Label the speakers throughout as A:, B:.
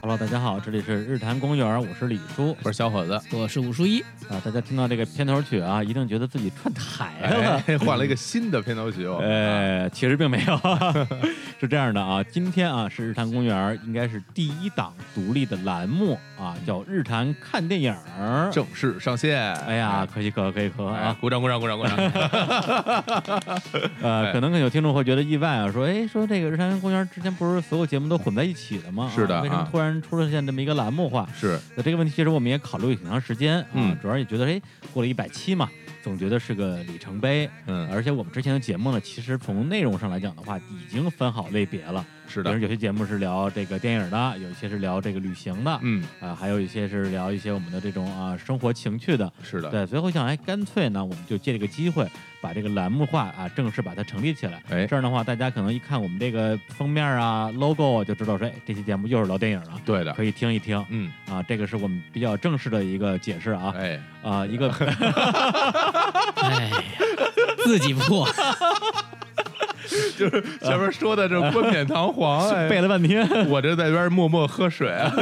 A: Hello，大家好，这里是日坛公园，我是李叔。
B: 我是小伙子，
C: 我是武术一，
A: 啊，大家听到这个片头曲啊，一定觉得自己串台了。
B: 哎，换了一个新的片头曲哦。
A: 呃，其实并没有， 是这样的啊，今天啊是日坛公园应该是第一档独立的栏目啊，叫日坛看电影儿。
B: 正式上线。
A: 哎呀，，可喜可贺可喜可贺
B: 哎，
A: 啊！
B: 鼓掌鼓掌鼓掌 鼓掌！
A: 呃，
B: 哎
A: 可能有听众会觉得意外啊，说，哎，说这个日坛公园之前不是所有节目都混在一起的吗？啊
B: 是的
A: 为什么
B: 啊
A: 突然出现这么一个栏目化？
B: 是
A: 那这个问题其实我们也考虑挺长时间啊，
B: 嗯
A: 主要也觉得哎，过了一百期嘛，总觉得是个里程碑。
B: 嗯，
A: 而且我们之前的节目呢，其实从内容上来讲的话，已经分好类别了。
B: 是
A: 比如
B: 的，
A: 有些节目是聊这个电影的，有一些是聊这个旅行的，啊、
B: 嗯，
A: 还有一些是聊一些我们的这种啊生活情趣的。
B: 是的，
A: 对，所以我想，哎，干脆呢，我们就借这个机会，把这个栏目化啊，正式把它成立起来。
B: 哎
A: 这样的话，大家可能一看我们这个封面啊、logo 啊，就知道说，哎，这期节目又是聊电影了，
B: 对的
A: 可，以听一听。
B: 嗯，
A: 啊，这个是我们比较正式的一个解释啊
B: 哎，
A: 啊， 一个
C: 哎，自己 破，
B: 就是前面说的这冠冕堂皇，
A: 背
B: 哎，
A: 了半 天，
B: 我这在一边默默喝水。啊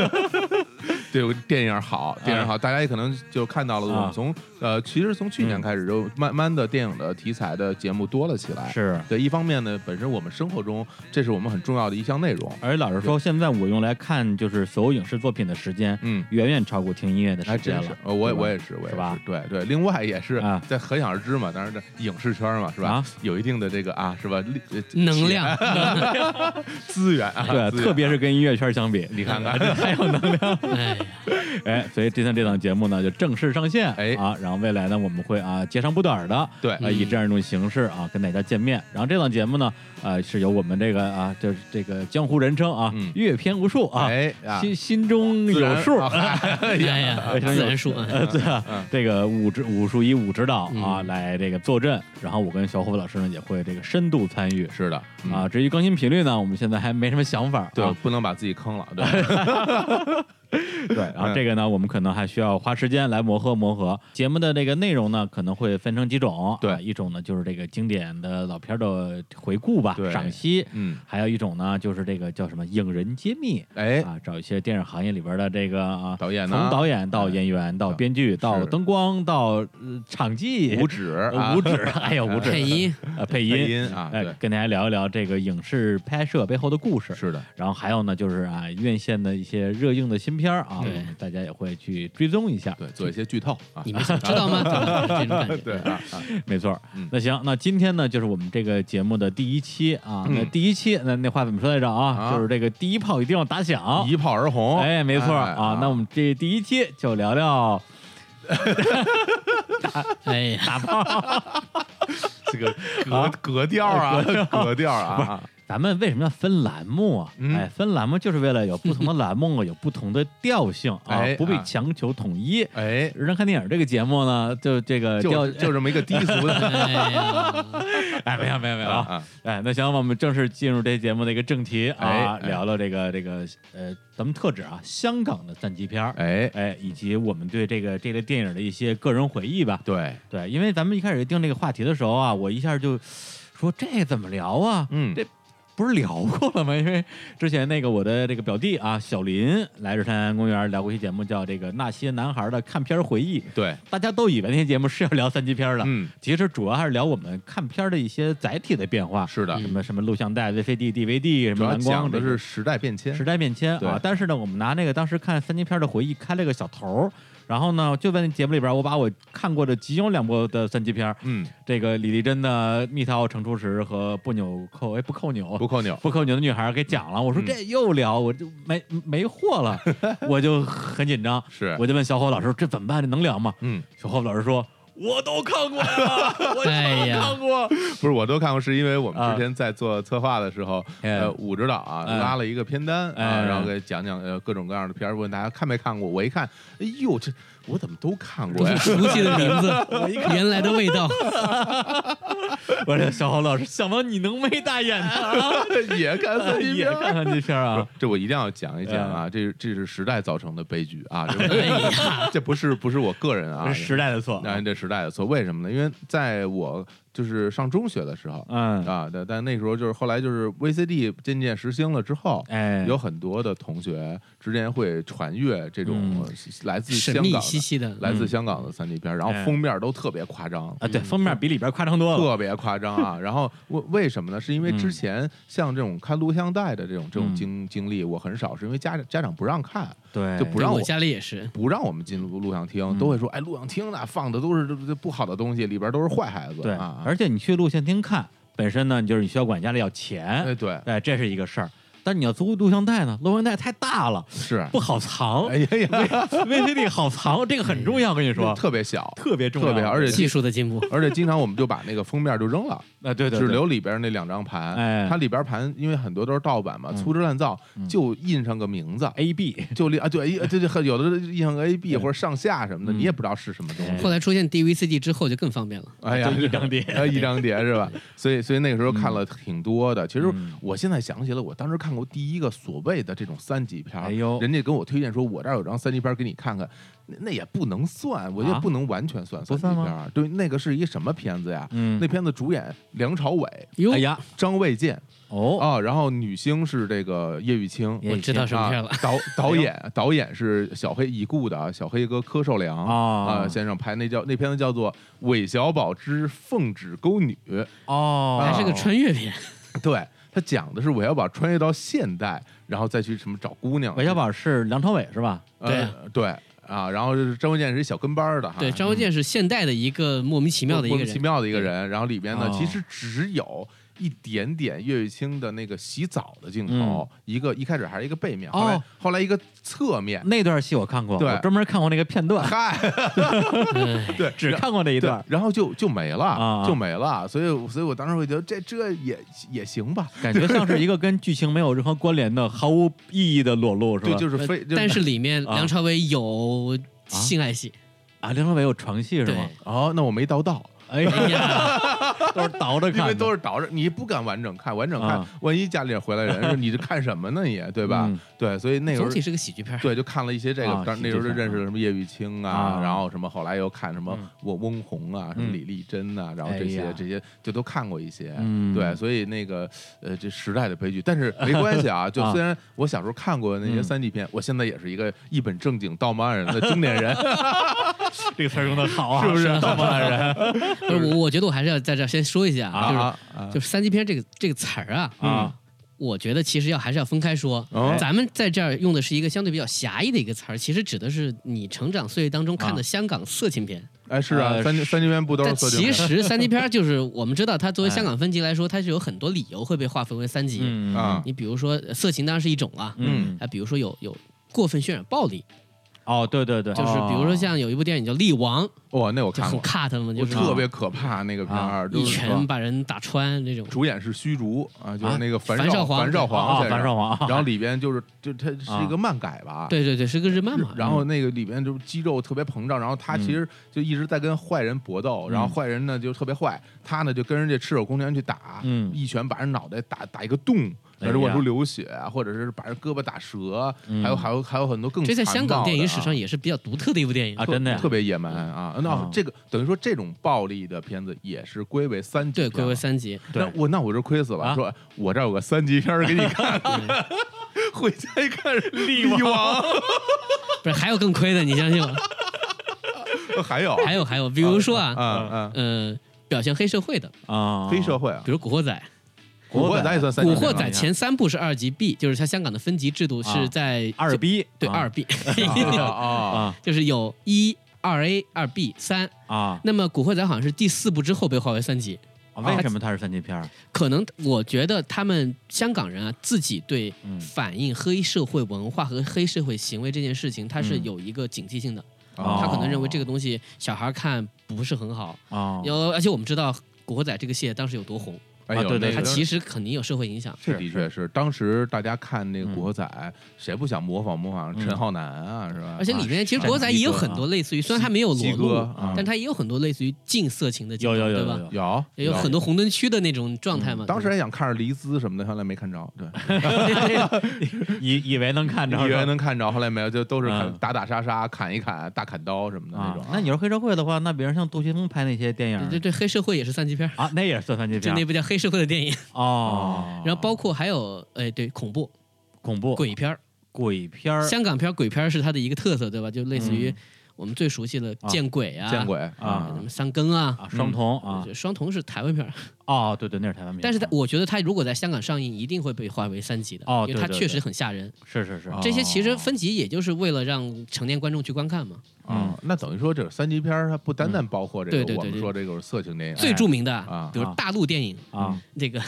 B: 对，我电影好，电影好，大家也可能就看到了，我
A: 哎啊嗯
B: 们从呃，其实从去年开始就慢慢的电影的题材的节目多了起来。
A: 是。
B: 对，一方面呢，本身我们生活中这是我们很重要的一项内容。
A: 而且老实说，现在我用来看就是所有影视作品的时间，
B: 嗯，
A: 远远超过听音乐的时
B: 还
A: 间
B: 真
A: 了
B: 是，。呃我也
A: 对吧
B: 我也是，我也
A: 是吧？
B: 对对，另外也是
A: 啊
B: 在可想而知嘛，当然这影视圈嘛，是吧
A: 啊？
B: 有一定的这个啊，是吧？力呃
C: 能 量，
B: 资源啊，
A: 对，
B: 资源
A: 特别是跟音乐圈相比，
B: 你 看看，
A: 太有能量。
C: 哎，
A: 哎，所以今天这档节目呢就正式上线，
B: 哎嗯
A: 啊，然后未来呢我们会啊截长补短的，
B: 对
A: 啊以这样一种形式啊跟大家见面。然后这档节目呢，呃是由我们这个啊就是这个江湖人称啊
B: 嗯
A: 阅片无数啊，
B: 哎啊，
A: 心心中
B: 自然
A: 有数
B: 啊，哎
C: 哎
B: 呀
C: 呀，自然术，哎
A: 对
B: 嗯
A: 啊，这个武指武术以武指导啊
C: 嗯
A: 来这个坐镇，然后我跟小虎老师呢也会这个深度参与
B: 是的嗯
A: 啊。至于更新频率呢，我们现在还没什么想法，
B: 对，
A: 啊
B: 不能把自己坑了，对，
A: 对。然后这个呢，我们可能还需要花时间来磨合磨合。节目的这个内容呢，可能会分成几种，
B: 对
A: 啊一种呢就是这个经典的老片儿的回顾吧
B: 对，
A: 赏析。
B: 嗯，
A: 还有一种呢，就是这个叫什么“影人揭秘”，
B: 哎，
A: 啊，找一些电影行业里边的这个啊
B: 导演呢嗯
A: 从导演到演员到编剧到
B: 是
A: 灯光到呃场记
B: 五指啊
A: 呃五指，哎呀五指
C: 配音，
A: 呃配
B: 配
A: 音。
B: 音啊，
A: 哎
B: 对，，
A: 跟大家聊一聊这个影视拍摄背后的故事，
B: 是的，
A: 然后还有呢，就是啊，院线的一些热映的新片儿啊，我
C: 对
A: 们大家也会去追踪一下。
B: 对，做一些剧透啊，
C: 你们想知道吗？这种感觉，
B: 对 啊，啊
A: 没错儿
B: 嗯，
A: 那行，那今天呢，就是我们这个节目的第一期啊，那
B: 嗯
A: 第一期，那那话怎么说来着啊？
B: 啊
A: 就是这个第一炮一定要打响，
B: 一炮而红，
A: 哎，没错儿
B: 哎
A: 啊。那我们这第一期就聊聊
C: 哎呀，
A: 打炮，
B: 这个格格调啊，格调啊，
A: 咱们为什么要分栏目啊？
B: 嗯
A: 哎，分栏目就是为了有不同的栏目啊，有不同的调性啊
B: 哎，
A: 不必
B: 啊
A: 强求统一。
B: 哎，
A: 人生看电影这个节目呢，就这个调
B: 就，就这么一个低俗 的
C: 哎呀，
A: 哎，没有没有没有
B: 啊
A: 啊。
B: 啊，
A: 哎，那行，我们正式进入这节目的一个正题啊，
B: 哎哎
A: 聊聊这个这个呃，咱们特指啊，香港的三级片儿，
B: 哎，
A: 哎，以及我们对这个这类电影的一些个人回忆吧。
B: 对，
A: 对，因为咱们一开始定这个话题的时候啊，我一下就说这怎么聊啊？
B: 嗯
A: 这不是聊过了吗？因为之前那个我的这个表弟啊，小林来日坛公园聊过一期节目，叫这个《那些男孩的看片回忆》，
B: 对，
A: 大家都以为那些节目是要聊三级片的，
B: 嗯，
A: 其实主要还是聊我们看片的一些载体的变化，啊
B: 是的，嗯
A: 什么什么录像带、VCD、DVD，什
B: 主
A: 么嗯
B: 要
A: 蓝光，
B: 讲的
A: 这个
B: 是时代变迁
A: 时，代变迁啊
B: 对。
A: 但是呢，我们拿那个当时看三级片的回忆开了个小头儿，然后呢，就在那节目里边，我把我看过的仅有两部的三级片儿，
B: 嗯，
A: 这个李丽珍的《蜜桃成熟时》和不扭 扣哎不扣钮
B: 不扣钮，
A: 不扣钮的女孩给讲了，我说
B: 嗯
A: 这又聊，我就没没货 了，我就很紧张，
B: 是
A: 我就问小伙老师这怎么办？这能聊吗？
B: 嗯，
A: 小伙老师说我都看过呀，我
C: 哎
A: 都
C: 呀
A: 看过，
B: 不是我都看过，是因为我
A: 啊
B: 们之前在做策划的时候，
A: 哎
B: 呃，武指导啊
A: 哎
B: 拉了一个片单啊，
A: 哎
B: 然后给讲讲呃各种各样的片儿，问大家看没看过，我一看，哎呦，这我怎么都看
C: 都
B: 过呀
C: 是？熟悉的名字，原来的味道，
A: 我这小伙老师想不到你能没大眼的，
B: 也看三级
A: 也
B: 片儿。
A: 看哎看这片 儿啊，
B: 这我一定要讲一讲啊！这是这是时代造成的悲剧 啊！这
C: 哎
B: 不
C: 呀，
B: 这不是不是我个人啊，
A: 这是时代的错，
B: 那这时代的错，为什么呢？因为在我就是上中学的时候
A: 嗯，
B: 啊，但但那时候就是后来就是 VCD 渐渐实行了之后，
A: 哎，
B: 有很多的同学之间会传阅这
A: 嗯
B: 种来自香
C: 神
B: 港
C: 秘
B: 的、
C: 兮兮的，
B: 来自香港的三 D 片儿，然
A: 哎
B: 后封面都特别夸张。
A: 啊，对，封面比里边夸张多了，
B: 嗯特别夸张啊！然后为为什么呢？是因为
A: 嗯
B: 之前像这种看录像带的这种
A: 嗯
B: 这种经经历，我很少，是因为家家长不让看，
A: 对，
B: 就不
C: 对
B: 让
C: 我
B: 我
C: 家里也是，
B: 不让我们进录录像厅
A: 嗯，
B: 都会说：“哎，录像厅呢放的都是这这不好的东西，里边都是坏孩子
A: 对
B: 啊。”
A: 而且你去录像厅看，本身呢，你就是你需要管家里要钱，
B: 哎，对，
A: 哎，这是一个事儿。但你要租录像带呢，录像带太大了，
B: 是，
A: 不好藏
B: 哎呀呀，
A: ，VCD 好藏，这个很重要，跟你说，
B: 特别小，
A: 特别重要，
B: 特别，而且
C: 技术的进步，
B: 而且经常我们就把那个封面就扔了，
A: 啊，对对，
B: 只
A: 对
B: 留里边那两张盘。
A: 哎
B: 它里边盘因为很多都是盗版嘛，
A: 嗯
B: 粗制滥造
A: 嗯，
B: 就印上个名字，
A: AB，
B: 就立啊对，对对，很有的印上个 A B
A: 嗯
B: 或者上下什么的，
A: 嗯
B: 你也不知道是什么东
A: 哎
B: 西。
C: 后来出现 DVCD 之后就更方便了。
B: 哎呀，
A: 就一张碟
B: 哎一张碟是吧？所以所以那个时候看了挺多的。其实
A: 嗯
B: 我现在想起来，我当时看过第一个所谓的这种三级片儿，
A: 哎呦
B: 人家给我推荐说，我这儿有张三级片儿给你看看，那那也不能算，我觉
A: 啊
B: 得不能完全算
A: 不
B: 三级
A: 算吗
B: 片儿。对，那个是一什么片子呀？
A: 嗯
B: 那，片子主演梁朝伟、
C: 哟
A: 哎，呀，
B: 张卫健
A: 哦，
B: 啊，然后女星是这个叶玉卿。
A: 也
C: 我知道什么片了哎
B: 啊， 导导演导演是小黑已故的啊小黑哥柯受良
A: 啊
C: 哦
B: 啊先生拍那叫那片子叫做《韦小宝之奉旨沟女》，
A: 哦，
B: 啊
C: 还是个穿越片，
B: 对他讲的是韦小宝穿越到现代，然后再去什么找姑娘。
A: 韦小宝是梁朝伟是吧？
C: 对
B: 呃对啊，然后就是张卫健是一小跟班儿的哈，
C: 对，张卫健是现代的一个莫名其妙的一
B: 莫
C: 个
B: 名其
C: 人，
B: 妙的一个人。然后里边呢，
A: 哦
B: 其实只有一点点岳玉清的那个洗澡的镜头，
A: 嗯
B: 一个一开始还是一个背面，后来、
A: 哦
B: 后来一个侧
C: 嗯
B: 面。
A: 那段戏我看过，
B: 对
A: 我专门看过那个片 段，
B: 嗨，
C: 哎
B: 对，
A: 只看过那一
B: 对
A: 段，，
B: 然后就就没了，
A: 啊
B: 就没了。所以，所以我当时会觉得这这也也行吧，
A: 感觉像是一个跟剧情没有任何关联的、毫无意义的裸露，是吧？
B: 对，就是非，就
C: 呃但是里面
A: 啊
C: 梁朝伟有性爱戏，
A: 啊，梁朝伟有床戏是
C: 对，
A: 吗？
B: 哦，那我没叨到，
A: 哎
C: 哎呀，
A: 都是倒着
B: 因
A: 看
B: 为
A: 的，
B: 都是倒着，你不敢完整看，完整看，
A: 啊
B: 万一家里回 来人，说你这看什么呢也，对吧？
A: 嗯
B: 对，所以那时候
C: 总体是个喜剧片 儿，
B: 对就看了一些这个，
A: 啊
B: 当那时候
A: 喜
B: 就
A: 剧片
B: 认识了什么叶玉卿啊，
A: 啊
B: 然后什么后来又看什么
A: 嗯
B: 我翁虹啊，什么
A: 嗯
B: 李丽珍呐、然后
A: 哎
B: 这些、
A: 呀
B: 这些就都看过一些。
A: 嗯
B: 对，所以那个呃，这时代的悲剧，但是没关 系啊。就
A: 啊
B: 虽然我小时候看过那些
A: 嗯
B: 三级片，我现在也是一个一本正经道貌岸然的中年 人，
A: 这个词儿用的好啊，
B: 是不是
A: 啊
B: 道貌岸然
C: 不是我我觉得我还是要在这儿先说一下啊，
B: 啊？ 啊嗯
C: 就是就是三级片这个这个词儿啊，
A: 啊，
C: 我觉得其实要还是要分开说
B: 哦。
C: 咱们在这儿用的是一个相对比较狭义的一个词儿，其实指的是你成长岁月当中看的香港色情片。
B: 哎，是啊，
A: 呃
B: 三级
A: 是
B: 三级片不啊都是
C: 但
B: 色情片
C: 其实三级片儿就是我们知道，它作为
A: 哎
C: 香港分级来说，它是有很多理由会被划分为三级。
A: 嗯
B: 啊
C: 你比如说呃色情当然是一种啊，
A: 嗯，
C: 啊，比如说有有过分渲染暴力，
A: 哦，对对对，
C: 就是比如说像有一部电影叫《力王》，
B: 哇，那我
C: 就
B: 看
C: 很
B: 过，
C: cut 嘛，
B: 我
C: 就是
B: 特别可怕那个片
A: 啊
B: 儿，就
C: 一
B: 是
C: 拳把人打穿这种。
B: 主演是虚竹啊，就是那个樊
C: 樊少
B: 少
C: 皇
B: 樊少
A: 啊，
B: 皇先
A: 樊
B: 生，
A: 少皇啊，
B: 然后里边就是就他是一个漫改吧，
C: 啊对对对，是个日漫嗯
B: 日。
C: 嘛。
B: 然后那个里边就是肌肉特别膨胀，然后他其实就一直在跟坏人搏斗，
C: 嗯
B: 然后坏人呢就特别坏，他呢就跟人家赤手空拳去打，
A: 嗯
B: 一拳把人脑袋打打一个洞，
A: 哎呀
B: 然后往出流血，啊或者是把人胳膊打折，
A: 嗯
B: 还有还有还有很多更
C: 这在
B: 残
C: 香港
B: 暴
C: 电影
B: 嗯的
C: 史
B: 啊
C: 上也是比较独特的一部电影
A: 啊
B: 特
A: 真的呀
B: 特别野蛮啊！那
A: 啊
B: 这个等于说这种暴力的片子也是归为三级
C: 对，
B: 片，
C: 归为。三级。
A: 对
B: 那我那我就亏死
A: 啊
B: 了，说我这儿有个三级片儿给你看，
C: 嗯
B: 回家一看《力王
C: 不是还有更亏的，你相信我？》，
B: 还有
C: 还有还有，比如说啊，
B: 啊
C: 呃，表现黑社会的，
A: 啊，
B: 啊，黑社会啊
C: 比，如《古惑仔》。
B: 古惑仔也算
C: 《
B: 三级
C: 古
B: 片
C: 惑
B: 吧
C: 仔》前三部是二级 B，就是它香港的分级制度
A: 啊
C: 是在
A: 二逼，
C: 对
A: 啊
C: 二 B，
B: 啊啊
A: 啊
C: 就是有一二 A、二 B、三。
A: 啊，
C: 那么《古惑仔》好像是第四部之后被划为三级，
A: 为什么它是三级片儿？
C: 可能我觉得他们香港人啊自己对
A: 嗯
C: 反映黑社会文化和黑社会行为这件事情，他是有一个警惕性的，
A: 哦
C: 啊他可能认为这个东西小孩看不是很好，
A: 啊，
C: 有而且我们知道《古惑仔》这个系列当时有多红，
B: 哎
A: 啊
B: 呦，
A: 对对
B: 那
C: 它
B: 个
C: 其实肯定有社会影响。
B: 这的确是，当时大家看那个《
A: 嗯
B: 古惑仔》，谁不想模仿模仿陈
A: 嗯
B: 浩南啊，是吧？
C: 而且里面其实
A: 是
C: 国仔也有很多类似于，虽然它没有裸
B: 鸡
C: 露
B: 哥，啊
C: 但它也有很多类似于近色情的镜
A: 有
C: 头，
A: 有有
C: 对
A: 有
C: 吧？
A: 有，
B: 有嗯
C: 也有很多红灯区的那种状态嘛。
B: 当时
C: 对吧
B: 还想看着黎姿什么的，后来没看着， 对，
A: 以以为能看着
B: 以为能看着，后来没有，就都是砍
A: 嗯
B: 打打杀杀、砍一砍、大砍刀什么的那
A: 啊
B: 种。。
A: 那你要是黑社会的话，那比如像杜琪峰拍那些电影
C: 对对对，黑社会也是三级片儿，
A: 啊，那也是算番茄
C: 就
A: 片
C: 那部叫《黑社会》的电影。
A: 哦。
C: 啊
B: 啊
C: 然后包括还有，哎，对，恐怖
A: 恐怖
C: 鬼片儿，
A: 鬼片儿，
C: 香港片儿鬼片儿是它的一个特色，对吧？就类似于我们最熟悉的
A: 啊
C: 《见鬼》啊，
B: 见鬼
A: 啊
B: 啊
C: 什么三更啊。
A: 啊，双
B: 嗯
A: 瞳啊，
C: 就双瞳是台湾片儿，
A: 哦，对对，那是台湾片。
C: 但是它我觉得它如果在香港上映，一定会被划为三级的，
A: 哦
C: 因为它
A: 对对
C: 确实
A: 对哦
C: 很吓人。
A: 是是是，
B: 啊
C: 这些其实分级也就是为了让成年观众去观看嘛。
A: 嗯
B: 啊！那等于说这三级片儿它不单单包括这
C: 对对
B: 个
C: 对
B: 我们
C: 对
B: 说这个色情电影，
C: 最著名的
B: 啊
C: 比如大陆电影
A: 哦啊
C: 这个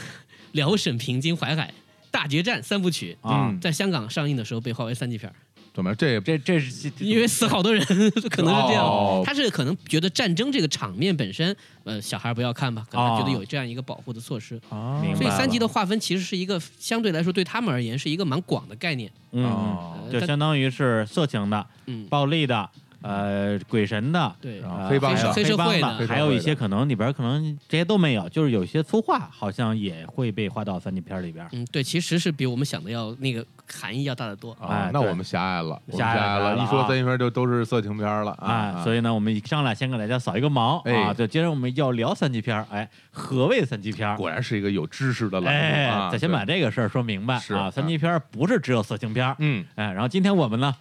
C: 辽沈平津淮海大决战三部曲，
A: 啊
B: 嗯，
C: 在香港上映的时候被划为三级片儿，
B: 怎么这也
A: 这这是
C: 因为死好多人， 可能是这样。
B: 哦
C: 他是可能觉得战争这个场面本身，呃，小孩不要看吧，可能觉得有这样一个保护的措施。
A: 哦
B: 啊
A: 明白
C: 所以
A: 了
C: 三级的划分其实是一个相对来说对他们而言是一个蛮广的概念。
A: 嗯，
B: 哦
C: 呃
A: 就
C: 但
A: 相当于是色情的、
C: 嗯，
A: 暴力的、呃，鬼神的。
C: 对，
B: 啊
A: 呃
B: 黑帮的
A: 还有
C: 黑社
A: 黑帮
C: 会的
A: 的，
B: 黑社
A: 还有
B: 会
A: 一
B: 的
A: 些可能里边可能这些都没有，就是有些粗话好像也会被划到三级片里边。
C: 嗯，对，其实是比我们想的要那个含义要大得多。
B: 啊
A: 哎，
B: 那
A: 对
B: 我们狭隘了，我们
A: 狭隘了
B: 隘
A: 狭隘了
B: 一说
A: 啊
B: 三级片儿就都是色情片儿了
A: 哎，
B: 啊。
A: 所以呢，我们一上来先给大家扫一个盲啊，
B: 哎
A: 就接着我们要聊三级片儿。哎，何谓三级片儿？
B: 果然是一个有知识的栏目
A: 哎
B: 啊！，
A: 咱先把
B: 对
A: 这个事儿说明白
B: 是
A: 啊，
B: 啊
A: 三级片儿不是只有色情片儿。
B: 嗯，
A: 哎，然后今天我们呢，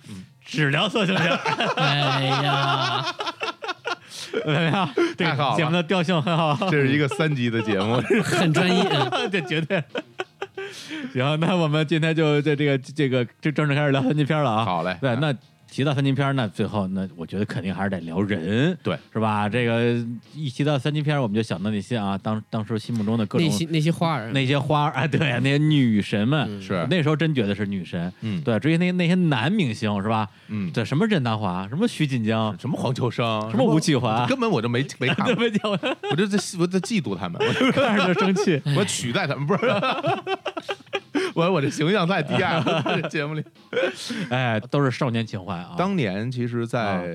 A: 只聊色情片儿，
C: 哎呀，
A: 怎么样？这
B: 太好
A: 个
B: 了
A: 节目的调性很好。
B: 这是一个三级的节目，
C: 很专业。嗯
A: 这绝对。行，那我们今天就这这个这个这正式开始聊三级片了 啊。
B: 好嘞
A: 对，那提到三级片，那最后那我觉得肯定还是得聊人，
B: 对，
A: 是吧？这个一提到三级片，我们就想到那些啊，当当时心目中的各种
C: 那些那些花儿，
A: 那些花儿，哎，对，那些女神们，
C: 嗯
B: 是
A: 那时候真觉得是女神。
B: 嗯
A: 对，至于那那些男明星是吧？
B: 嗯，
A: 对，什么任达华，什么徐锦江，
B: 什么黄秋生，
A: 什么吴启华
B: 根本我 就没没看
A: 对
B: 过，
A: 不起， 我
B: 我就在我 在嫉妒他们，
A: 看着就生气。
B: 我我取代他们，不是。 我我这形象太低矮 了，在这节目里。
A: 哎，都是少年情怀啊。
B: 当年其实，
A: 啊
B: 在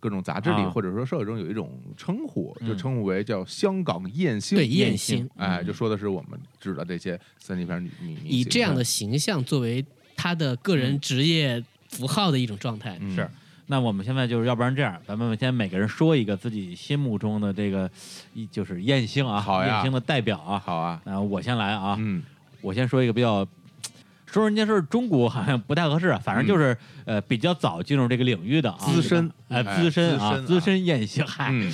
B: 各种杂志里
A: 啊
B: 或者说社会中有一种称呼，就
A: 嗯
B: 称呼为叫“香港艳星”。
C: 对艳
A: 星
C: 星，
B: 哎，就说的是我们指的这些三级片女女明星。
C: 以这样的形象作为他的个人职业符号的一种状态。
B: 嗯
A: 是，那我们现在就是，要不然这样，咱们先每个人说一个自己心目中的这个，一就是艳星啊，
B: 好呀
A: 艳星的代表啊。
B: 好啊，
A: 那我先来啊，
B: 嗯，
A: 我先说一个比较，说人家是中国好像不太合适啊，反正就是、呃比较早进入这个领域的啊，
B: 嗯资深
A: 哎
B: 哎
A: 资深啊
B: 资深啊
A: 资深艳星，嗨，
B: 嗯，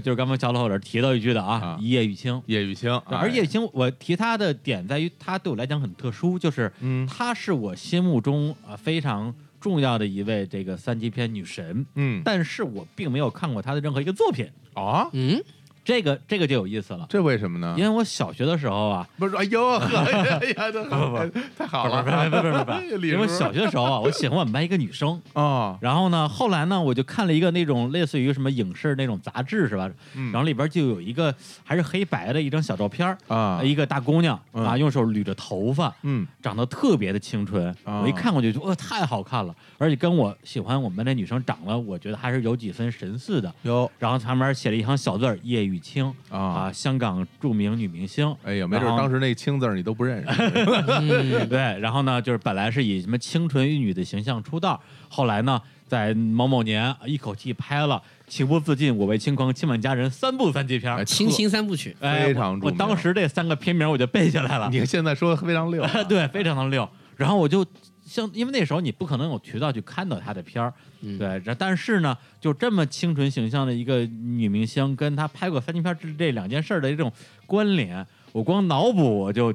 A: 就是刚刚小老师提到一句的啊
B: 啊，
A: 一夜玉清。
B: 叶玉卿，哎
A: 而叶玉清，我提他的点在于，他对我来讲很特殊，就是
B: 嗯
A: 她是我心目中啊非常重要的一位这个三级片女神，
B: 嗯
A: 但是我并没有看过她的任何一个作品，
B: 啊，
C: 嗯，
A: 这个这个就有意思了，
B: 这为什么呢
A: 因？为我小学的时候啊，
B: 不是，哎呦，呵，哎呀，这好太好了，
A: 不是不是不是不是，
B: 李
A: 因为我
B: 叔
A: 小学的时候 啊，我喜欢我们班一个女生，
B: 哦，
A: 然后呢，后来呢，我就看了一个那种类似于什么影视那种杂志是吧？
B: 嗯
A: 然后里边就有一个还是黑白的一张小照片儿
B: 啊
A: 一个大姑娘
B: 嗯
A: 啊，用手捋着头发，
B: 嗯
A: 长得特别的清纯，
B: 啊
A: 我一看过去就哇、太好看了，而且跟我喜欢我们班那女生长得，我觉得还是有几分神似的。
B: 有
A: 然后旁边写了一行小字儿“叶玉卿”
B: 啊，
A: 香港著名女明星。
B: 哎呀，没准
A: 然后
B: 当时那“青”字儿你都不认识，
C: 嗯
A: 对，然后呢，就是本来是以什么清纯玉女的形象出道，后来呢，在某某年一口气拍了《情不自禁》《我为轻狂》《亲吻佳人》三部三级片儿
B: 哎，
C: 清新三部曲，
A: 哎，
B: 非常
A: 我
B: 著
A: 我
B: 名
C: 啊
A: 当时这三个片名我就背下来了，
B: 你现在说的非常溜 啊，
A: 对，非常的溜。然后我就像，因为那时候你不可能有渠道去看到她的片儿，
C: 嗯
A: 对。然但是呢，就这么清纯形象的一个女明星，跟她拍过三级片儿这这两件事儿的这种关联，我光脑补我就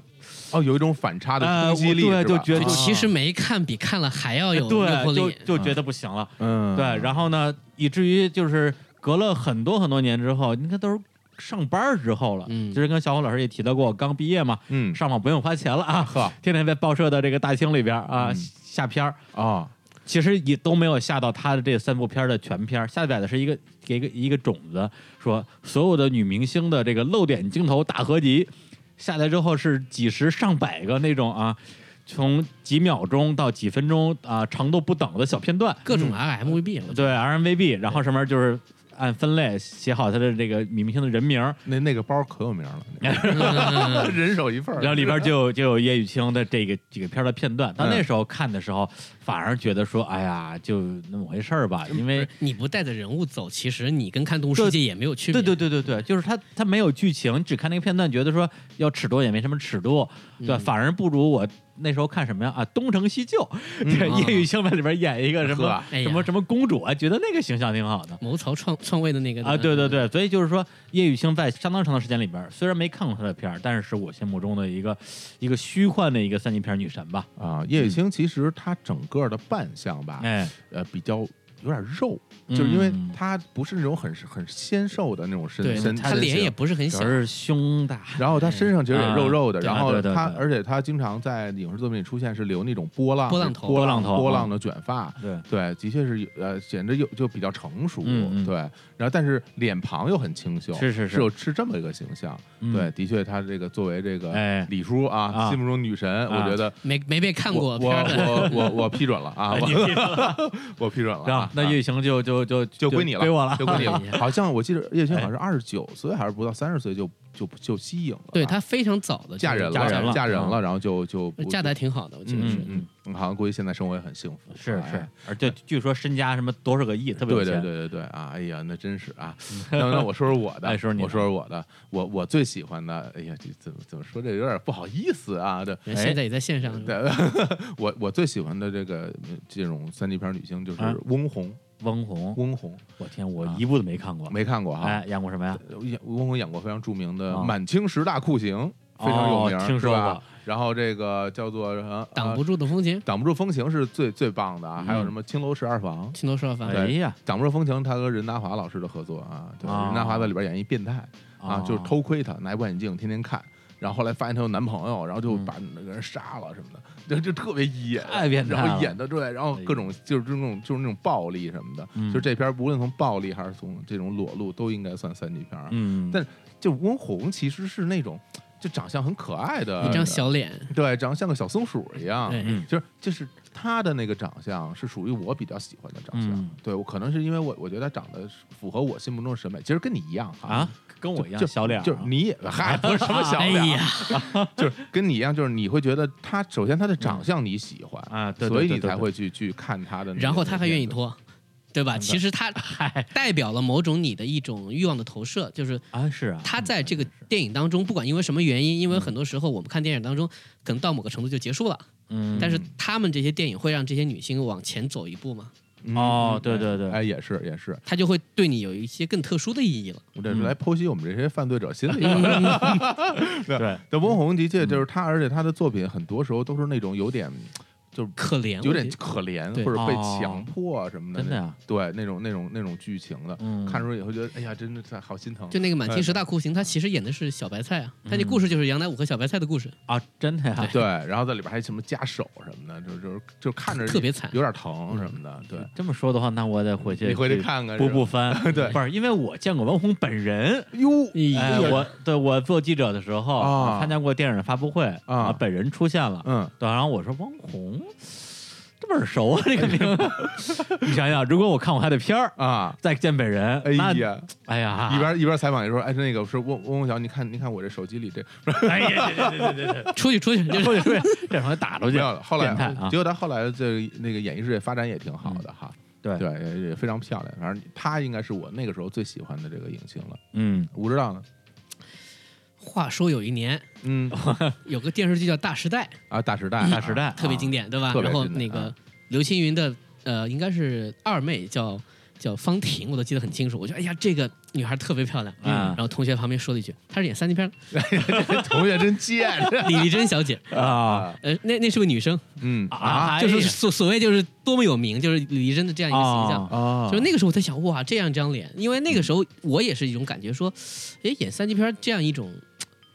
B: 哦，有一种反差的
A: 呃，
B: 冲
A: 我
B: 击力，
A: 对，
B: 是吧
A: 就觉得
C: 就其实没看比看了还要有诱惑
A: 对，就
C: 力。啊
A: 就觉得不行了，
B: 嗯，
A: 对。然后呢，以至于就是隔了很多很多年之后，你看都是。上班儿之后了，
C: 嗯
A: 其实跟小虎老师也提到过，我刚毕业嘛，
B: 嗯
A: 上网不用花钱了啊，
B: 呵
A: 天天在报社的这个大厅里边儿啊、
B: 嗯
A: 下片儿，
B: 啊，
A: 其实也都没有下到他的这三部片儿的全片儿，下载的是一个给一个一个种子，说所有的女明星的这个露点镜头大合集，下来之后是几十上百个那种啊，从几秒钟到几分钟啊，长度不等的小片段，
C: 各种 RMVB，我觉得
A: 对 RMVB，然后上面就是按分类写好它的这个米明星的人名儿，
B: 那那个包可有名了，那
C: 嗯
B: 个人手一份儿
A: 然后里边就有就有叶雨卿的这个几个片儿的片段。
C: 嗯
A: 他那时候看的时候，反而觉得说，哎呀，就那么回事儿吧，因为。
C: 你不带着人物走，其实你跟看《动物世界》也没有区别。
A: 对对对对对，就是他他没有剧情，你只看那个片段，觉得说要尺度也没什么尺度，对吧，
C: 嗯
A: 反而不如我那时候看什么呀啊，《东成西就》 对，
C: 嗯
A: 叶雨卿在里边演一个什么
B: 呵
C: 哎呀
A: 什么什么公主啊，觉得那个形象挺好的。
C: 谋朝篡篡位的那个
A: 啊，对对，对，所以就是说，叶雨卿在相当长的时间里边儿，虽然没看过她的片儿，但是是我心目中的一个一个虚幻的一个三级片儿女神吧。
B: 啊。叶雨卿其实她整个的扮相吧，
A: 嗯哎，
B: 呃，比较有点肉，就是因为
A: 嗯
B: 她不是那种很很纤瘦的那种身
C: 对
B: 身，
C: 他
B: 身
C: 脸
B: 形
C: 也不是很
A: 主
C: 小
A: 要，是胸大，
B: 然后她身上其实也肉肉的，
A: 嗯
B: 然
A: 啊
B: 后
A: 对对
B: 她，
A: 对
B: 而且她经常在影视作品里出现是留那种波浪
C: 波浪头
B: 波浪
A: 波浪头嗯
B: 波浪的卷发，
A: 对，
B: 对，的确是有呃，显得有就比较成熟，
A: 嗯嗯
B: 对。然后但是脸庞又很清秀，
A: 是是
B: 是
A: 是
B: 有是这么一个形象，
A: 嗯
B: 对，的确她这个作为这个
A: 哎，
B: 李叔啊，
A: 啊
B: 心目中女神，
A: 啊
B: 我觉得
C: 没没被看
B: 我
C: 过片
B: 我
C: 儿的。
B: 我我我批准了啊，
A: 哎你
B: 我 我批准了
A: 啊
B: 啊，，
A: 那
B: 啊
A: 叶雨卿就就就
B: 就
A: 就
B: 归你了，
A: 归我 了
B: 就。归你了
C: 哎。
B: 好像我记得叶青好像是二十九岁还是不到三十岁就就就息影了，
C: 对她非常早的
B: 嫁人
A: 嫁
B: 人
A: 人了
B: 嫁人
A: 啊
B: 了，然后就就不
C: 嫁的还挺好的，我记得是
B: 嗯。嗯嗯，好像估计现在生活也很幸福，
A: 是
B: 哎
A: 是，而且据说身家什么多少个亿，特别有
B: 对对
A: 钱。
B: 对对对啊！哎呀，那真是啊。那那我说 说我的，
A: 哎说说你的
B: 我说说我的，我我最喜欢的，哎呀，这怎么怎么说这有点不好意思啊？这
A: 哎
C: 人现在也在线上，
B: 对，我我最喜欢的这个这种三级片女星就是
A: 啊
B: 翁虹，
A: 翁虹，
B: 翁虹
A: 我天，我
B: 啊
A: 一部都没看过。
B: 没看过哈
A: 哎，，演过什么呀？
B: 演翁虹演过非常著名的
A: 啊
B: 《满清十大酷刑》，非常有名，
A: 哦听
B: 是
A: 说
B: 吧
A: 过。
B: 然后这个叫做什么？
C: 挡
B: 呃
C: 不住的风情，
B: 挡不住风情是最最棒的啊，
A: 嗯
B: 还有什么青楼十二房？
C: 青楼十二房，
A: 哎呀，
B: 挡不住风情，他和任达华老师的合作啊，对，
A: 哦
B: 任达华在里边演一变态。啊，就是偷窥她，拿一望远镜天天看，然后后来发现她有男朋友，然后就
A: 嗯
B: 把那个人杀了什么的，就就特别野，
A: 太变态
B: 然后
A: 了
B: 演的对，然后
A: 哎呦
B: 各种就是这种就是那种暴力什么的，
A: 嗯
B: 就这片儿无论从暴力还是从这种裸露，都应该算三级片儿。
A: 嗯，
B: 但就温虹其实是那种就长相很可爱的，
C: 一张小脸，
B: 对，长得像个小松鼠一样，
C: 哎
A: 嗯
B: 就是就是她的那个长相是属于我比较喜欢的长相，
A: 嗯
B: 对我可能是因为我我觉得她长得是符合我心目中的审美，其实跟你一样哈
A: 啊，跟我一
B: 就
A: 样小脸儿啊，
B: 就是你也嗨，不是什么小
C: 哎
B: 脸啊儿，
C: 呀，
B: 就是跟你一样，就是你会觉得他首先他的长相你喜欢
A: 啊对对
B: 所以
A: 对
B: 你
A: 对
B: 才
A: 对
B: 会去去看他的那个片子。
C: 然后他还愿意脱，对吧？其实他代表了某种你的一种欲望的投射，就是
A: 啊是啊，
C: 他在这个
A: 嗯
C: 电影当中，不管因为什么原因，因为很多时候我们看电影当中，可能到某个程度就结束了，
A: 嗯，
C: 但是他们这些电影会让这些女性往前走一步嘛，
B: 嗯
A: 哦对对对
B: 哎，也是也是，
C: 他就会对你有一些更特殊的意义了。
B: 我这
A: 嗯
B: 是来剖析我们这些犯罪者心理吧。
A: 对，
B: 那翁虹的确就是
A: 嗯
B: 他，而且他的作品很多时候都是那种有点就是
C: 可怜，
B: 有点
C: 我觉得
B: 可怜
C: 对
B: 或者被
A: 哦
B: 强迫啊什么的，
A: 真的呀，
B: 对那种那种那种剧情的，
A: 嗯
B: 看出来也会觉得哎呀，真的是好心疼。啊
C: 就那个《满清十大酷刑》，他其实演的是小白菜啊，他这故事就是杨乃武和小白菜的故事，
A: 啊，真的呀，
B: 对，然后在里边还什么夹手什么的，就就是就看着
C: 特别惨
B: 有点
A: 嗯
B: 疼什么的。对，
A: 这么说的话，那我得回去
B: 你回去
A: 去
B: 看看
A: 补
B: 是吧
A: 补番。
B: 对
A: 不是因为我见过文红本人。
B: 哟，
A: 哎，我对我做记者的时候、
B: 啊
A: 参加过电影的发布会
B: 啊
A: 本人出现了。
B: 嗯，
A: 对，然后我说汪红，这么耳熟啊，这个名字。 你想想，如果我看过他的片儿，
B: 啊，
A: 再见本人，
B: 哎
A: 那
B: 呀，
A: 哎呀，
B: 一边一边采访一边说，哎，那个是翁翁小，你看你看我这手机里这
A: 哎呀，对对对对对，
C: 出去出去，就
A: 对
C: 是
A: 出去出去，这会儿打出
B: 没
A: 去。
B: 有了。后来
A: 变态啊嗯
B: 结果他后来这那个演艺事业发展也挺好的哈，
A: 对
B: 对，也也非常漂亮。反正她应该是我那个时候最喜欢的这个影星了。
A: 嗯，
B: 我不知道呢，
C: 话说有一年
B: 嗯
C: 有个电视剧叫《大时代》，
B: 啊，大时代，
A: 大时代
B: 啊
C: 特别经典，对吧
B: 特？别
C: 然后
B: 经典
C: 那个
B: 啊
C: 刘青云的呃，应该是二妹叫叫方婷，我都记得很清楚。我觉得哎呀，这个女孩特别漂亮。
A: 嗯
C: 然后同学旁边说了一句：“她是演三级片儿
B: 同学真 贱，
C: 的李丽珍小姐。
A: 啊”
C: 呃，那那是个女生，
B: 嗯
A: 啊哎呀
C: 就是所所谓就是多么有名，就是李丽珍的这样一个形象。
A: 哦
B: 啊
C: 就是那个时候我在想，哇，这样一张脸，因为那个时候我也是一种感觉，说，哎，演三级片儿这样一种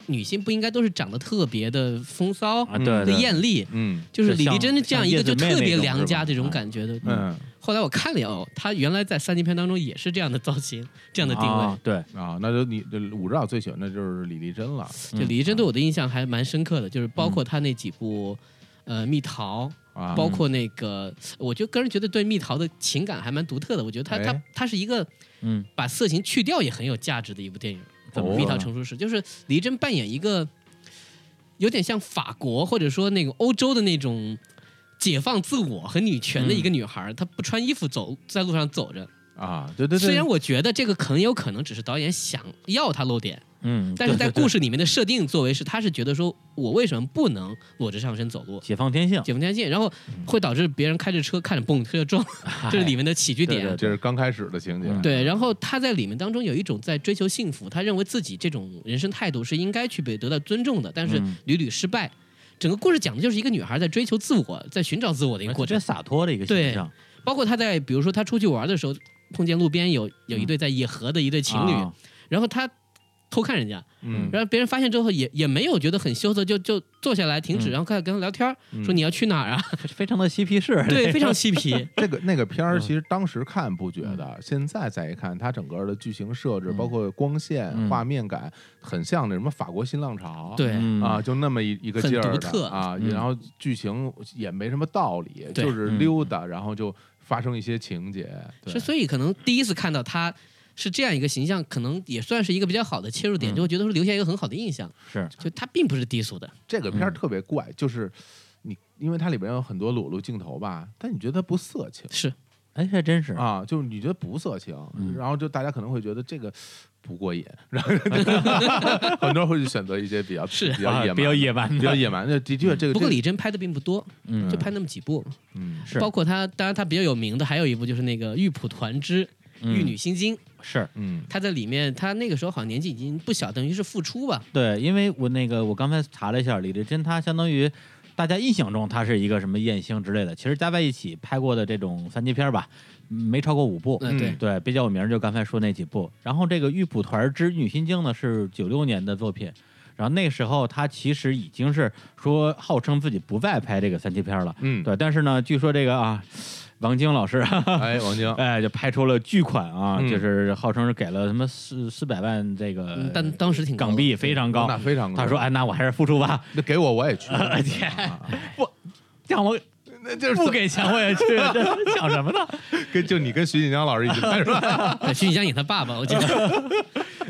C: 女性不应该都是长得特别的风骚
A: 啊，对
C: 的
A: 对，
C: 艳丽，
B: 嗯
C: 就是
A: 就
C: 李丽
A: 像
C: 珍这样一个就
A: 像叶子妹
C: 特别
A: 那种
C: 良
A: 是吧
C: 家这种
A: 啊
C: 感觉的，
B: 嗯，
C: 后来我看了一眼，哦，他原来在三级片当中也是这样的造型，这样的定位。
A: 啊对，
B: 啊，那就你我知道最喜欢的就是李丽珍了，
C: 就李
A: 嗯
C: 丽珍对我的印象还蛮深刻的，就是包括她那几部，呃，《蜜桃》，
A: 嗯
B: 啊，
C: 包括那个，我就个人觉得对《蜜桃》的情感还蛮独特的。我觉得她她
B: 哎
C: 她是一个
A: 嗯，
C: 把色情去掉也很有价值的一部电影，
A: 怎
B: 么
C: 《
B: 说
C: 蜜桃
A: 呢
C: 成熟时》就是李珍扮演一个有点像法国或者说那个欧洲的那种解放自我和女权的一个
A: 嗯
C: 女孩，她不穿衣服走在路上走着。
B: 啊，对对
C: 虽
B: 对
C: 然，我觉得这个很有可能只是导演想要她露点，
A: 嗯，
C: 但是在故
A: 事
C: 事里面的设定作为是，她是觉得说我为什么不能裸着上身走路？
A: 解放天性，
C: 解放天性，然后
A: 嗯
C: 会导致别人开着车看着蹦车撞，这是里面的起居
A: 哎对
C: 点
A: 对。
B: 这是刚开始的情节，
A: 嗯
C: 对，然后他在里面当中有一种在追求幸福，他认为自己这种人生态度是应该去被得到尊重的，但是
A: 嗯
C: 屡屡失败。整个故事讲的就是一个女孩在追求自我，在寻找自我的一个
A: 哎
C: 过
A: 这
C: 程。
A: 洒脱的一个
C: 对
A: 形象，
C: 包括她在比如说她出去玩的时候，碰见路边有有一对在野合的一对情侣，
A: 嗯啊
C: 然后她偷看人家，
B: 嗯，
C: 然后别人发现之后也也没有觉得很羞涩，就就坐下来停
A: 嗯
C: 止，然后开始跟她聊天儿，
B: 嗯
C: 说你要去哪 儿啊？
A: 非常的嬉皮士，
C: 对，非常嬉皮。
B: 这个那个片
C: 嗯
B: 儿，其实当时看不觉得，现在再一看，它整个的剧情设置，
A: 嗯
B: 包括光线、
A: 嗯
B: 画面感，很像那什么法国新浪潮，
C: 对
A: 嗯
B: 啊，，就那么一一个劲儿
C: 很
B: 的
C: 独特
B: 啊，
A: 嗯
B: 然后剧情也没什么道理，
C: 对嗯
B: 就是溜达，然后就发生一些情节，对
C: 是，所以可能第一次看到他是这样一个形象，可能也算是一个比较好的切入点，
A: 嗯
C: 就会觉得说留下一个很好的印象，
A: 是，
C: 就他并不是低俗的。
B: 这个片儿
A: 嗯
B: 特别怪，就是你因为它里边有很多裸露镜头吧，但你觉得它不色情。
C: 是，
A: 哎，还真是，
B: 啊，就是你觉得不色情，
A: 嗯
B: 然后就大家可能会觉得这个不过瘾，然后 很多人会去选择一些 比较
C: 是
B: 比
A: 啊
B: 较野蛮、
A: 比较野蛮的
B: 比较野蛮的。的确，这个
C: 不过
B: 这个
C: 李真拍的并不多，
A: 嗯
C: 就拍那么几部，
B: 嗯
A: 是
C: 包括他，当然他比较有名的还有一部就是那个《玉蒲团之玉
A: 嗯
C: 女心经》，
A: 是
B: 嗯
C: 他在里面，他那个时候好像年纪已经不小，等于是复出吧。
A: 对，因为我那个我刚才查了一下，李丽珍她相当于大家印象中她是一个什么艳星之类的，其实加在一起拍过的这种三级片儿吧，嗯没超过五部。
C: 嗯，对，
A: 对，比较有名儿就刚才说那几部。然后这个《玉蒲团之女心经》呢是九六年的作品，然后那时候她其实已经是说号称自己不再拍这个三级片儿了，
B: 嗯，
A: 对，但是呢，据说这个啊，王晶老师哈哈。
B: 哎，王晶，
A: 哎，就拍出了巨款啊，
B: 嗯
A: 就是号称是给了什么四四百万这个
C: 嗯但当时挺高的
A: 港币，非常高
B: 那。非常
A: 他说：“哎，那我还是付出吧，
B: 那给我我也去，
A: 天
B: 啊
A: 让我
B: 那就是
A: 不给钱我也去，这想什么呢？
B: 跟就你跟徐锦江老师一起拍是 吧？
C: 对徐锦江演他爸爸，我记得，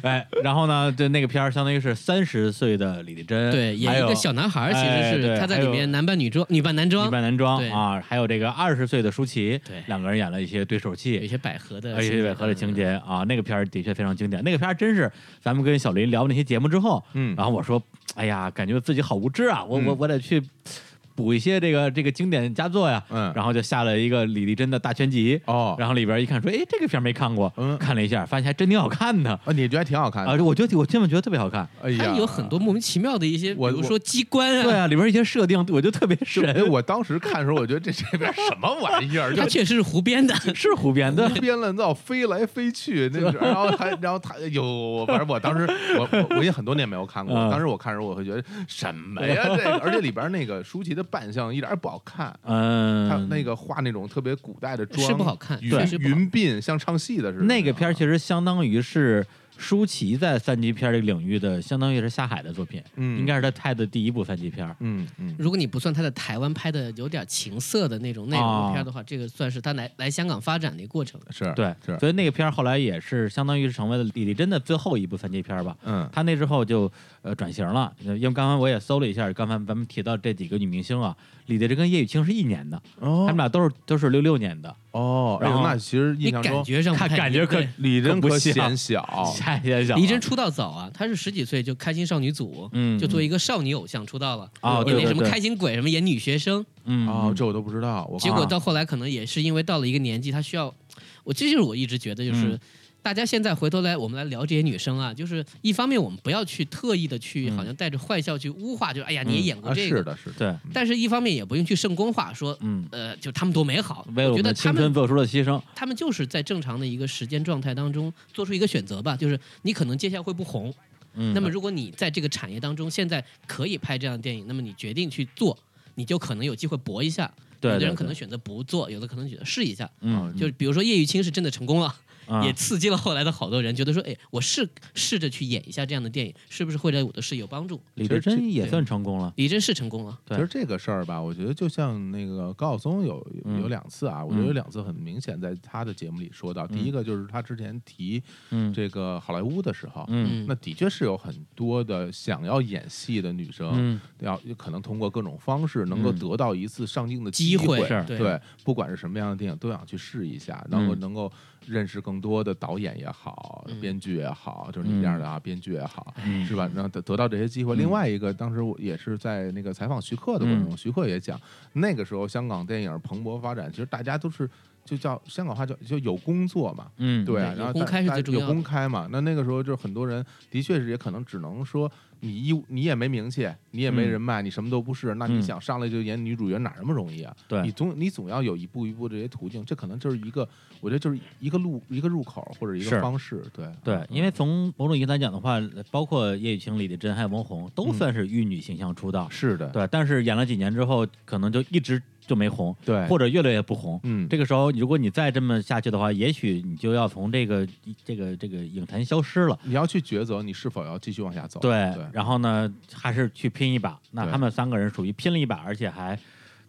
A: 哎，然后呢，这那个片儿相当于是三十岁的李丽珍，
C: 对，演
A: 还
C: 一
A: 有
C: 个小男孩，
A: 哎
C: 其实
A: 对
C: 是他在
A: 还
C: 里
A: 有
C: 面男扮女装，女扮男
A: 女
C: 装，
A: 扮男装
C: 对
A: 啊，还有这个二十岁的舒淇，
C: 对
A: 两个人演了一些对手
C: 有一
A: 戏，
C: 些百合的
A: 而
C: 情节，
A: 且违和的情
C: 嗯
A: 节啊，那个片儿的确非常经典。那个片儿真是，咱们跟小林聊那些节目之后，
B: 嗯
A: 然后我说，哎呀，感觉自己好无知啊，我我
B: 嗯
A: 我得去补一些这个这个经典佳作呀。
B: 嗯
A: 然后就下了一个李丽珍的大全集，
B: 哦，
A: 然后里边一看说，哎，这个片儿没看过，
B: 嗯
A: 看了一下，发现还真挺好看的。
B: 啊，你觉得还挺好看
A: 啊
B: 的，，
A: 我觉得我真的觉得特别好看。
B: 哎呀，
C: 它有很多莫名其妙的一些，比
B: 我
C: 如
B: 我
C: 说机关 啊，
A: 对啊，里边一些设定我就特别
B: 就。哎，
A: 神，
B: 我当时看的时候，我觉得这这边什么玩意 儿，就
C: 它确实是胡编的。
A: 是胡编 的
B: 胡。编乱造，飞来飞去，那是然后还然后他有，反正我当时我我我也很多年没有看过，
A: 嗯
B: 当时我看的时候我会觉得什 么呀这个，而且里边那个舒淇的扮相一点儿也不好看。
A: 嗯，
B: 他那个画那种特别古代的妆
C: 是不好看
B: 云
C: 确实不好
B: 云鬓像唱戏的似的。
A: 那个片儿其实相当于是舒淇在三级片这个领域的，相当于是下海的作品，
B: 嗯
A: 应该是她拍的第一部三级片儿。
B: 嗯嗯
C: 如果你不算他在台湾拍的有点情色的那种内容的片儿
A: 啊
C: 的话，这个算是他来来香港发展的一个过程。
B: 是
A: 对，
B: 是
A: 所以那个片儿后来也是相当于是成为了李丽珍的最后一部三级片儿吧。
B: 嗯
A: 她那之后就呃转型了，因为刚刚我也搜了一下，刚才咱们提到这几个女明星啊，李丽珍跟叶雨卿是一年的，她
B: 哦
A: 们俩都是都是六六年的，
B: 哦，哎
A: 然
B: 呦
A: 后
B: 那其实
C: 你
B: 印象
C: 感
B: 中
C: 觉上不
A: 看
C: 太
A: 感
C: 一
A: 觉
C: 样
A: 可
C: 对
B: 李真
A: 可不
B: 可
A: 像
B: 显小，
A: 下一下想
C: 李真出道早啊，她是十几岁就开心少女组，
A: 嗯
C: 就作为一个少女偶像出道了。
A: 啊
C: 有
A: 对
C: 那
A: 对
C: 什么
A: 对
C: 开心鬼，什么演女学生，
A: 嗯
B: 哦
A: 嗯，
B: 这我都不知道，我
C: 结果
B: 看
C: 到后来可能也是因为到了一个年纪，她需要，我这就是我一直觉得就是。
A: 嗯
C: 大家现在回头来，我们来聊这些女生啊，就是一方面我们不要去特意的去，
A: 嗯
C: 好像带着坏笑去污化，就是哎呀你也
A: 嗯
C: 演过
B: 啊
C: 这个，
B: 是的是的，
A: 对，
C: 但是一方面也不用去圣公化说，
A: 嗯，
C: 呃，就他们多美好。
A: 为了我
C: 觉
A: 们
C: 得
A: 的
C: 他
A: 青
C: 们
A: 春做出了牺牲，
C: 他们就是在正常的一个时间状态当中做出一个选择吧，就是你可能接下来会不红，
A: 嗯，
C: 那么如果你在这个产业当中现在可以拍这样的电影，那么你决定去做。你就可能有机会搏一下。
A: 对，
C: 有的
A: 对
C: 人可能
A: 对
C: 选择不做，有的可能选择试一下。
A: 嗯，
C: 就比如说叶玉卿是真的成功了，
A: 嗯
C: 也刺激了后来的好多人，觉得说，哎，我试试着去演一下这样的电影，是不是会对我的事有帮助？
A: 李德
B: 其
A: 真也
C: 对
A: 算成功了，
C: 李真是成功了，
A: 对
B: 其实这个事儿吧，我觉得就像那个高晓松有有有
A: 嗯
B: 两次啊，我觉得
A: 嗯
B: 有两次很明显在他的节目里说到，第一
A: 嗯
B: 个就是他之前提
A: 嗯
B: 这个好莱坞的时候，
A: 嗯
B: 那的确是有很多的想要演戏的女生，
A: 嗯
B: 要可能通过各种方式能够
A: 嗯
B: 得到一次上镜的
C: 机
B: 会，
A: 是
C: 对
B: 对，不管是什么样的电影，都想去试一下，然后
A: 嗯
B: 能够认识更多的导演也好，
C: 嗯
B: 编剧也好，就是你这样的啊，编剧也好，
A: 嗯
B: 是吧？然后得得到这些机会。
A: 嗯
B: 另外一个，当时我也是在那个采访徐克的过程中，徐克也讲，那个时候香港电影蓬勃发展，其实大家都是就叫香港话叫就有工作嘛，
A: 嗯，
B: 对啊，然
C: 对有
B: 后
C: 公
B: 大
C: 开是
B: 大
C: 最重要
B: 有
C: 的
B: 公开嘛。那那个时候就是很多人的确是也可能只能说你一你也没名气，你也没
A: 嗯
B: 人脉，你什么都不是，那你
A: 嗯
B: 想上来就演女主角哪那么容易啊？
A: 对
B: 你总你总要有一步一步这些途径，这可能就是一个，我觉得就是一个路一个入口或者一个
A: 是
B: 方式，对
A: 对，因为从某种意义来讲的话，包括叶雨卿、李丽珍还有王红，都
B: 嗯
A: 算是玉女形象出道。
B: 是的，
A: 对，但是演了几年之后，可能就一直就没红，
B: 对
A: 或者越来越不红。
B: 嗯
A: 这个时候，如果你再这么下去的话，也许你就要从这个这个这个影坛消失了。
B: 你要去抉择，你是否要继续往下走？
A: 对，
B: 对
A: 然后呢，还是去拼一把。那
B: 对
A: 他们三个人属于拼了一把，而且还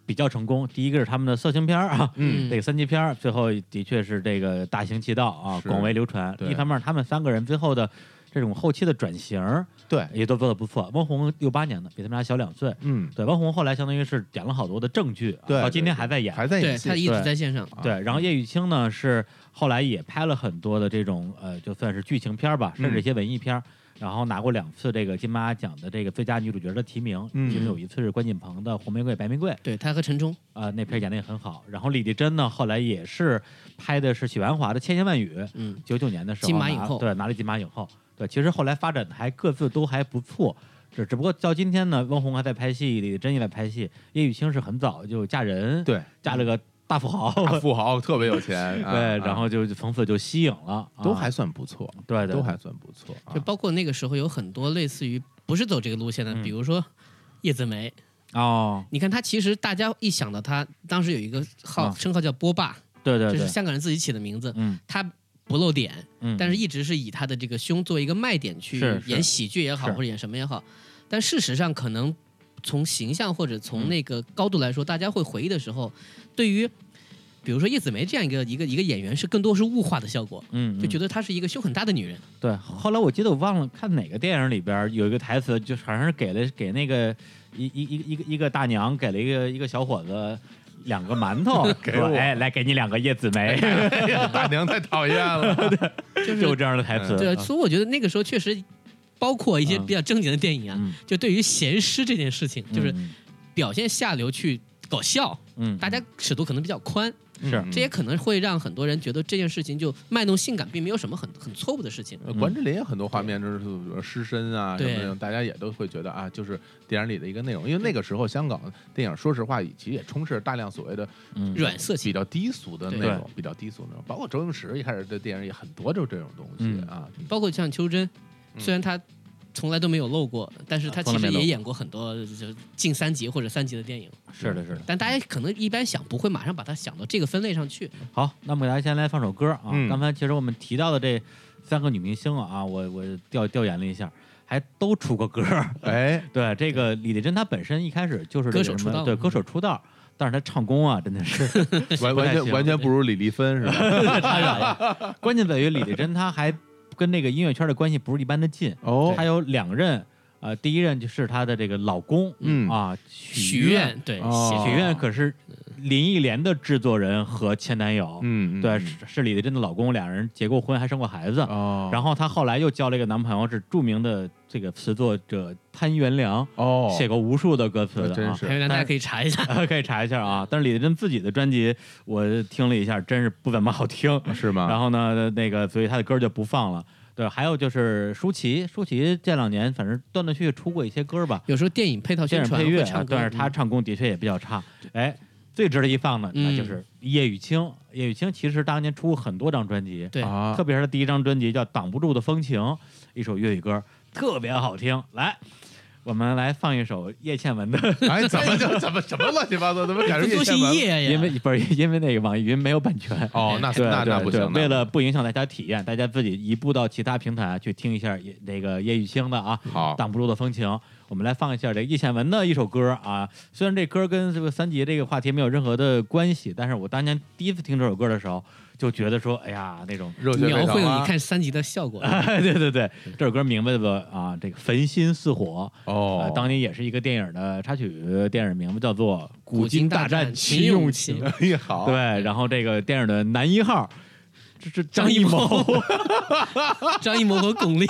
A: 比较成功。第一个是他们的色情片儿啊，
B: 嗯
A: 这个三级片儿，最后的确是这个大行其道啊，
B: 是
A: 广为流传。
B: 对
A: 一方面，他们三个人最后的这种后期的转型儿
B: 对，
A: 也都做得不错。汪红六八年的，比他们俩小两岁。
B: 嗯，
A: 对，汪红后来相当于是演了好多的正剧，啊
B: 对
A: 到今天还在演。
B: 还在
C: 对
B: 演戏
C: 他一直
A: 对
C: 在线上，
B: 啊
A: 对，然后叶玉卿呢是后来也拍了很多的这种呃，就算是剧情片儿吧，
B: 嗯
A: 甚至一些文艺片儿，然后拿过两次这个金马奖的这个最佳女主角的提名，
B: 嗯
A: 其中有一次是关锦鹏的《红玫瑰白玫瑰》，
C: 对他和陈冲，
A: 啊，那片儿演的也很好。然后李丽珍呢，后来也是拍的是许鞍华的《千言万语》，
C: 嗯，
A: 九九年的时候
C: 金马
A: 拿
C: 影后
A: 对，拿了金马影后。对，其实后来发展的还各自都还不错，只只不过到今天呢，翁虹还在拍戏，李丽珍也在拍戏，叶雨卿是很早就嫁人，，
B: 对
A: 嫁了个大富 豪，
B: 大富豪特别有钱， 啊
A: 对，
B: 啊
A: 然后就从此就吸引了，啊
B: 都还算不错，
A: 对对，
B: 都还算不错，啊
C: 就包括那个时候有很多类似于不是走这个路线的，
A: 嗯
C: 比如说叶子梅，
A: 哦，
C: 你看他其实大家一想到他，当时有一个号
A: 啊
C: 称号叫波霸，
A: 对对
C: 这
A: 对
C: 是，香港人自己起的名字，
A: 嗯
C: 他不露点，
A: 嗯，
C: 但是一直是以他的这个胸作为一个卖点去
A: 是是
C: 演喜剧也好，
A: 是
C: 或者演什么也好。但事实上，可能从形象或者从那个高度来
A: 嗯
C: 说，大家会回忆的时候，对于比如说叶子梅这样一个一个一个演员，是更多是物化的效果，
A: 嗯
C: 就觉
A: 得
C: 得她是一个胸很大的女人。
A: 对。后来我记得我忘了看哪个电影里边儿有一个台词，就是好像是给了给那个一一一一个一个大娘给了一个一个小伙子。两个馒 头，
B: 给
A: 说
B: 我
A: 哎，来给你两个叶子梅，
B: 大娘太讨厌了，
C: 哎就是
A: 就有这样的台词。啊
C: 对，所以我觉得那个时候确实，包括一些
A: 嗯
C: 比较正经的电影啊，
A: 嗯，
C: 就对于闲诗这件事情，就是
A: 嗯
C: 表现下流去搞笑，
A: 嗯，
C: 大家尺度可能比较宽，
A: 是
B: 嗯
C: 这也可能会让很多人觉得这件事情就卖弄性感，并没有什么很很错误的事情。
B: 呃
A: 嗯
B: 关之琳也很多画面就是比如说湿身啊什
C: 对
B: 么的，大家也都会觉得啊，就是电影里的一个内容。因为那个时候香港电影，说实话，其实也充斥着大量所谓的
A: 嗯
C: 软色情
B: 比，较低俗的
C: 对
B: 内容，比较低俗的内容。包括周星驰一开始的电影也很多就是这种东西
A: 嗯
B: 啊。
C: 包括像秋真，虽然她从来都没有露过，但是她
A: 啊从
C: 其
A: 来没
C: 实
A: 露过
C: 也演过很多就近三级或者三级的电影，
A: 是的，是的。
C: 但大家可能一般想不会马上把它想到这个分类 上去。
A: 好，那么给大家先来放首歌啊。
B: 嗯
A: 刚才其实我们提到的这三个女明星啊，我我调调研了一下，还都出过歌儿。
B: 哎，
A: 对，这个李丽珍她本身一开始就是这个
C: 歌手
A: 什么
C: 出道
A: 对歌手出道，但是她唱功啊真的是
B: 完
A: 不太
B: 完全
A: 行
B: 完全不如李丽芬是 吧？
A: 差远了。关键在于李丽珍她还跟这个音乐圈的关系不是一般的近，
B: 哦
A: 她，有两任，呃，第一任就是她的这个老公，
B: 嗯
A: 啊，许
C: 许
A: 愿
C: 愿对，
B: 哦
A: 许愿可是林忆莲的制作人和前男友，
B: 嗯，嗯
A: 对，
B: 嗯
A: 是是李丽珍的老公，俩人结过婚，还生过孩子。
B: 哦，
A: 然后她后来又交了一个男朋友，是著名的这个词作者潘元良，
B: 哦，
A: 写过无数的歌词
B: 呃
A: 的、啊，
B: 真是
C: 还有大家可以查一下，
A: 可以查一下啊。但是李丽珍自己的专辑，我听了一下，真是不怎么好 听。
B: 是
C: 啊
B: 吗？
A: 然后呢，那个所以她的歌就不放了。对，还有就是舒淇，舒淇这两年反正断断续续出过一些歌吧，
C: 有时候电影配套
A: 电影
C: 宣传
A: 配乐
C: 会
A: 啊
C: 唱，歌，嗯
A: 但是她唱功的确也比较差。哎，最值得一放的那
C: 嗯
A: 就是叶雨卿。叶雨卿其实当年出过很多张专辑，
C: 对
B: 啊
A: 特，别是她第一张专辑叫《挡不住的风情》，一首粤语歌，特别好听。来，我们来放一首叶倩文的，
B: 哎，怎么就怎么什么乱七八糟？怎么改成
C: 这
B: 叶
C: 都
B: 倩
C: 姓
B: 文了？
C: 叶呀，
A: 因为不是因为那个网易云没有版权。
B: 哦，那
A: 对
B: 那那
A: 对
B: 不
A: 对
B: 行，那
A: 为了不影响大家体验，大家自己移步到其他平台去听一下叶那个叶玉卿的啊，
B: 好，
A: 挡不住的风情。我们来放一下这个叶倩文的一首歌啊，虽然这歌跟这个三级这个话题没有任何的关系，但是我当年第一次听这首歌的时候，就觉得说，哎呀，那种，
B: 热血沸
C: 描
B: 腾
C: 绘了
B: 啊
C: 你看三级的效果。
A: 哎、对对对，这首歌名字吧啊，这个焚心似火，
B: 哦
A: 呃，，当年也是一个电影的插曲，电影名字叫做《古今大
C: 大
A: 战
C: 战
A: 秦
C: 秦
A: 俑
C: 俑
A: 情》
C: 情。
B: 哎好，
A: 对，然后这个电影的男一号，这这张艺谋，
C: 张艺谋和巩俐，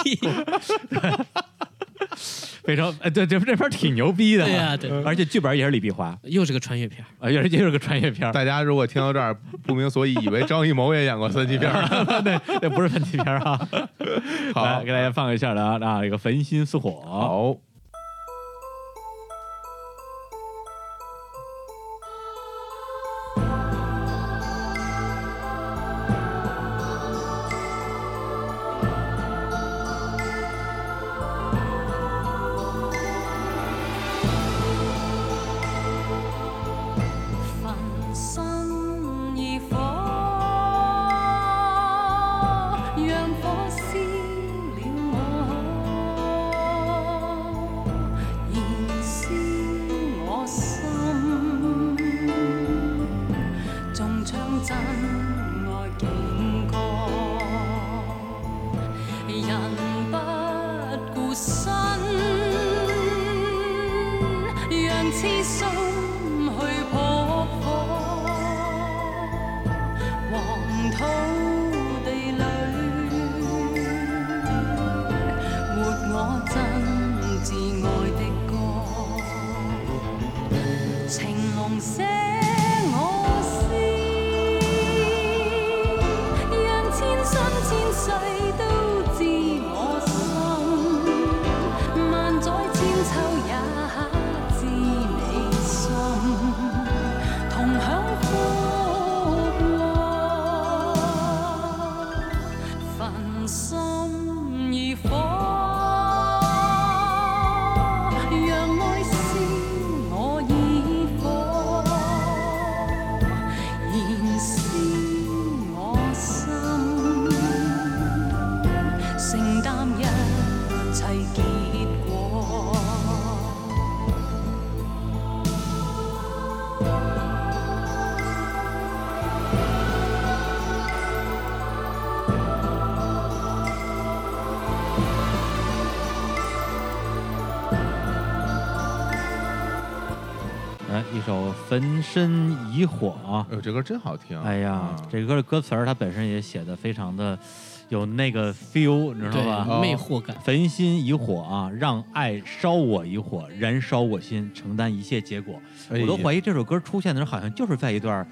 A: 非常呃，对，这这片儿挺牛逼的，啊
C: 对呀、对，
A: 而且剧本也是李碧华，
C: 又是个穿越片儿。
A: 啊，也是也是个穿越片儿，
B: 大家如果听到这儿不明所以，以为张艺谋也演过三级 片儿。
A: 对，这不是三级片儿啊。来
B: 好
A: 给，大家放一下啊，啊，这个焚心似火，
B: 好，哎
D: 焚身以火，让火燒了我，燃燒我心，中槍真愛警覺。人不顧身，讓痴心去撲火。黃土地裏，活我真摯愛的歌。情濃寫我詩，讓千山千世都知我心，萬載千秋也知你心，同享福樂。焚心以火，讓愛燒我以火，燃燒我心，承擔一切結果。
A: 哎，一首《焚身以火》啊。
B: 哎呦，这歌真好听。
A: 哎呀
B: 啊，
A: 这个歌的歌词儿它本身也写的非常的有那个 feel，你知道吧？
B: 哦
C: 对，魅惑感。
A: 焚心以火啊，让爱烧我以火，燃烧我心，承担一切结果。
B: 哎呀
A: 我都怀疑这首歌出现的时候，好像就是在一段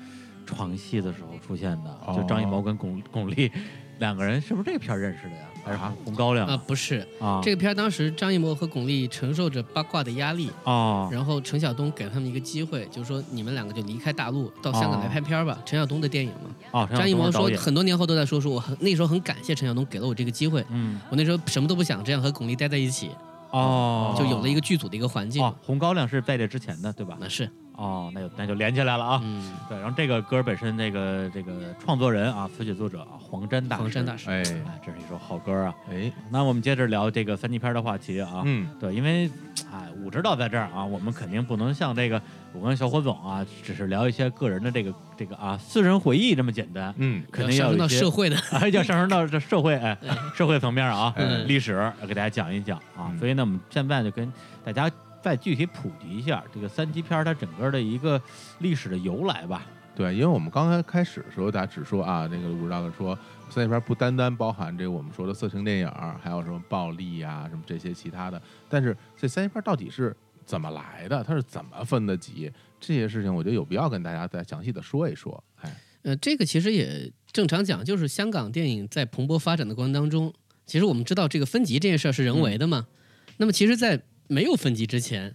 A: 床戏的时候出现的，
B: 哦
A: 就张艺谋跟巩巩俐两个人是不是这片儿认识的呀？还是
B: 啊
A: 红高粱
C: 啊、不是，
A: 啊？
C: 这个片儿当时张艺谋和巩俐承受着八卦的压力，
A: 啊，
C: 然后陈晓东给他们一个机会，就是说你们两个就离开大陆，到香港
A: 哦
C: 来拍片儿吧。陈晓东的电影嘛，
A: 哦，陈晓
C: 张艺
A: 东
C: 谋
A: 是导
C: 说
A: 演
C: 很多年后都在说，说我很那时候很感谢陈晓东给了我这个机会，
A: 嗯
C: 我那时候什么都不想，这样和巩俐待在一起，
A: 哦，
C: 就有了一个剧组的一个环境。
A: 哦，红高粱是在这之前的对吧？
C: 那是，
A: 哦，那就那就连起来了啊。
C: 嗯，
A: 对，然后这个歌本身这个这个创作人啊，词曲作者啊，黄沾大师，
C: 黄沾大师，
B: 哎
A: 哎，这是一首好歌啊。
B: 哎，
A: 那我们接着聊这个三级片的话题啊。
B: 嗯，
A: 对，因为哎，武指导在这儿啊，我们肯定不能像这个我跟小火总啊，只是聊一些个人的这个这个啊私人回忆这么简单，
B: 嗯，
A: 肯定
C: 要
A: 要
C: 上
A: 有
C: 升到
A: 一些
C: 社 会的，
A: 啊，要上升到这社会哎社会层面啊，
C: 嗯
B: 哎
A: 历史给大家讲一讲啊。
B: 嗯
A: 所以呢，我们现在就跟大家再具体普及一下这个三级片儿它整个的一个历史的由来吧。
B: 对，因为我们刚才开始的时候，大家只说啊，那个武指导说，三级片不单单包含这个我们说的色情电影儿，还有什么暴力呀、什么这些其他的。但是这三级片到底是怎么来的？它是怎么分的级？这些事情，我觉得有必要跟大家再详细的说一说。哎，
C: 呃，这个其实也正常讲，就是香港电影在蓬勃发展的过程当中，其实我们知道这个分级这件事儿是人为的嘛。
A: 嗯
C: 那么其实，在没有分级之前，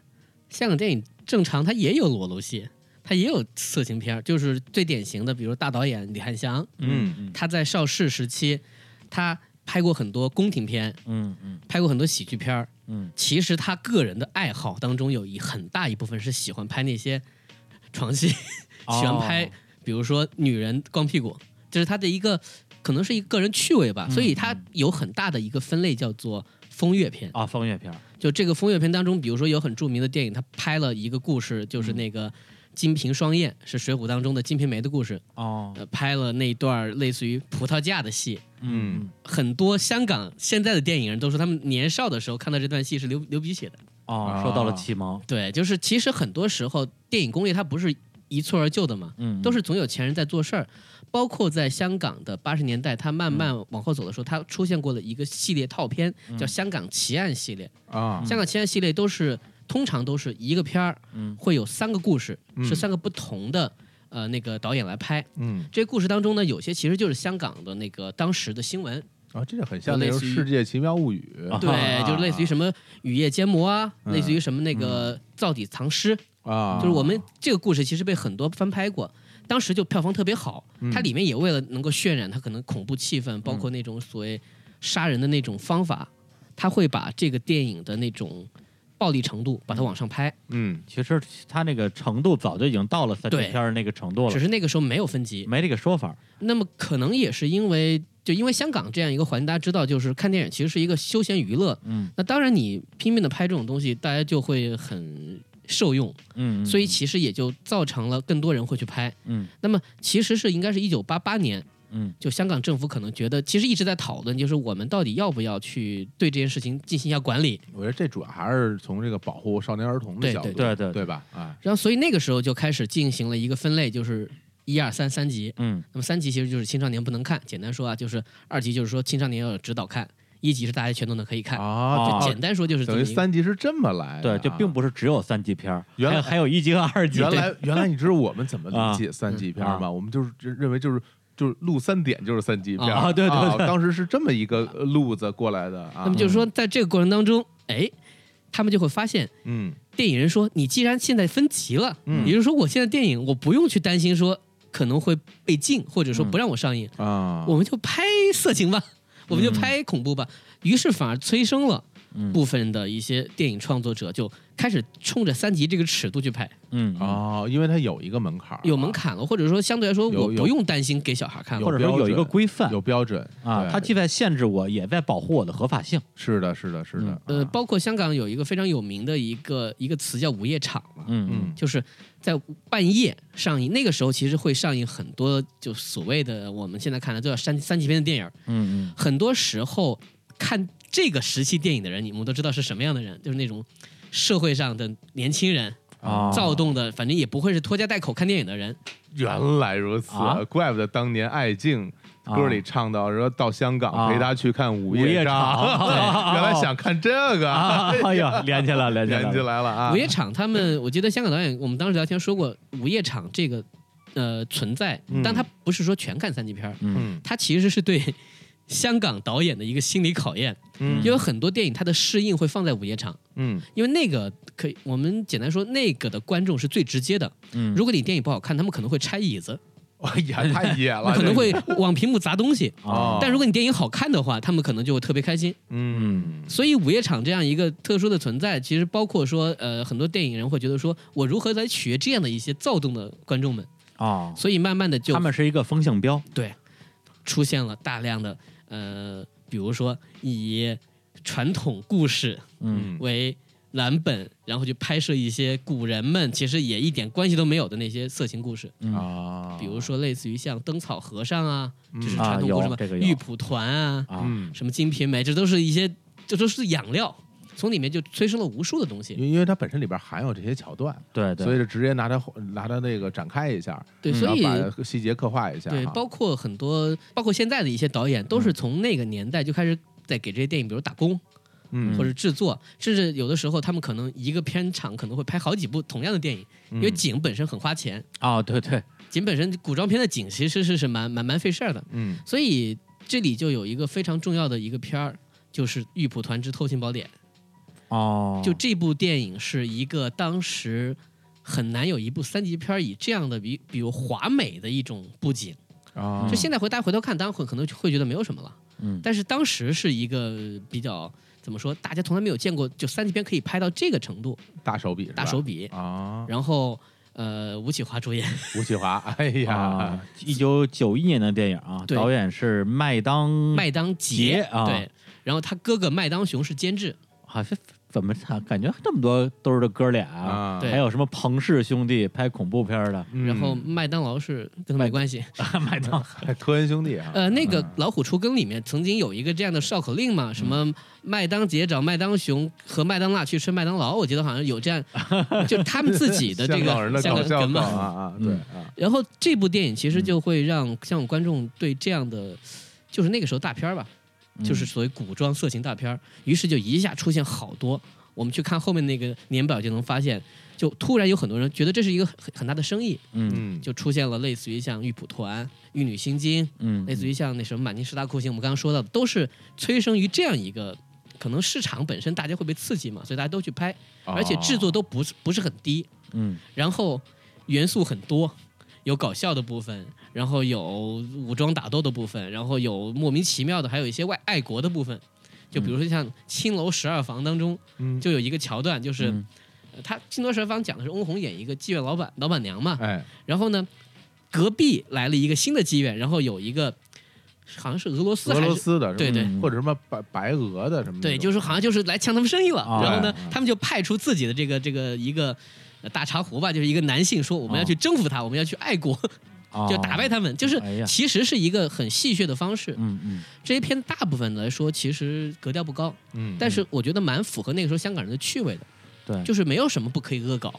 C: 香港电影正常它也有裸露戏，它也有色情片儿，就是最典型的，比如大导演李翰祥，
B: 嗯
A: 嗯
C: 他在邵氏时期，他拍过很多宫廷片，
A: 嗯嗯
C: 拍过很多喜剧片儿，
A: 嗯
C: 其实他个人的爱好当中有一很大一部分是喜欢拍那些床戏，
A: 哦
C: 喜欢拍，比如说女人光屁股，这是他的一个可能是一个个人趣味吧，
A: 嗯
C: 所以他有很大的一个分类叫做风月片。
A: 啊，风月片儿，
C: 就这个风月片当中，比如说有很著名的电影，他拍了一个故事，就是那个《金瓶双燕》，是《水浒》当中的金瓶梅的故事，
A: 哦，
C: 呃，拍了那段类似于葡萄架的戏。
A: 嗯，嗯
C: 很多香港现在的电影人都说，他们年少的时候看到这段戏是流流鼻血的。
A: 哦
B: 啊，
A: 受到了启蒙，
C: 对，就是其实很多时候电影工业它不是一蹴而就的嘛，
A: 嗯，
C: 都是总有钱人在做事儿。包括在香港的八十年代，它慢慢往后走的时候，它出现过的一个系列套片叫《香港奇案》系列。
B: 啊
C: 香港奇案系列都是通常都是一个片儿
A: 嗯
C: 会有三个故事，
B: 嗯
C: 是三个不同的呃那个导演来拍。
B: 嗯
C: 这些故事当中呢，有些其实就是香港的那个当时的新闻，
B: 啊，这个很像那
C: 就类
B: 种《
C: 似于
B: 世界奇妙物语》
A: 啊
C: 对，就是类似于什么雨夜奸魔啊，
B: 嗯
C: 类似于什么那个造底藏尸，
B: 啊，
C: 就是我们这个故事其实被很多翻拍过，当时就票房特别好。
B: 嗯
C: 它里面也为了能够渲染它可能恐怖气氛，包括那种所谓杀人的那种方法，它会把这个电影的那种暴力程度把它往上拍。
B: 嗯
A: 其实他那个程度早就已经到了三级片儿那个程度
C: 只
A: 了，
C: 是那个时候没有分级。
A: 没这个说法儿。
C: 那么可能也是因为，就因为香港这样一个环境，大家知道，就是看电影其实是一个休闲娱乐。
A: 嗯
C: 那当然，你拼命的拍这种东西，大家就会很受用，
A: 嗯，嗯
C: 所以其实也就造成了更多人会去拍。
A: 嗯
C: 那么其实是应该是一九八八年，
A: 嗯，
C: 就香港政府可能觉得，其实一直在讨论，就是我们到底要不要去对这件事情进行一下管理。
B: 我觉得这主要还是从这个保护少年儿童的
C: 对
B: 角度，
C: 对
A: 对对
B: 对吧？啊，
C: 然后，所以那个时候就开始进行了一个分类，就是一二三三级。
A: 嗯
C: 那么三级其实就是青少年不能看，简单说啊，就是二级就是说青少年要有指导看，一级是大家全都能可以看。
B: 啊，
A: 哦
C: 哎就
B: 这
C: 简单说就是这
B: 等
C: 么
B: 于
C: 一个
B: 三级是这么来的
A: 对，
B: 啊，
A: 就并不是只有三级片儿，
B: 原
A: 还
B: 来
A: 有还有一级和二级。
B: 原来 原来你啊知道我们怎么理解三级片
A: 嗯
B: 吗？我们就是认为就是就是录三点就是三级片
A: 啊对对
B: 啊
A: 对
B: 当时是这么一个呃路子过来的啊
C: 那么。就是说，在这个过程当中，哎，他们就会发现，
B: 嗯
C: 电影人说，你既然现在分级了，
B: 嗯
C: 也就是说，我现在电影我不用去担心说可能会被禁，或者说
A: 嗯
C: 不让我上映，
B: 啊，
C: 我们就拍色情吧，我们就拍恐怖吧。于是反而催生了
A: 嗯
C: 部分的一些电影创作者就开始冲着三级这个尺度去拍，
A: 嗯啊，
B: 哦，因为它有一个门槛儿啊，
C: 有门槛了，或者说相对来说
B: 有
C: 我
B: 有
C: 不用担心给小孩看
A: 或
C: 了。
A: 者说有一
B: 有标
A: 个
B: 准
A: 规范
B: 有标准
A: 啊，
B: 对
A: 它既在限制我，也在保护我的合法性。
B: 是的，是的，是的，
C: 呃，
B: 啊
C: 包括香港有一个非常有名的一个一个词叫午夜场嘛，
A: 嗯
B: 嗯
C: 就是在半夜上映。那个时候其实会上映很多就所谓的我们现在看来都叫三三级片的电影，
A: 嗯
C: 很多时候看这个时期电影的人，你们都知道是什么样的人，就是那种社会上的年轻人，
A: 嗯
B: 哦
A: 啊，
C: 躁动的，反正也不会是拖家带口看电影的人。
B: 原来如此
A: 啊，
B: 怪不得当年艾敬
A: 啊
B: 歌里唱到说到香港
A: 啊
B: 陪他去看午
A: 午夜
B: 场，啊
A: 场
B: 对原来想看这个，
A: 啊，哎呀，连起来，连起来
B: 连起
A: 了，
B: 来了啊
C: 午，夜场，他们我记得香港导演，我们当时聊天说过，午夜场这个呃存在
B: 嗯，
C: 但它不是说全看三级片儿，
A: 嗯
B: 嗯
C: 它其实是对 香港导演的一个心理考验，
B: 嗯
C: 因为很多电影它的试映会放在午夜场，
B: 嗯
C: 因为那个可以，我们简单说，那个的观众是最直接的。
A: 嗯，
C: 如果你电影不好看，他们可能会拆椅子，
B: 哎呀， 太野了，
C: 可能
B: 这
C: 会 往屏幕砸东西。
B: 哦
A: 啊，
C: 但如果你电影好看的话，他们可能就会特别开心。
B: 嗯
C: 所以午夜场这样一个特殊的存在，其实包括说，呃，很多电影人会觉得说，我如何来取悦这样的一些躁动的观众们？
A: 啊，
C: 所以慢慢的就
A: 他们是一个风向标，
C: 对出现了大量的呃，比如说以传统故事
A: 嗯
B: 嗯
C: 为蓝本，然后去拍摄一些古人们其实也一点关系都没有的那些色情故事，
A: 嗯
B: 啊，
C: 比如说类似于像灯草和尚啊，这是
A: 啊
C: 传统
A: 有
C: 故事嘛，
A: 这个有
C: 玉蒲团啊，
A: 啊，
B: 嗯，
C: 什么金瓶梅，这都是一些这都是养料，从里面就催生了无数的东西。
B: 因因为它本身里边含有这些桥段，
A: 对对，
B: 所以就直接拿它拿它那个展开一下，
C: 对，
A: 嗯
C: 所以
B: 然后把细节刻画一下，
C: 对，
B: 哈
C: 包括很多，包括现在的一些导演，都
A: 嗯
C: 是从那个年代就开始在给这些电影，比如打工
B: 嗯
C: 或者制作，甚至有的时候他们可能一个片场可能会拍好几部同样的电影，
B: 嗯
C: 因
A: 嗯
C: 为景本身很花钱，
A: 啊，对对，
C: 景本身古装片的景其实是是蛮蛮蛮费事儿的，
B: 嗯
C: 所以这里就有一个非常重要的一个片儿。就是《玉蒲团之偷情宝典
A: 哦》，，
C: 就这部电影是一个当时很难有一部三级片儿以这样的比比如华美的一种布景，
B: 啊
C: 就现在回大家回头看，当然会可能会觉得没有什么了。
A: 嗯
C: 但是当时是一个比较怎么说，大家从来没有见过，就三级片可以拍到这个程度，
B: 大手笔是吧，
C: 大手笔。
B: 啊，
C: 然后呃，吴启华主演，
B: 吴启华，哎呀
A: 啊，， 一九九一年的电影啊，
C: 对
A: 导演是麦当
C: 麦当
A: 嗯杰
C: 杰
A: 啊
C: 对，然后他哥哥麦当雄是监制，
A: 好像怎么看感觉这么多都是这哥俩啊，
B: 啊，
C: 对
A: 还有什么彭氏兄弟拍恐怖片 的，
B: 嗯
C: 然后麦当劳是跟他没关系。
A: 麦 当
B: 还科恩兄弟啊，
C: 呃，那个《
B: 嗯
C: 老虎出更》里面曾经有一个这样的绕口令嘛，什么麦当杰找麦当雄和麦当娜去吃麦当劳，我记得好像 有这样，就他们自己的这
B: 香港人的
C: 个香
B: 搞嗯
C: 港
B: 笑梗
C: 梗嘛。嗯
B: 啊啊，对啊，
C: 然后这部电影其实就会让香港观众对这样的，就是那个时候大片儿吧，
B: 嗯
C: 就是所谓古装色情大片儿，于是就一下出现好多。我们去看后面那个年表就能发现，就突然有很多人觉得这是一个很很大的生意，
A: 嗯
B: 嗯，
C: 就出现了类似于像《玉蒲团》《玉女心经》，
A: 嗯，
C: 类似于像那什么满清十大酷刑，我们刚刚说到的，都是催生于这样一个，可能市场本身大家会被刺激嘛，所以大家都去拍，而
B: 哦
C: 且制
A: 哦
C: 作都不是不是很低，
A: 嗯
C: 然后元素很多，有搞笑的部分，然后有武装打斗的部分，然后有莫名其妙的，还有一些外爱国的部分。就比如
A: 嗯
C: 说像《青楼十二房》当中，
B: 嗯
C: 就有一个桥段，就是、
A: 嗯
C: 呃他《青楼十二房》讲的是翁虹演一个妓院老板老板娘嘛，
B: 哎，
C: 然后呢，隔壁来了一个新的妓院，然后有一个好像是俄罗斯
B: 俄
C: 还
B: 罗
C: 是。
B: 斯的，
C: 对
B: 什么
A: 对
B: 或者什么白白俄的什么那种，
C: 对，就是好像就是来抢他们生意了。
A: 啊
C: 然后呢
B: 对，
C: 他们就派出自己的这个这个一个呃大茶壶吧，就是一个男性说我们要去征服他，我们要去爱国，
A: 哦
C: 就打败他们。就是
A: 哎呀
C: 其实是一个很戏谑的方式。
A: 嗯嗯
C: 这一片大部分来说，其实格调不高，
B: 嗯，
C: 但是我觉得蛮符合那个时候香港人的趣味的，
A: 对，
C: 就是没有什么不可以恶搞。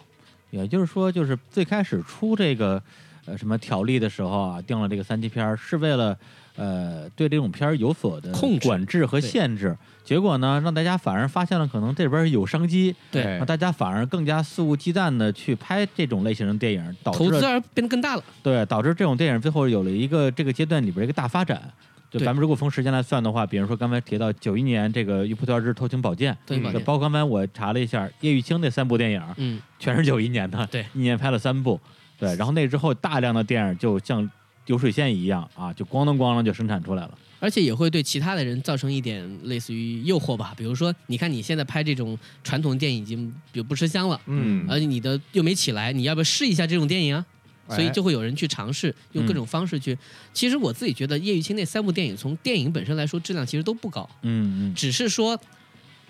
A: 也就是说，就是最开始出这个呃什么条例的时候啊，定了这个三级片儿，是为了呃对这种片儿有所的
C: 控制
A: 管制和
C: 对
A: 限制。结果呢，让大家反而发现了可能这边儿有商机，
C: 对
B: 哎
A: 让大家反而更加肆无忌惮的去拍这种类型的电影，导
C: 投
A: 致
C: 资
A: 了
C: 而变得更大了，
A: 对导致这种电影最后有了一个这个阶段里边儿一个大发展。就
C: 对
A: 咱们如果从时间来算的话，比如说刚才提到九一年这个《玉蒲团之偷情宝剑》，
C: 对吧
B: 嗯？
A: 包括刚才我查了一下叶玉卿那三部电影，
C: 嗯，
A: 全是九一年的，
C: 对，
A: 一年拍了三部，对，然后那之后大量的电影就像流水线一样啊，就咣当咣当就生产出来了，
C: 而且也会对其他的人造成一点类似于诱惑吧。比如说，你看你现在拍这种传统电影已经比如不吃香了，
B: 嗯，
C: 而且你的又没起来，你要不要试一下这种电影啊？所以就会有人去尝试用各种方式去。其实我自己觉得叶玉卿那三部电影从电影本身来说质量其实都不高，
A: 嗯嗯
C: 只是说，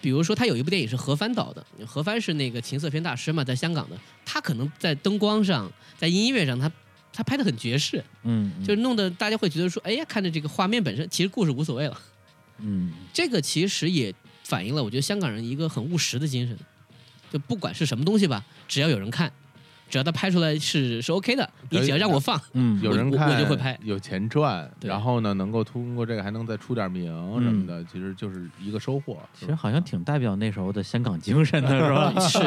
C: 比如说他有一部电影是何帆导的，何帆是那个情色片大师嘛，在香港的，他可能在灯光上、在音乐上，他他拍的很爵士，
A: 嗯，嗯
C: 就是弄得大家会觉得说，哎呀，看着这个画面本身，其实故事无所谓了。
A: 嗯
C: 这个其实也反映了我觉得香港人一个很务实的精神，就不管是什么东西吧，只要有人看，只要他拍出来是是 OK 的，你只要让 我放，
A: 嗯
B: 有
C: 我
B: 人
C: 我
B: 看
C: 我就会拍
B: 有钱赚，
C: 对
B: 然后呢，能够通过这个还能再出点名
A: 嗯
B: 什么的，其实就是一个收获。
A: 其实好像挺代表那时候的香港精神的是吧？
C: 是，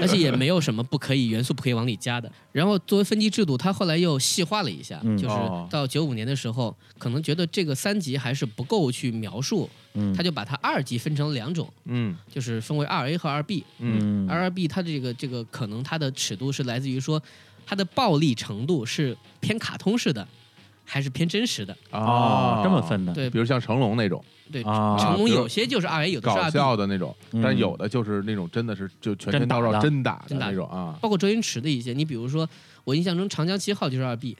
C: 而且也没有什么不可以元素不可以往里加的。然后作为分级制度，它后来又细化了一下，
A: 嗯
C: 就是
B: 哦
C: 到九五年的时候，可能觉得这个三级还是不够去描述，
A: 嗯，
C: 他就把它二级分成两种，
B: 嗯
C: 就是分为二 A 和二 B。
B: 嗯
A: 嗯
C: 二二 B 它这个这个可能它的尺度是来自于说它的暴力程度是偏卡通式的，还是偏真实的？
A: 哦这么分的，
C: 对
B: 啊比如像成龙那种
C: 对，
A: 啊
C: 成龙
B: 比如
C: 有些就是二 A，有的是
B: 搞
C: 二 B，
B: 笑的那种，
A: 嗯
B: 但有的就是那种真的是就全
A: 真
B: 身
A: 打
B: 到肉
A: 的
B: 真打的
C: 真打
B: 那种啊，
C: 包括周星驰的一些。你比如说，我印象中《长江七号》就是二 B，因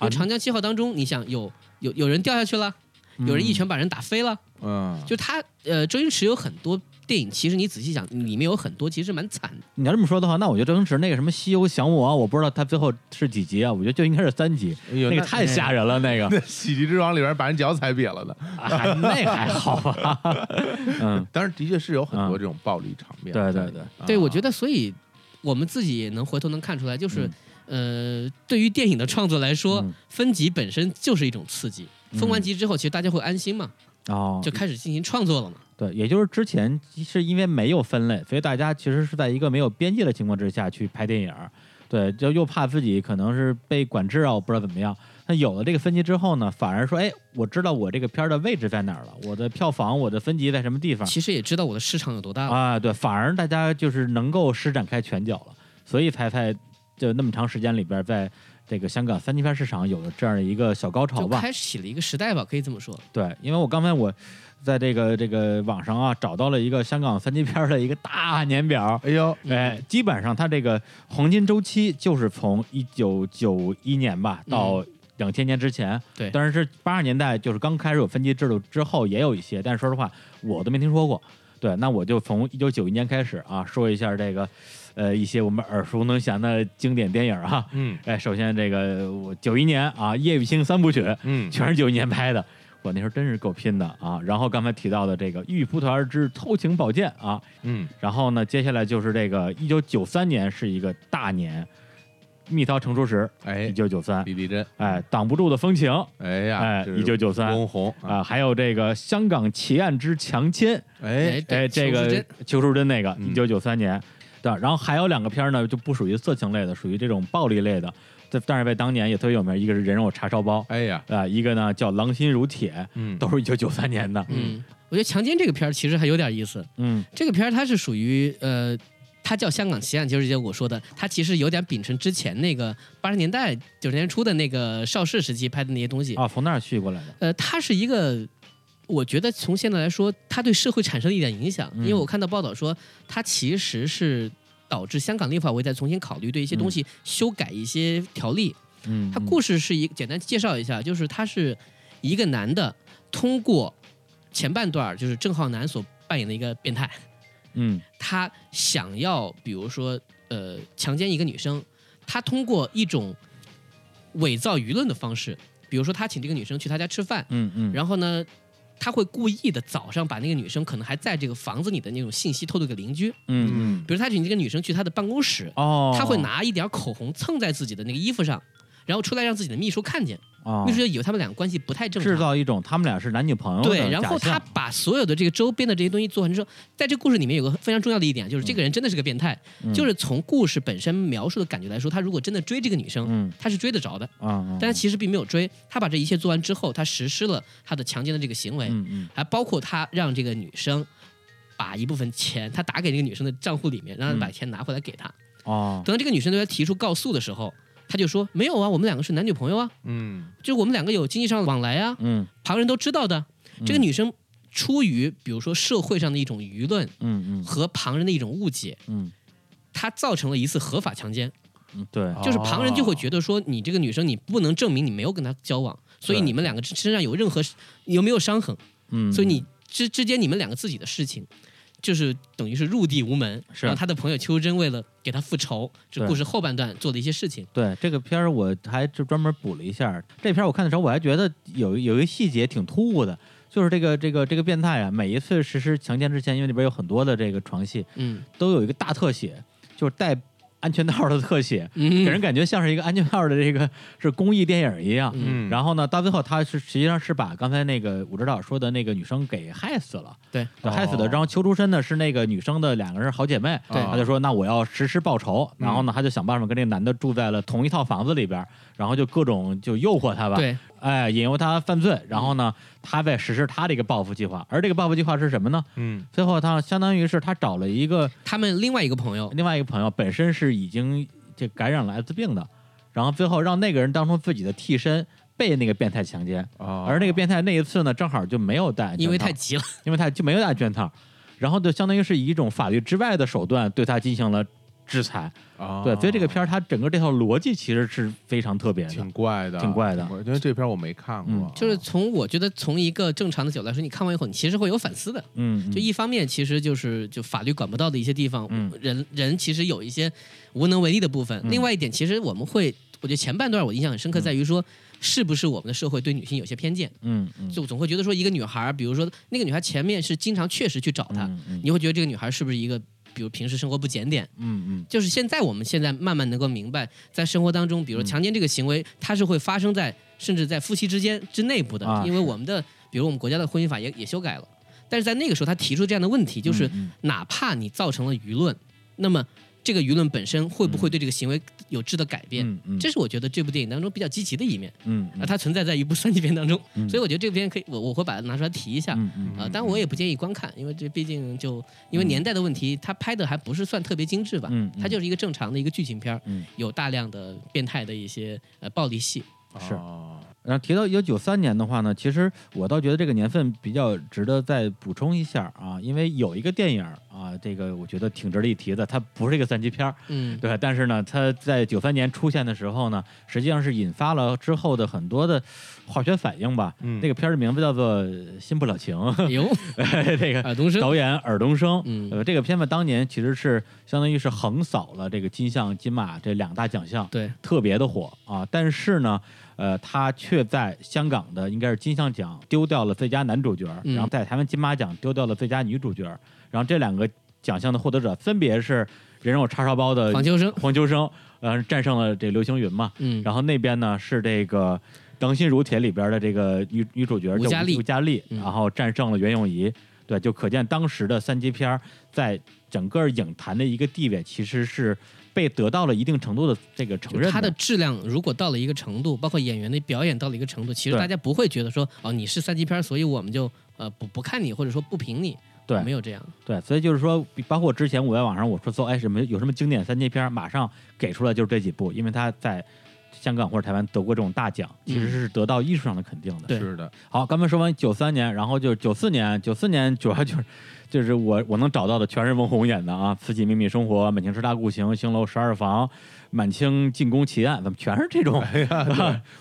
C: 为
A: 啊
C: 《长江七号》当中，你想有有有人掉下去了，
A: 嗯
C: 有人一拳把人打飞了，
B: 嗯，
C: 就他呃，周星驰有很多电影，其实你仔细想，里面有很多其实蛮惨的。
A: 你要这么说的话，那我觉得周星驰那个什么《西游降魔》，我不知道他最后是几集啊，我觉得就应该是三集，
B: 哎呦
A: 那个太吓人了，那 个
B: 那 喜剧之王里边把人脚踩瘪了的，
A: 啊那还好吧，嗯，
B: 当然的确是有很
A: 嗯
B: 多这种暴力场面 在
A: 对
B: 里面。啊
A: 对对
C: 对，我觉
B: 得
C: 得所以我们自己也能回头能看出来，就是、呃，对于电影的创作来说，
A: 嗯
C: 分级本身就是一种刺激。分完
A: 嗯
C: 级之后，其实大家会安心嘛，
A: 哦，
C: 就开始进行创作了嘛。
A: 对，也就是之前是因为没有分类，所以大家其实是在一个没有边界的情况之下去拍电影儿，对，就又怕自己可能是被管制啊，我不知道怎么样。那有了这个分级之后呢，反而说，哎，我知道我这个片儿的位置在哪儿了，我的票房，我的分级在什么地方
C: 其实也知道我
A: 啊
C: 的市场有多大了。
A: 啊？对，反而大家就是能够施展开拳脚了，所以才才就那么长时间里边，在这个香港三级片市场有了这样的一个小高潮
C: 就
A: 吧。
C: 开启了一个时代吧，可以这么说。
A: 对，因为我刚才我在这个这个网上啊找到了一个香港三级片的一个大年表，
B: 哎呦，
C: 嗯
A: 哎，基本上它这个黄金周期就是从一九九一年吧到两千年之前。
C: 对
A: 当然是八十年代就是刚开始有分级制度之后也有一些，但是说实话我都没听说过。对，那我就从一九九一年开始啊，说一下这个，呃，一些我们耳熟能详的经典电影啊。
B: 嗯
A: 哎，首先这个我九一年啊，《叶玉卿三部曲》
B: 嗯，
A: 全是九一年拍的，我那时候真是够拼的啊。然后刚才提到的这个《玉蒲团之偷情宝剑》啊，
B: 嗯
A: 然后呢，接下来就是这个一九九三年是一个大年，蜜桃成熟时，一
B: 哎，
A: 九九三，
B: 李丽珍，
A: 哎，挡不住的风
C: 啊
A: 情，
B: 哎呀
A: 哎，，
B: 这，
A: 一九九三
B: 翁虹
A: 啊，，还有这个香港奇案之强奸，
B: 哎，
A: 哎，这
C: 邱淑
A: 个
C: 贞
A: 邱淑贞那个一
B: 嗯
A: 九九三年，对，然后还有两个片儿呢，就不属于色情类的，属于这种暴力类的，在但是在当年也特别有名，一个是《人肉叉烧包》，
B: 哎呀，
A: 啊、一个呢叫《狼心如铁》，
B: 嗯，
A: 都是一九九三年的，
C: 嗯，我觉得《强奸》这个片儿其实还有点意思。
A: 嗯
C: 这个片儿它是属于呃，它叫《香港奇案》，就是我说的，它其实有点秉承之前那个八十年代九十年初的那个邵氏时期拍的那些东西。
A: 啊，从那儿续过来的，
C: 呃，它是一个，我觉得从现在来说，它对社会产生了一点影响，
A: 嗯
C: 因为我看到报道说，它其实是导致香港立法会在重新考虑对一些东西修改一些条例。
A: 嗯，
C: 它故事是一简单介绍一下，就是他是一个男的通过前半段儿，就是郑浩南所扮演的一个变态，
A: 嗯，
C: 他想要比如说呃强奸一个女生，他通过一种伪造舆论的方式，比如说他请这个女生去他家吃饭，
A: 嗯嗯嗯，
C: 然后呢。他会故意的早上把那个女生可能还在这个房子里的那种信息透露给邻居，
A: 嗯嗯，
C: 比如他请这个女生去他的办公室，
A: 哦，
C: 他会拿一点口红蹭在自己的那个衣服上，然后出来让自己的秘书看见，
A: 啊
C: 秘书就以为他们俩关系不太正
A: 制
C: 常。
A: 造一种他们俩是男女朋友的
C: 对，然后
A: 假
C: 他
A: 象
C: 把所有的这个周边的这些东西做完之后，在这个故事里面有个非常重要的一点，就是这个人真的是个变态，
A: 嗯
C: 就是从故事本身描述的感觉来说，他如果真的追这个女生，
A: 嗯
C: 他是追得着的，
A: 啊啊，
C: 但是
A: 是
C: 其实并没有追。他把这一切做完之后，他实施了他的强奸的这个行为，
A: 嗯嗯
C: 还包括他让这个女生把一部分钱他打给这个女生的账户里面，让她把钱拿回来给他。
A: 哦，
C: 等到这个女生对他提出告诉的时候，他就说没有啊，我们两个是男女朋友啊，
B: 嗯，
C: 就是我们两个有经济上的往来啊，
A: 嗯
C: 旁人都知道的。这个女生出于比如说社会上的一种舆论
A: 嗯嗯
C: 和旁人的一种误解，
A: 嗯
C: 她造成了一次合法强奸，
A: 嗯，对，
C: 就是旁人就会觉
B: 得，
C: 得说你这个女生你不能证明你没有跟她交往，所以
A: 对
C: 你们两个身上有任何有没有伤痕，
A: 嗯，
C: 所以你之之间你们两个自己的事情。就是等于是入地无门，
A: 是
C: 然后他的朋友邱淑贞为了给他复仇，这
A: 对
C: 故事后半段做的一些事情。
A: 对这个片儿，我还就专门补了一下。这片儿我看的时候，我还觉得有有一个细节挺突兀的，就是这个这个这个变态啊，每一次实施强奸之前，因为里边有很多的这个床戏，
C: 嗯
A: 都有一个大特写，就是带安全套的特写，
C: 嗯，
A: 给人感觉像是一个安全套的这个是公益电影一样。
C: 嗯
B: 嗯，后
A: 然后呢，到最后他是实际上是把刚才那个武指导说的那个女生给害死了，
C: 对
A: 对害死的。
B: 哦
A: 然后邱淑贞呢是那个女生的两个人是好姐妹，
C: 对
A: 她就说那我要实施报仇，
C: 嗯
A: 然后呢，她就想办法跟这个男的住在了同一套房子里边，然后就各种就诱惑他吧，
C: 对，
A: 哎，引诱他犯罪，然后呢，他在实施他的一个报复计划，而这个报复计划是什么呢？
B: 嗯
A: 最后他相当于是他找了一个
C: 他们另外一个朋友，
A: 另外一个朋友本身是已经这感染了艾滋病的，然后最后让那个人当成自己的替身被那个变态强奸，
B: 哦，
A: 而那个变态那一次呢，正好就没有戴安全套，
C: 因为太急了，
A: 因为他就没有戴安全套，然后就相当于是以一种法律之外的手段对他进行了制裁。
B: 哦，
A: 对，所以这个片儿它整个这套逻辑其实是非常特别的
B: 挺。怪的，
A: 挺怪的
B: 我觉得这片儿我没看过
A: 嗯
B: 啊，
C: 就是从我觉得从一个正常的角度来说，你看完以后，你其实会有反思的。
A: 嗯，嗯
C: 就一方面，其实就是就法律管不到的一些地方，
A: 嗯
C: 人人其实有一些无能为力的部分。
A: 嗯
C: 另外一点，其实我们会，我觉得前半段我印象很深刻，在于说、是不是我们的社会对女性有些偏见，
A: 嗯嗯，
C: 就总会觉得说一个女孩儿，比如说那个女孩前面是经常确实去找他，
A: 嗯嗯
C: 你会觉得这个女孩是不是一个，比如平时生活不检点，
A: 嗯嗯
C: 就是现在我们现在慢慢能够明白，在生活当中，
A: 嗯
C: 比如说强奸这个行为，它是会发生在甚至在夫妻之间之内部的，
A: 啊
C: 因为我们的比如我们国家的婚姻法也也修改了，但是在那个时候他提出这样的问题，就是
A: 嗯
C: 哪怕你造成了舆论，那么这个舆论本身会不会对这个行为有质的改变。
A: 嗯嗯，
C: 这是我觉得这部电影当中比较积极的一面
A: 嗯
C: 啊，它存在在一部三级片当中，
A: 嗯
C: 所以我觉得这部片可以，我我会把它拿出来提一下
A: 嗯嗯
C: 啊。但我也不建议观看，因为这毕竟就因为年代的问题，它拍的还不是算特别精致吧，
A: 嗯，
C: 它就是一个正常的一个剧情片儿
A: 嗯，
C: 有大量的变态的一些呃暴力戏，
A: 是嗯
B: 哦
A: 然后提到一九九三年的话呢，其实我倒觉得这个年份比较值得再补充一下啊，因为有一个电影啊，这个我觉得挺值得一提的，它不是一个三级片儿，
C: 嗯
A: 对吧，但是呢，它在九三年出现的时候呢，实际上是引发了之后的很多的化学反应吧。
B: 嗯
A: 那个片儿的名字叫做《新不了情》， 哎
C: 有
A: 这个
C: 尔冬升，
A: 导演尔冬升。
C: 嗯
A: 呃，这个片子当年其实是相当于是横扫了这个金像、金马这两大奖项，
C: 对，
A: 特别的火啊。但是呢，呃，他却在香港的应该是金像奖丢掉了最佳男主角，
C: 嗯
A: 然后在台湾金马奖丢掉了最佳女主角，然后这两个奖项的获得者分别是人肉叉烧包的
C: 黄秋生，
A: 黄秋生，呃，战胜了这刘青云嘛。
C: 嗯，
A: 然后那边呢是这个《当心如铁》里边的这个女女主角
C: 吴
A: 叫
C: 嘉丽
A: 吴嘉丽，
C: 嗯
A: 然后战胜了袁咏仪。对，就可见当时的三级片儿在整个影坛的一个地位，其实是被得到了一定程度的这个承
C: 就
A: 认
C: 它的
A: 的。
C: 质量如果到了一个程度，包括演员的表演到了一个程度，其实
A: 对
C: 大家不会觉得说哦你是三级片儿，所以我们就呃不不看你或者说不评你，
A: 对
C: 没有这样，
A: 对，所以就是说，包括之前我在网上我说搜，哎，什么有什么经典三级片儿，马上给出来就是这几部，因为它在香港或者台湾得过这种大奖，其实是得到艺术上的肯定的。
C: 嗯对
B: 是的，
A: 好，刚才说完九三年，然后就是九四年，九四年主要就是就是我我能找到的全是翁虹演的啊，《慈禧秘密生活》《满清十大酷刑》《星楼十二房》《满清进宫奇案》，怎么全是这种
B: 哎呀，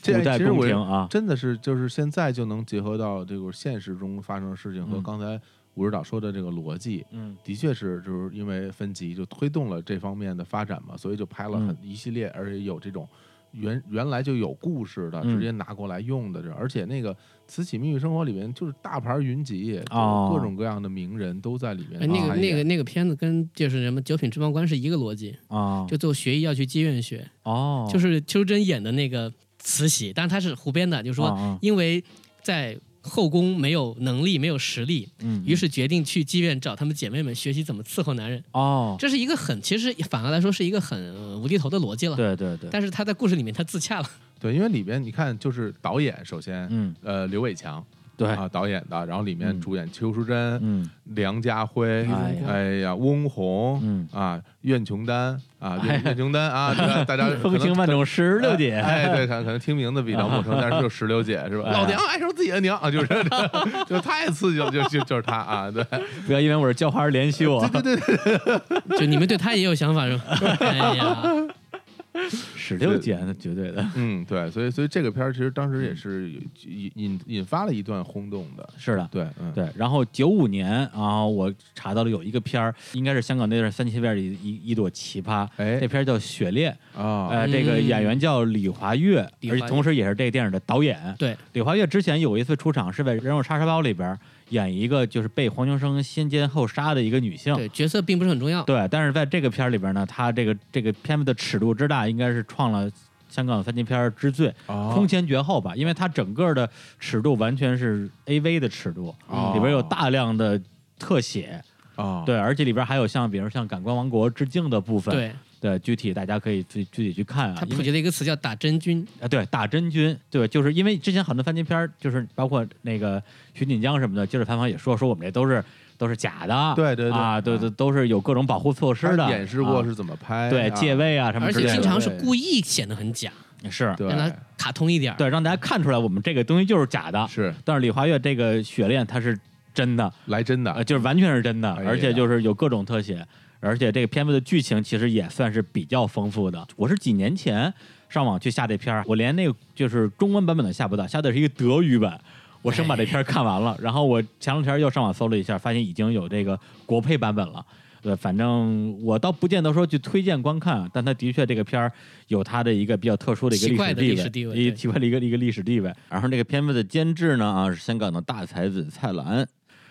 B: 对这
A: 古代
B: 其实
A: 宫
B: 我
A: 廷啊？
B: 真的是就是现在就能结合到这个现实中发生的事情和
A: 嗯
B: 刚才吴指导说的这个逻辑，
A: 嗯
B: 的确是就是因为分级就推动了这方面的发展嘛，所以就拍了
A: 嗯
B: 很一系列，而且有这种。原原来就有故事的，
A: 嗯
B: 直接拿过来用的这，而且那个《慈禧秘密生活》里面就是大牌云集，就是
A: 哦
B: 各种各样的名人都在里面
C: 哎
B: 参
C: 那
B: 演。
A: 啊
C: 个那个那个片子跟就是什么《九品芝麻官》是一个逻辑，
A: 啊，
C: 就最后学医要去妓院学，
A: 哦，
C: 就是是邱真演的那个慈禧，但是他是胡编的，就是说
A: 啊、
C: 因为在后宫没有能力没有实力，
A: 嗯，
C: 于是决定去妓院找她们姐妹们学习怎么伺候男人，
A: 哦，
C: 这是一个很其实反而来说是一个很呃无厘头的逻辑了。
A: 对对对，
C: 但是他在故事里面他自 洽了，
B: 对，因为里边你看，就是导演首先，
A: 嗯
B: 呃，刘伟强
A: 对，
B: 啊导演的，然后里面
A: 嗯
B: 主演邱淑贞、
A: 嗯
B: 梁家辉，
A: 哎呀
B: 哎呀，翁虹
A: 嗯，哎
B: 啊，苑琼丹啊，苑苑琼丹啊，这个大家可
A: 风
B: 能
A: 情万种石榴姐，
B: 哎，哎对，可能可能听名字比较陌生，但是就石榴姐是吧？
A: 哎
B: 老娘爱上自己的娘啊，就是 就太刺激了，就就就是她啊，对，
A: 不要因为我是叫花儿
B: 哎
A: 连续我，
C: 就你们对他也有想法是吧？哎呀，
A: 石榴姐那绝对的，
B: 嗯，对，所以所以这个片儿其实当时也是引引引发了一段轰动的，
A: 是的。
B: 对，嗯，
A: 对，然后九五年啊，我查到了有一个片儿，应该是香港那段三级片里的一一朵奇葩，
B: 哎
A: 这片儿叫《雪裂》，
B: 啊，
A: 呃，这个演员叫李华月，
C: 嗯李华
A: 而
C: 月
A: 且同时也是这个电影的导演。
C: 对，
A: 李华月之前有一次出场是在《人肉叉烧包》里边演一个就是被黄秋生先奸后杀的一个女性。
C: 对，角色并不是很重要。
A: 对，但是在这个片儿里边呢，他这个这个片子的尺度之大，应该是创了香港三级片儿之最，
B: 哦
A: 空前绝后吧？因为它整个的尺度完全是 A V 的尺度，
B: 哦
A: 里边有大量的特写，
B: 啊，
A: 对，而且里边还有像比如像《感官王国》致敬的部分，
C: 对
A: 对，具体大家可以自己具体去看啊
C: 他。
A: 因
C: 普
A: 为
C: 及了一个词叫打真菌，
A: 啊，对，打真菌，对，就是因为之前很多番茄片儿，就是包括那个徐锦江什么的，接着采访也说，说我们这都是都是假的，
B: 对对对
A: 啊，对对，都是有各种保护措施的，
B: 他演示过
A: 啊
B: 是怎么拍，
A: 对
B: 啊
A: 借位啊什么
C: 而
A: 之
C: 且
A: 类的，
C: 经常是
B: 对
C: 故意显得很假，
A: 是
B: 对
C: 让它卡通一点儿。
A: 对，让大家看出来我们这个东西就是假的，
B: 是
A: 但是李华月这个雪恋它是真的，
B: 来真的
A: 呃，，就是完全是真的，
B: 哎呀
A: 而且就是有各种特写，而且这个片子的剧情其实也算是比较丰富的。我是几年前上网去下这片儿，我连那个就是中文版本都下不到，下的是一个德语版。我生把这片儿看完
B: 哎
A: 了， 然后我前两天又上网搜了一下，发现已经有这个国配版本了。呃，反正我倒不见得说去推荐观看，啊但它的确这个片儿有它的一个比较特殊的一个
C: 奇怪的
A: 历
C: 历史
A: 史
C: 地
A: 地
C: 位
A: 位，一
C: 对
A: 奇怪的一个一个历史地位。然后这个片子的监制呢啊是香港的大才子蔡澜，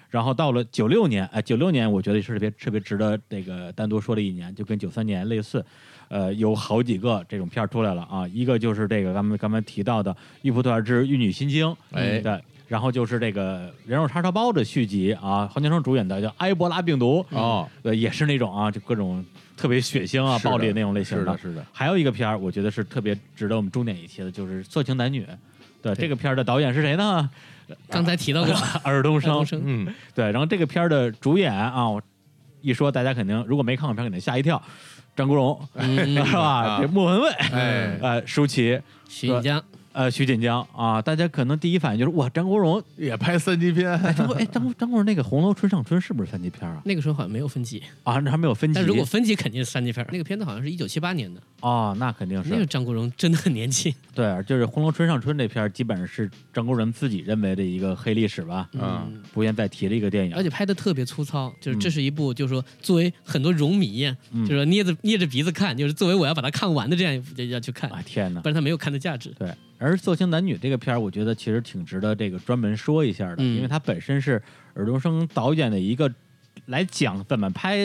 A: 然后到了九六年，哎，九六年我觉得是特别特别值得这个单独说的一年，就跟九三年类似，呃，有好几个这种片儿出来了啊，一个就是这个咱们刚才提到的《玉蒲团之玉女心经》，嗯
B: 哎
A: 对。然后就是这个人肉叉烧包的续集啊，黄秋生主演的叫《埃博拉病毒》，
B: 哦，
A: 呃，也是那种啊，就各种特别血腥啊、
B: 是的
A: 暴力那种类型
B: 是的，是的，
A: 还有一个片儿，我觉得是特别值得我们重点一提的，就是《色情男女》。对
C: 对
A: 这个片儿的导演是谁 呢？
C: 刚才提到 过尔
A: 尔冬升
C: 冬。升，
B: 嗯，
A: 对，然后这个片儿的主演啊，我一说大家肯定如果没看过片儿，肯定吓一跳。张国荣
C: 嗯，
A: 是吧？
B: 啊
A: 这莫文蔚，
B: 哎
A: 呃，舒淇，
C: 徐锦江，
A: 呃，徐锦江啊，大家可能第一反应就是哇，张国荣，
B: 也拍三级片，
A: 哎，张国，哎，张国张国荣那个《红楼春上春》是不是三级片啊？
C: 那个时候好像没有分级，
A: 啊，那还没有分级。
C: 但如果分级肯定是三级片儿。那个片子好像是一九七八年的，
A: 哦，那肯定
C: 那个
A: 是
C: 张国荣真的很年轻。
A: 对，就是《红楼春上春》这片儿，基本上是张国荣自己认为的一个黑历史吧，
B: 嗯，
C: 嗯，
A: 不愿再提的一个电影。
C: 而且拍的特别粗糙，就是这是一部，就是说作为很多荣迷，啊
A: 嗯
C: 就是说捏着捏着鼻子看，就是作为我要把它看完的这样一部要去看，
A: 啊，天哪
C: 不！然它没有看的价值。
A: 对，而《色情男女》这个片儿，我觉得其实挺值得这个专门说一下的，
C: 嗯
A: 因为它本身是尔冬升导演的一个来讲怎么拍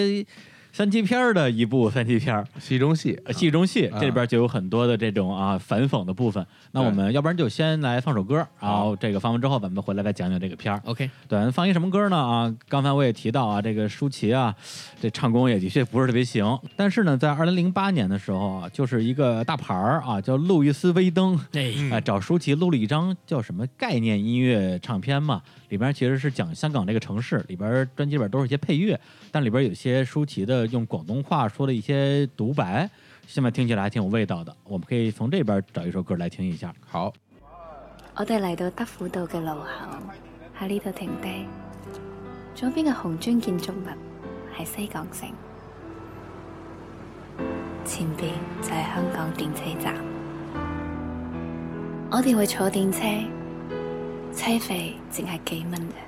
A: 三级片儿的一部三级片儿
B: 戏中戏，
A: 呃戏中戏，
B: 啊
A: 这里边就有很多的这种啊反讽的部分。那
B: 对
A: 我们要不然就先来放首歌，然
B: 好
A: 后这个放完之后，咱们回来再讲讲这个片儿。
C: OK，
A: 对，放一什么歌呢？啊，刚才我也提到啊，这个舒淇啊，这唱功也的确不是特别行。但是呢，在二零零八年的时候啊，就是一个大牌儿啊，叫路易斯威登。
C: 哎，
A: 啊，找舒淇录了一张叫什么概念音乐唱片嘛，里边其实是讲香港这个城市，里边专辑里边都是一些配乐，但里边有些舒淇的用广东话说的一些独白，现在听起来还挺有味道的。我们可以从这边找一首歌来听一下。
B: 好，
E: 我哋嚟到德輔道嘅路口，喺呢度停低。左邊嘅紅磚建築物係西港城，前邊就係香港電車站。我哋會坐電車，車費淨係幾蚊嘅。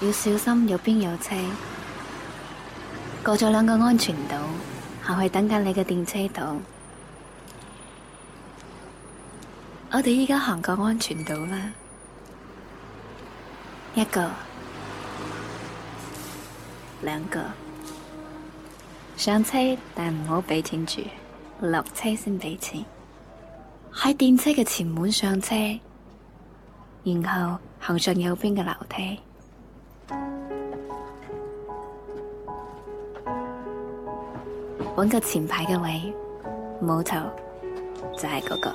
E: 要小心右邊有車，過咗兩個安全島。行去等緊你嘅電車度。我哋依家行過安全島啦，一個、兩個，上車但唔好俾錢住，落車先俾錢。喺電車嘅前門上車，然後行上右邊嘅樓梯。揾個前排嘅位，冇頭就係嗰、個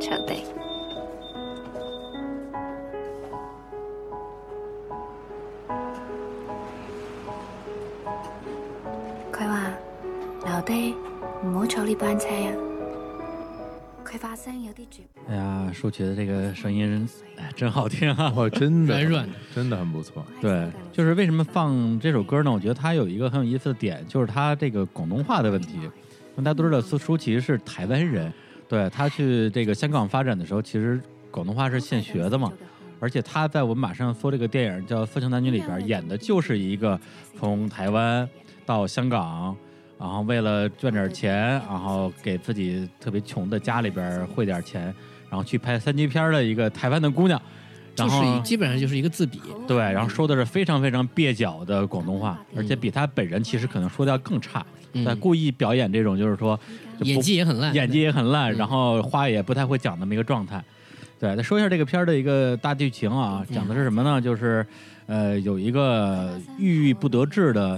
E: 坐地。佢話：留低唔好坐呢班車啊！佢把聲有啲絕
A: 哎呀，舒淇的这个声音哎真好听啊！
B: 哇，真的
C: 软软的，
B: 真的很不错，
A: 对，就是为什么放这首歌呢？我觉得它有一个很有意思的点，就是它这个广东话的问题。因为大家都知道苏舒淇是台湾人，对她去这个香港发展的时候，其实广东话是现学的嘛。
E: 哦
A: 而且她在我们马上说这个电影叫《色情男女》里边演的就是一个从台湾到香港，然后为了赚点钱，然后给自己特别穷的家里边汇点钱，然后去拍三级片的一个台湾的姑娘，然
C: 就
A: 后
C: 是基本上就是一个字笔，
A: 对，然后说的是非常非常蹩脚的广东话，而且比他本人其实可能说的要更差，
C: 嗯
A: 但故意表演这种就是说就不
C: 演技也很烂，
A: 演技也很烂，
C: 嗯
A: 然后话也不太会讲那么一个状态。对，再说一下这个片儿的一个大剧情啊，
C: 嗯
A: 讲的是什么呢？就是呃，有一个郁郁不得志的，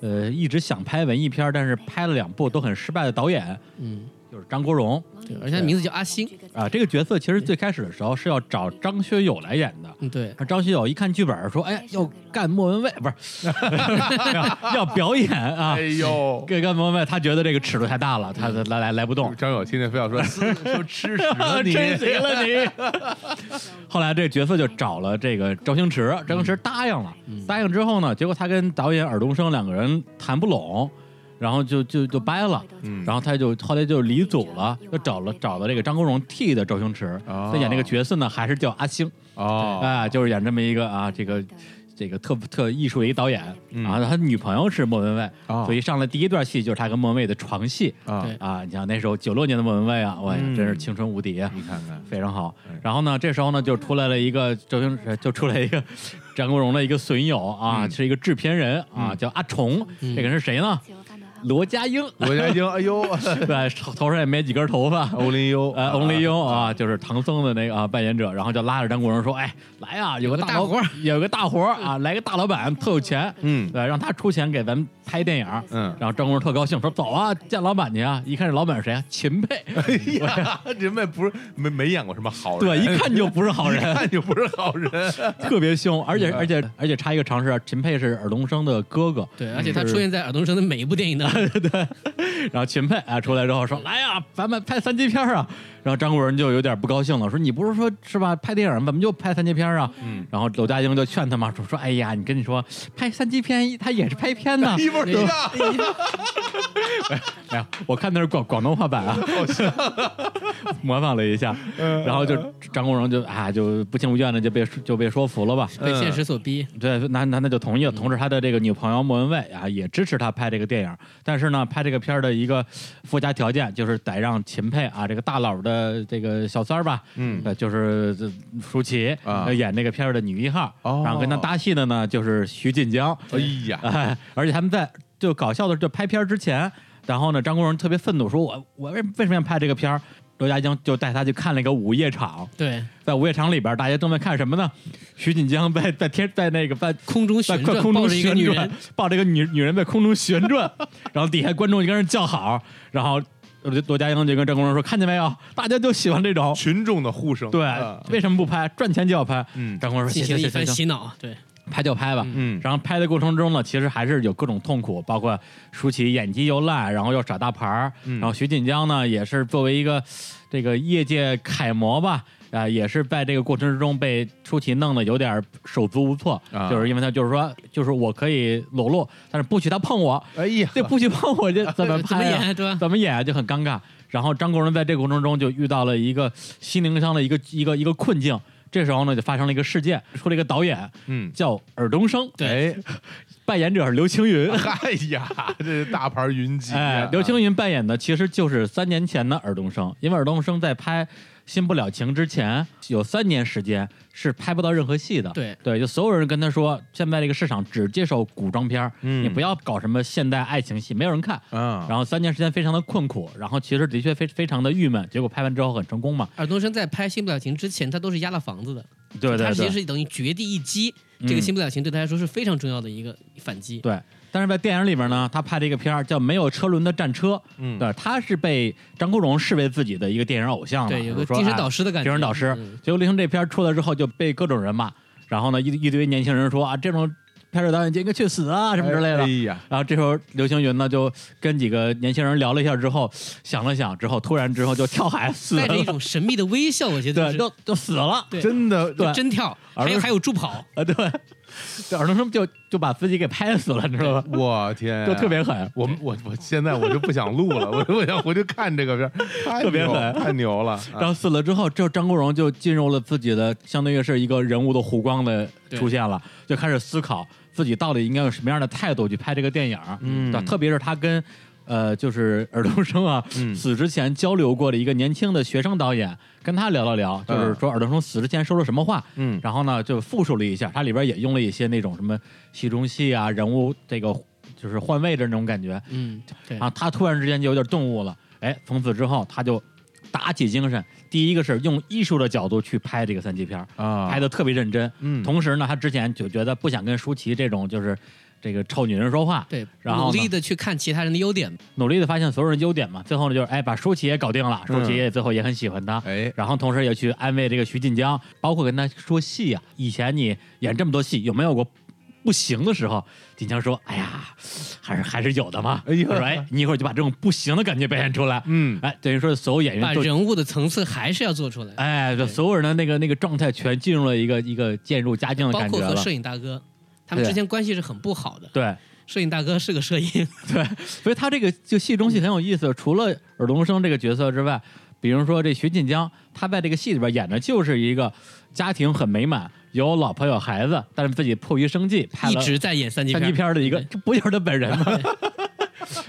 A: 呃，一直想拍文艺片儿，但是拍了两部都很失败的导演，
C: 嗯，
A: 就是张国荣
C: 对，而且他名字叫阿星，
A: 啊、这个角色其实最开始的时候是要找张学友来演的，
C: 嗯，对，
A: 而张学友一看剧本说：“哎，要干莫文蔚，不是 要要表演啊
B: 哎？呦，，
A: 干干莫文蔚，他觉得这个尺度太大了，他来来来不动
B: 张友听见非 要说说嗯吃屎了你，
A: 真行了你。 后来这角色就找了这个周星驰，周
B: 嗯
A: 星驰答应了，答应之后呢，结果他跟导演尔冬升两个人谈不拢，然后就就就掰了。
B: 嗯
A: 然后他就后来就离组了，又找了找了这个张国荣替的周星驰，
B: 哦
A: 他演这个角色呢还是叫阿星，
B: 哦，
A: 啊，就是演这么一个啊，这个这个特特艺术的一个导演
B: 嗯
A: 啊，他女朋友是莫文蔚，
B: 哦
A: 所以上来第一段戏就是他跟莫文蔚的床戏
B: 啊，
C: 对
A: 啊。你想那时候九六年的莫文蔚啊，哇，
B: 嗯
A: 真是青春无敌啊，
B: 你看看，
A: 非常好
B: 哎。
A: 然后呢，这时候呢就出来了一个周星驰，就出来一个张国荣的一个损友啊，
B: 嗯
A: 是一个制片人啊，
B: 嗯
A: 叫阿虫。这个人是谁呢？罗家 英，
B: 罗家英，哎呦，
A: 对，头头上也没几根头发。
B: 欧林优，
A: 呃，Only You 啊，就是唐僧的那个啊扮演者，然后就拉着张国荣说：“哎，来啊，有个
C: 有个
A: 大
C: 大
A: 老
C: 活儿
A: 有个大活儿啊，来个大老板，特有钱，
B: 嗯
A: 对，让他出钱给咱们拍电影儿。”
B: 嗯，
A: 然后张国荣特高兴，说：“走啊，见老板去啊！”一看这老板是谁啊？秦沛，
B: 哎呀，人们不是没没演过什么好人，
A: 对，一看就不是好 人，
B: 看就不是好 人，
A: 特别凶，而且而且而且插一个常识啊，秦沛是尔冬升的哥哥，
C: 对，而且他
A: 是呃
C: 出现在尔冬升的每一部电影当中，
A: 然后秦沛啊出来之后说：“来呀、咱们拍三级片儿啊！”然后张国荣就有点不高兴了，说：“你不是说是吧？拍电影怎么就拍三级片儿啊？”
B: 嗯，
A: 然后娄家英就劝他嘛，说：“说哎呀，你跟你说，拍三级片他也是拍片呢。
B: 一模一样，
A: 哎呀，我看的是广广东话版啊， 模仿了一下，
B: 嗯
A: 然后就张国荣就啊就不情不愿的就被就被说服了吧。
B: 嗯
C: 被现实所逼。
A: 对，那那那就同意了。同时，他的这个女朋友莫文蔚啊，也支持他拍这个电影。但是呢，拍这个片儿的一个附加条件就是得让秦沛啊，这个大佬的这个小三儿吧，
B: 嗯
A: 呃，就是这舒淇、
B: 啊
A: 呃演这个片儿的女一号。
B: 哦
A: 然后跟他搭戏的呢，就是徐锦江。
B: 哎呀，
A: 哎，而且他们在就搞笑的是，就拍片儿之前，然后呢，张国荣特别愤怒，说我我为为什么要拍这个片儿？罗家英就带他去看了一个午夜场，
C: 对，
A: 在午夜场里边儿，大家正在看什么呢？徐锦江在在天在那个在
C: 空中
A: 在
C: 旋
A: 空
C: 转，
A: 空
C: 抱
A: 中
C: 着一个
A: 旋
C: 女
A: 转
C: 人，，
A: 抱着一个女女人在空中旋转，然后底下观众就跟人叫好，然后罗罗家英就跟张国荣说：“看见没有，大家就喜欢这种。
B: 群众的呼声，
A: 对
B: 啊，
A: 为什么不拍？赚钱就要拍。”
B: 嗯
A: 张国荣说：“
C: 进
A: 行
C: 行
A: 行
C: 一
A: 行
C: 番
A: 行，
C: 洗脑。对，
A: 拍就拍吧。
B: 嗯
A: 然后拍的过程中呢，其实还是有各种痛苦，包括舒淇演技又烂，然后又耍大牌儿，
B: 嗯
A: 然后徐锦江呢也是作为一个这个业界楷模吧。啊、也是在这个过程之中被舒淇弄得有点手足无措，
B: 啊
A: 就是因为他就是说，就是我可以裸露，但是不许他碰我，
B: 哎呀，
A: 这不许碰我，这怎么
C: 怎么
A: 拍、啊？
C: 演对吧？
A: 怎么演啊就很尴尬。然后张国荣在这个过程中就遇到了一个心灵上的一个一个一个困境，这时候呢就发生了一个事件，出了一个导演
B: 嗯，
A: 叫尔冬升，
C: 对
B: 哎，
A: 扮演者是刘青云。
B: 哎呀，这是大牌云集啊，
A: 哎，刘青云扮演的其实就是三年前的尔冬升，因为尔冬升在拍《新不了情》之前有三年时间是拍不到任何戏的。
C: 对
A: 对，就所有人跟他说，现在这个市场只接受古装片儿，
B: 嗯
A: 你不要搞什么现代爱情戏，没有人看。
B: 啊，
A: 然后三年时间非常的困苦，然后其实的确非非常的郁闷，结果拍完之后很成功嘛。
C: 尔冬升在拍《新不了情》之前，他都是压了房子的，
A: 对对
C: 他其
A: 对
C: 实。是等于绝地一击。
A: 嗯
C: 这个《新不了情》对他来说是非常重要的一个反击。
A: 对，但是在电影里边呢，他拍了一个片儿叫《没有车轮的战车》，
B: 嗯
A: 对，他是被张国荣视为自己的一个电影偶像嘛，
C: 对，有
A: 就
C: 个
A: 是说
C: 精神
A: 哎
C: 导师的感觉。
A: 评审导师
C: 嗯。
A: 结果刘星这片儿出来之后就被各种人骂，然后呢一一堆年轻人说啊这种片儿导演就应该去死啊什么之类的。
B: 哎呀，
A: 然后这时候刘青云呢就跟几个年轻人聊了一下之后，想了想之后，突然之后就跳海死
C: 带着一
A: 了，
C: 种神秘的微笑，我觉得
A: 对，
C: 是
A: 就就死了。
C: 对
B: 真的，
A: 对
C: 真跳，
A: 而
C: 还有还有 助跑，
A: 啊，对，这尔冬升就就把自己给拍死了，你知道吧？
B: 我 天，
A: 就特别狠。
B: 我们我我现在我就不想录了，我我想回去看这个片儿，太
A: 特别
B: 牛
A: 狠
B: 太牛了。
A: 然后死了之后，这张国荣就进入了自己的，相当于是一个人物的弧光的
C: 对
A: 出现了，就开始思考自己到底应该用什么样的态度去拍这个电影儿。
B: 嗯
A: 对吧，特别是他跟呃，就是尔冬升啊、
B: 嗯
A: 死之前交流过的一个年轻的学生导演，跟他聊了聊，就是
B: 嗯
A: 说尔冬升死之前说了什么话。
B: 嗯
A: 然后呢，就复述了一下，它里边也用了一些那种什么戏中戏啊，人物这个就是换位置那种感觉。
C: 嗯，对
A: 啊，他突然之间就有点顿悟了，哎，从此之后他就打起精神，第一个是用艺术的角度去拍这个三级片儿，
B: 啊，
A: 拍的特别认真。
B: 嗯
A: 同时呢，他之前就觉得不想跟舒淇这种就是这个臭女人说话，
C: 对，
A: 然后
C: 努
A: 呢
C: 力的去看其他人的优点，
A: 努力的发现所有人优点嘛。最后呢，就是哎，把舒淇也搞定了，
C: 嗯
A: 舒淇也最后也很喜欢他。
B: 哎，
A: 然后同时也去安慰这个徐晋江，包括跟他说戏啊，以前你演这么多戏，有没有过不行的时候？晋江说：“哎呀，还是还是有的嘛。”
B: 哎呀
A: 我说：“哎，你一会儿就把这种不行的感觉表现出 来。
B: 嗯
A: 哎，等于说所有演
C: 把
A: 员都。
C: 人物的层次还是要做出来，
A: 哎，就所有人的那个那个状态全进入了一个一个渐入佳境的
C: 包
A: 感觉
C: 括和
A: 了
C: 摄。影大哥，他们
A: 对
C: 之间关系是很不好的。
A: 对，
C: 摄影大哥是个摄影，
A: 所以他这个就戏中戏很有意思。除了尔冬升这个角色之外，比如说这徐锦江，他在这个戏里边演的就是一个家庭很美满，有老婆有孩子，但是自己迫于生计拍
C: 一
A: 了
C: 直在演三级
A: 三
C: 片
A: 级
C: 儿，
A: 片儿的一个，这不就是他本人 吗？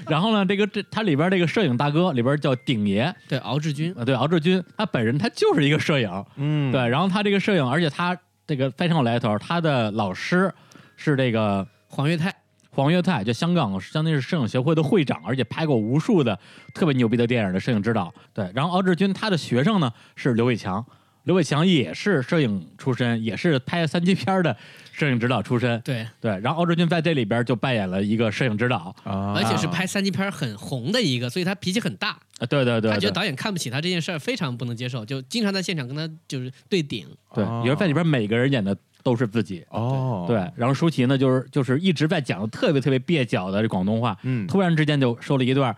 A: 然后呢，这个这他里边这个摄影大哥里边叫鼎爷，
C: 对，敖志军，
A: 呃，对，敖志军，他本人他就是一个摄影，
B: 嗯，
A: 对，然后他这个摄影，而且他这个非常有来头，他的老师是这个
C: 黄岳泰，
A: 黄岳泰，就香港相当于是摄影协会的会长，而且拍过无数的特别牛逼的电影的摄影指导。对，然后敖志军他的学生呢是刘伟强，刘伟强也是摄影出身，也是拍三级片儿的摄影指导出身。
C: 对，
A: 对，然后敖志军在这里边就扮演了一个摄影指导，
B: 啊，
C: 而且是拍三级片儿很红的一个，所以他脾气很大。
A: 啊，对对对，
C: 他觉
A: 对
C: 得导演看不起他这件事儿非常不能接受，就经常在现场跟他就是对顶。
A: 对，也就是在里边每个人演的都是自己。
B: 哦，
A: 对，，然后舒淇呢，就是就是一直在讲特别特别蹩脚的这广东话，
B: 嗯，
A: 突然之间就说了一段。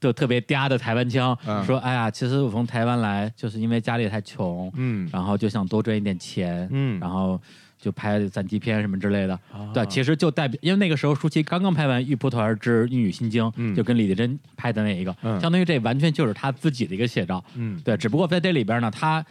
A: 就特别嗲的台湾腔，
B: 嗯
A: 说：“哎呀，其实我从台湾来，就是因为家里太穷，
B: 嗯
A: 然后就想多赚一点钱，
B: 嗯
A: 然后就拍三级片什么之类的。
B: 啊
A: 对，其实就代表，因为那个时候舒淇刚刚拍完《玉蒲团之玉女心经》，
B: 嗯
A: 就跟李丽珍拍的那一个，
B: 嗯
A: 相当于这完全就是她自己的一个写照。
B: 嗯
A: 对，只不过在这里边呢，她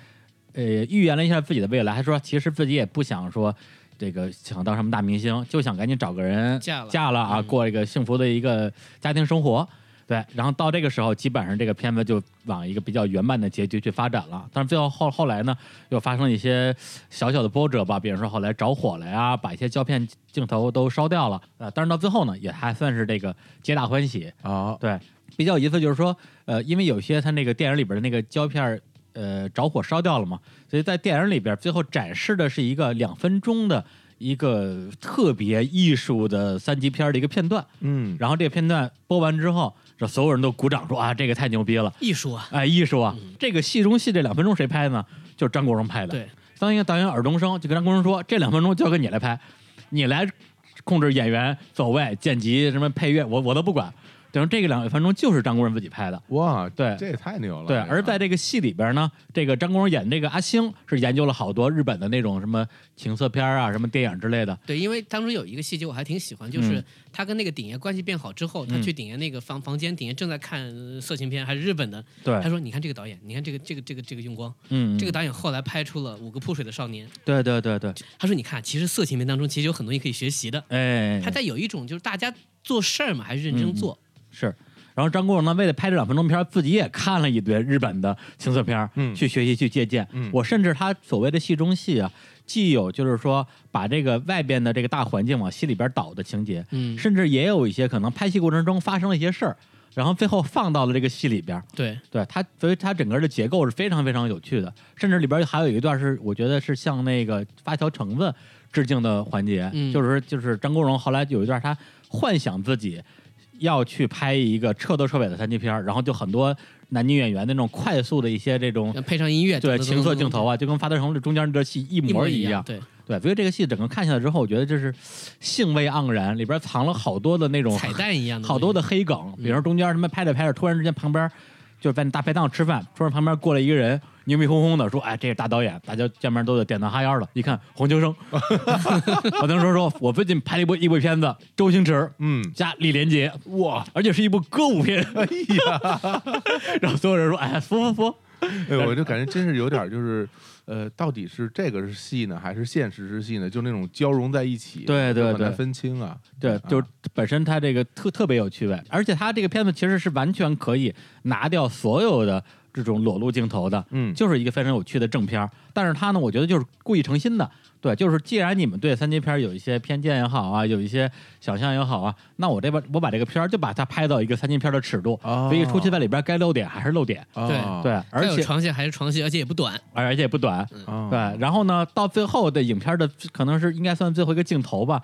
A: 呃预言了一下自己的未来，还说其实自己也不想说。这个想当什么大明星，就想赶紧找个人
C: 嫁了
A: 嫁了啊，
C: 嗯
A: 过一个幸福的一个家庭生活。对，然后到这个时候，基本上这个片子就往一个比较圆满的结局去发展了。但是最后后后来呢，又发生了一些小小的波折吧，比如说后来着火了呀，把一些胶片镜头都烧掉了。呃，但是到最后呢，也还算是这个皆大欢喜。
B: 啊，
A: 对，比较有意思就是说，呃，因为有些他那个电影里边的那个胶片儿，呃，着火烧掉了嘛，所以在电影里边最后展示的是一个两分钟的一个特别艺术的三级片儿的一个片段。
B: 嗯
A: 然后这个片段播完之后，这所有人都鼓掌说啊，这个太牛逼了，
C: 艺术啊，
A: 哎，艺术啊！这个戏中戏这两分钟谁拍呢？就是张国荣拍的。
C: 对，
A: 当一个导演尔冬升就跟张国荣说，这两分钟交给你来拍，你来控制演员走位、剪辑、什么配乐，我我都不管。等于这个两分钟就是张国荣自己拍的。
B: 哇，
A: 对
B: 这也太牛了，
A: 对，
B: 这个
A: 而在这个嗯戏里边呢，这个张国荣演这个阿星是研究了好多日本的那种什么情色片啊、什么电影之类的。
C: 对，因为当时有一个细节我还挺喜欢，就是
A: 嗯
C: 他跟那个鼎爷关系变好之后，他
A: 嗯
C: 去鼎爷那个房房间，鼎爷正在看呃色情片，还是日本的，
A: 对
C: 他，说：“你看这个导演，你看这个这个这个这个用光，
A: 嗯，
C: 这个导演后来拍出了《五个扑水的少年》。
A: 对对对对，
C: 他说：‘你看，其实色情片当中其实有很多你可以学习的。
A: 哎，
C: 他在有一种就是大家做事儿嘛，还是
A: 嗯
C: 认
A: 嗯
C: 真做。
A: 是。然后张国荣呢，为了拍这两分钟片儿，自己也看了一堆日本的情色片儿，
B: 嗯
A: 去学习去借鉴。
B: 嗯
A: 我甚至他所谓的戏中戏啊，既有就是说把这个外边的这个大环境往戏里边导的情节，
C: 嗯，
A: 甚至也有一些可能拍戏过程中发生了一些事儿，然后最后放到了这个戏里边儿。
C: 对，
A: 对它，所以它整个的结构是非常非常有趣的，甚至里边还有一段是我觉得是向那个发条橙子致敬的环节，
C: 嗯
A: 就是就是张国荣后来有一段他幻想自己要去拍一个彻头彻尾的三级片儿，然后就很多男女演员的那种快速的一些这种
C: 要配上音乐，
A: 对
C: 噔噔噔
A: 情色
C: 噔
A: 镜头啊，就跟发条橙子中间这戏一
C: 一
A: 模
C: 一
A: 样。
C: 对，
A: 对，所以这个戏整个看下来之后，我觉得就是兴味盎然，里边藏了好多的那种
C: 彩蛋一样的，
A: 哦好多的。黑梗，比如说中间什么拍着拍着，突然之间旁边就是在那大排档吃饭，突然旁边过来一个人，牛逼哄哄的说：“哎，这是大导演，大家见面都得点头哈腰的。”一看黄秋生，我当时说：“我最近拍了一部一部片子，周星驰
B: 嗯
A: 加李连杰，哇，而且是一部歌舞片。”哎呀，然后所有人说：“哎，服服服。
B: 哎呦，我就感觉真是有点儿就是，呃，到底是这个是戏呢，还是现实是戏呢？就那种呃交融在一起，
A: 对对
B: 就很难
A: 对
B: 分清啊。”
A: 对
B: 嗯，
A: 就是
B: 啊
A: 本身它这个特特别有趣味，而且它这个片子其实是完全可以拿掉所有的这种裸露镜头的，
B: 嗯，
A: 就是一个非常有趣的正片儿，但是它呢，我觉得就是故意成心的。对，就是既然你们对三级片儿有一些偏见也好啊，有一些想象也好啊，那我这边我把这个片儿就把它拍到一个三级片儿的尺度，
B: 哦
A: 所以出去在里边该露点还是露点。
B: 哦
A: 对，而
C: 再有嗯
A: 且
C: 床戏还是床戏，而且也不短。
A: 而且也不短。
B: 哦
A: 对，然后呢，到最后的影片的可能是应该算最后一个镜头吧，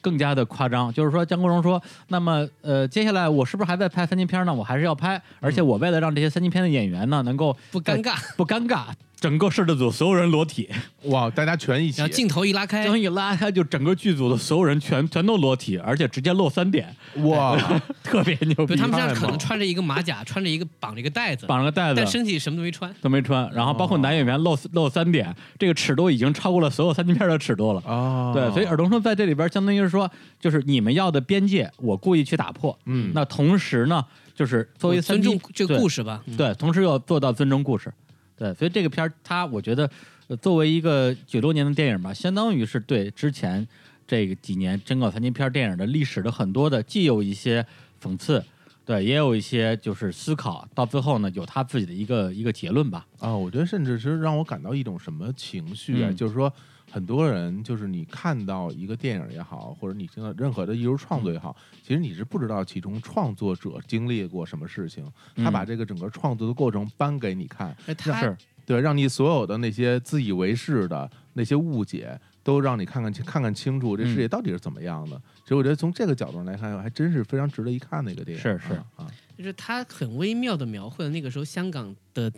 A: 更加的夸张。就是说，张国荣说：“那么，呃，接下来我是不是还在拍三级片呢？我还是要拍，而
B: 嗯
A: 且我为了让这些三级片的演员呢能够
C: 不尴尬，
A: 不尴尬，整个摄制组所有人裸体，
B: 哇，大家全一起
C: 然后镜头一拉开，
A: 灯一拉开，就整个剧组的所有人全全都裸体，而且直接露三点，
B: 哇，
A: 特别牛
C: 不
A: 逼。
C: 是他们
B: 太
C: 身上可
B: 猛
C: 能穿着一个马甲，穿着一个绑着一个带子，
A: 绑了个带
C: 但
A: 子
C: 身体哦什么都没穿。
A: 都没穿，然后包括男演员露露三点，这个尺度已经超过了所有三级片的尺度了。
B: 哦，
A: 对，所以尔冬升在这里边相当于是说，就是你们要的边界，我故意去打破。
B: 嗯
A: 那同时呢，就是作为
C: 我尊
A: 三
C: 重
A: D
C: 这个故
A: 事，
C: 事吧，嗯
A: 对，同时要做到尊重故事。对，所以这个片儿它，我觉得、呃作为一个九六年的电影吧，相当于是对之前这个几年真搞三级片电影的历史的很多的，既有一些讽刺，对，也有一些就是思考，到最后呢，有他自己的一个一个结论吧。
B: 啊，我觉得甚至是让我感到一种什么情绪啊，
A: 嗯
B: 就是说，很多人就是你看到一个电影也好，或者你听到任何的艺术创作也好，其实你是不知道其中创作者经历过什么事情，他把
A: 嗯
B: 这个整个创作的过程搬给你看，
C: 而他
A: 是
B: 对，让你所有的那些自以为是的那些误解，都让你看看清看看清楚这世界到底是怎么样的。其实我觉得从这个角度来看，还真是非常值得一看的一个电影。
A: 是是
B: 啊啊，
C: 就是他很微妙的描绘了那个时候香港的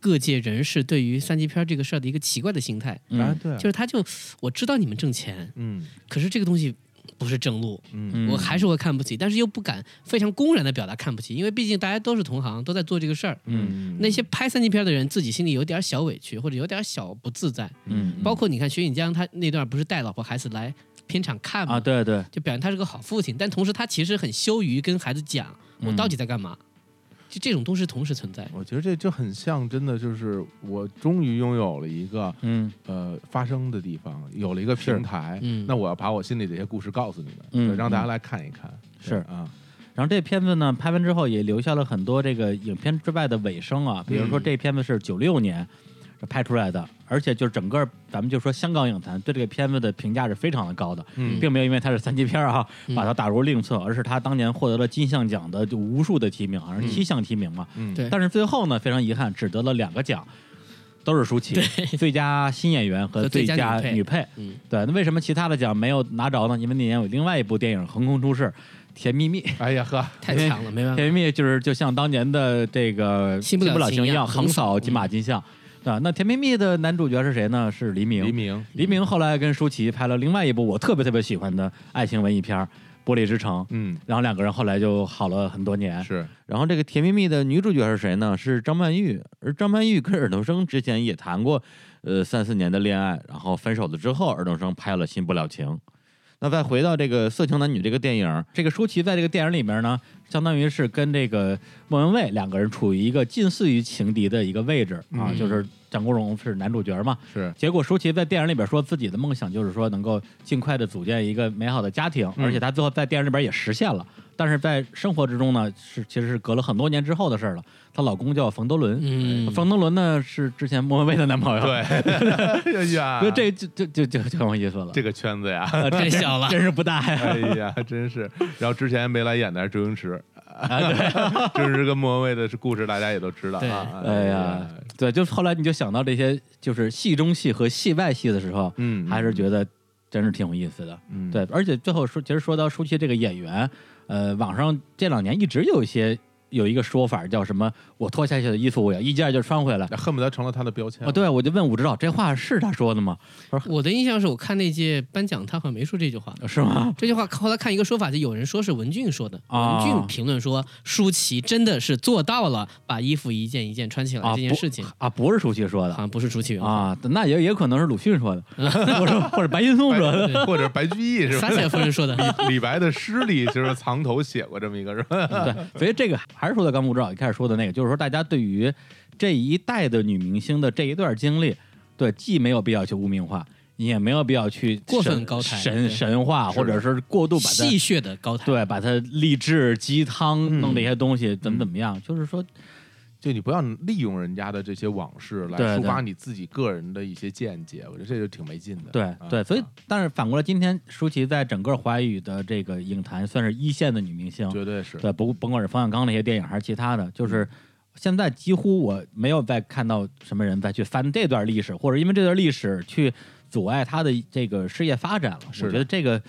C: 各界人士对于三级片儿这个事儿的一个奇怪的心态，
B: 哎
A: 嗯
B: 对啊，
C: 就是他就我知道你们挣钱，
B: 嗯
C: 可是这个东西不是正路，
B: 嗯
A: 嗯，
C: 我还是会看不起，但是又不敢非常公然的表达看不起，因为毕竟大家都是同行，都在做这个事儿。
B: 嗯
C: 那些拍三级片的人自己心里有点小委屈，或者有点小不自在。
A: 嗯
C: 包括你看徐锦江他那段不是带老婆孩子来片场看吗？
A: 啊，对对，
C: 就表现他是个好父亲，但同时他其实很羞于跟孩子讲我
A: 嗯
C: 到底在干嘛。就这种都是同时存在的。
B: 我觉得这就很像，真的就是我终于拥有了一个
A: 嗯
B: 呃发声的地方，有了一个
A: 是
B: 平台。
C: 嗯
B: 那我要把我心里这些故事告诉你们，
A: 嗯
B: 对让大家
A: 嗯
B: 来看一看。对
A: 是
B: 啊，
A: 然后这片子呢，拍完之后也留下了很多这个影片之外的尾声啊，比如说
C: 嗯
A: 这片子是九六年拍出来的，而且就是整个咱们就说香港影坛对这个片子的评价是非常的高的，
B: 嗯
A: 并没有因为它是三级片儿啊
C: 嗯
A: 把它打入另册，而是它当年获得了金像奖的就无数的提名，好像是七项提名嘛，
B: 嗯，
C: 对
A: 但是最后呢，非常遗憾，只得了两个奖，都是舒淇，最佳新演员和
C: 和
A: 最
C: 最
A: 佳
C: 佳女配
A: 女配。
C: 嗯，
A: 对，那为什么其他的奖没有拿着呢？因为那年有另外一部电影横空出世，《甜蜜蜜》。
B: 哎呀呵，
C: 太强了，没办 法。
A: 甜蜜蜜就是就像当年的这个
C: 新不了
A: 老
C: 情
A: 情一
C: 一
A: 样，
C: 样横
A: 横扫
C: 扫
A: 金马金像，对吧？那甜蜜蜜的男主角是谁呢？是黎明。
B: 黎明，
A: 黎明后来跟舒淇拍了另外一部我特别特别喜欢的爱情文艺片儿《玻璃之城》，
B: 嗯，
A: 然后两个人后来就好了很多年。
B: 是，
A: 然后这个《甜蜜蜜》的女主角是谁呢？是张曼玉。而张曼玉跟尔冬升之前也谈过，呃，三四年的恋爱，然后分手了之后，尔冬升拍了《新不了情》。那再回到这个《色情男女》这个电影，这个舒淇在这个电影里面呢，相当于是跟这个莫文蔚两个人处于一个近似于情敌的一个位置啊，
B: 嗯
A: 就是张国荣是男主角嘛。
B: 是，
A: 结果舒淇在电影里边说自己的梦想就是说能够尽快的组建一个美好的家庭，
B: 嗯
A: 而且她最后在电影里边也实现了。但是在生活之中呢，是其实是隔了很多年之后的事儿了。她老公叫冯德伦，
C: 嗯
A: 冯德伦呢是之前莫文蔚的男朋友，，
B: 对，哎呀，
A: 所以这就就就就就很有意思了，
B: 这个圈子呀，
A: 呃
C: 太
A: 真
C: 小了
A: 真是不大呀。
B: 哎呀，真是。然后之前没来演的还是周星驰，
A: 啊
B: 周星驰跟莫文蔚的故事大家也都知道
C: 对
B: 啊。
A: 哎呀，对，就后来你就想到这些就是戏中戏和戏外戏的时候，
B: 嗯，
A: 还是觉得真是挺有意思的。
B: 嗯，
A: 对，而且最后说，其实说到舒淇这个演员，呃，网上这两年一直有一些有一个说法叫什么“我脱下去的衣服我要一件一件穿回来
B: 那恨不得成了他的标”，签
A: 啊，
B: 了。
A: 对，我就问武指导这话是他说的吗？
C: 我的印象是我看那届颁奖，他好像没说这句话。
A: 是吗？
C: 这句话后来看一个说法，就有人说是文俊说的。
A: 啊
C: 文俊评论说，舒淇真的是做到了把衣服一件一件穿起来
A: 啊
C: 这件
A: 不
C: 事情，
A: 啊，不是舒淇说
C: 好
A: 的
C: 像不是舒淇原 话。
A: 啊，那也也可能是鲁迅 说的，或者或者白岩松说的。
B: 白或者白居易是吧
C: 撒？切尔夫人 说的，
B: 李白的诗里就是藏头写过这么一个是吧？
A: 嗯 对，所以这个还是说到刚吴指导一开始说的那个，就是说大家对于这一代的女明星的这一段经历，对，既没有必要去污名化，也没有必要去
C: 过分
A: 神
C: 高抬
A: 神
C: 对
A: 神话，
B: 是
A: 或
B: 的
A: 者是过度把它
C: 戏嗯谑的高谈。
A: 对，把它励志鸡汤弄这些东西怎么怎么样，就是说，
B: 就你不要利用人家的这些往事来
A: 对对
B: 抒发你自己个人的一些见解，我觉得这就挺没劲的。
A: 对
B: 啊
A: 对，所以
B: 啊
A: 但是反过来，今天舒淇在整个华语的这个影坛算是一线的女明星，
B: 绝对是。
A: 对，不甭管是冯小刚那些电影还是其他的，就是现在几乎我没有再看到什么人再去翻这段历史，或者因为这段历史去阻碍他的这个事业发展了。
B: 是
A: 我
B: 的
A: 觉得这个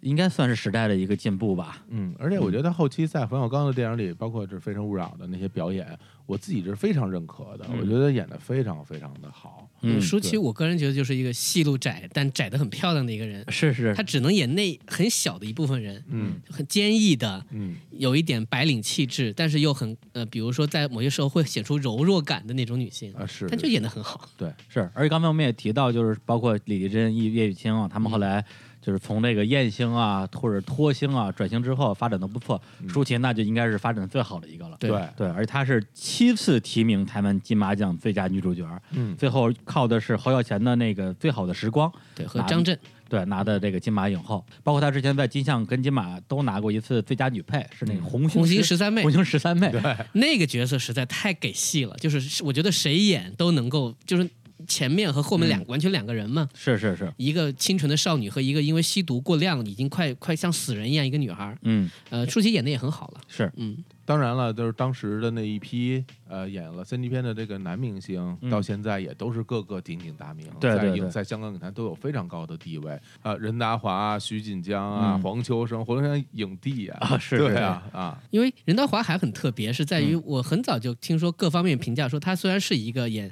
A: 应该算是时代的一个进步吧。
B: 嗯，而且我觉得后期在冯小刚的电影里，包括这《非诚勿扰》的那些表演，我自己是非常认可的，
A: 嗯
B: 我觉得演的非常非常的好。
A: 嗯，
C: 舒淇，
B: 对
C: 我个人觉得就是一个戏路窄，但窄的很漂亮的一个人。
A: 是是
C: 她，只能演那很小的一部分人，
B: 嗯
C: 很坚毅的，
B: 嗯，
C: 有一点白领气质，但是又很呃，比如说在某些时候会显出柔弱感的那种女性，
B: 啊是，
C: 她就演的很好。
B: 对，
A: 是，而且刚才我们也提到，就是包括李丽珍、叶叶玉卿啊，他们后来就是从这个艳星啊或者脱星啊转型之后发展的不错，舒淇那就应该是发展得最好的一个了。
C: 对
A: 对，而且她是七次提名台湾金马奖最佳女主角，
B: 嗯
A: 最后靠的是侯孝贤的那个《最好的时光》，
C: 对，和
A: 拿
C: 张震，
A: 对，拿的这个金马影后，包括她之前在金像跟金马都拿过一次最佳女配，是那个红
C: 嗯红星
A: 星
C: 十三妹
A: 红星十三妹，
C: 那个角色实在太给戏了，就是我觉得谁演都能够，就是前面和后面两、
A: 嗯
C: 完全两个人嘛，
A: 是是是，
C: 一个清纯的少女和一个因为吸毒过量已经快快像死人一样一个女孩儿。
A: 嗯
C: 呃，舒淇演的也很好了，
A: 是，
C: 嗯，
B: 当然了，就是当时的那一批呃演了三级片的这个男明星，
A: 嗯
B: 到现在也都是各个鼎鼎大名，
A: 对对
B: 在影
A: 对
B: 在香港影坛都有非常高的地位啊、任达华啊、徐锦江啊、
A: 嗯
B: 黄秋生，黄秋生影帝啊，
A: 啊是
B: 对
A: 是
B: 啊啊，
C: 因为任达华还很特别，是在于
A: 嗯
C: 我很早就听说各方面评价说他虽然是一个演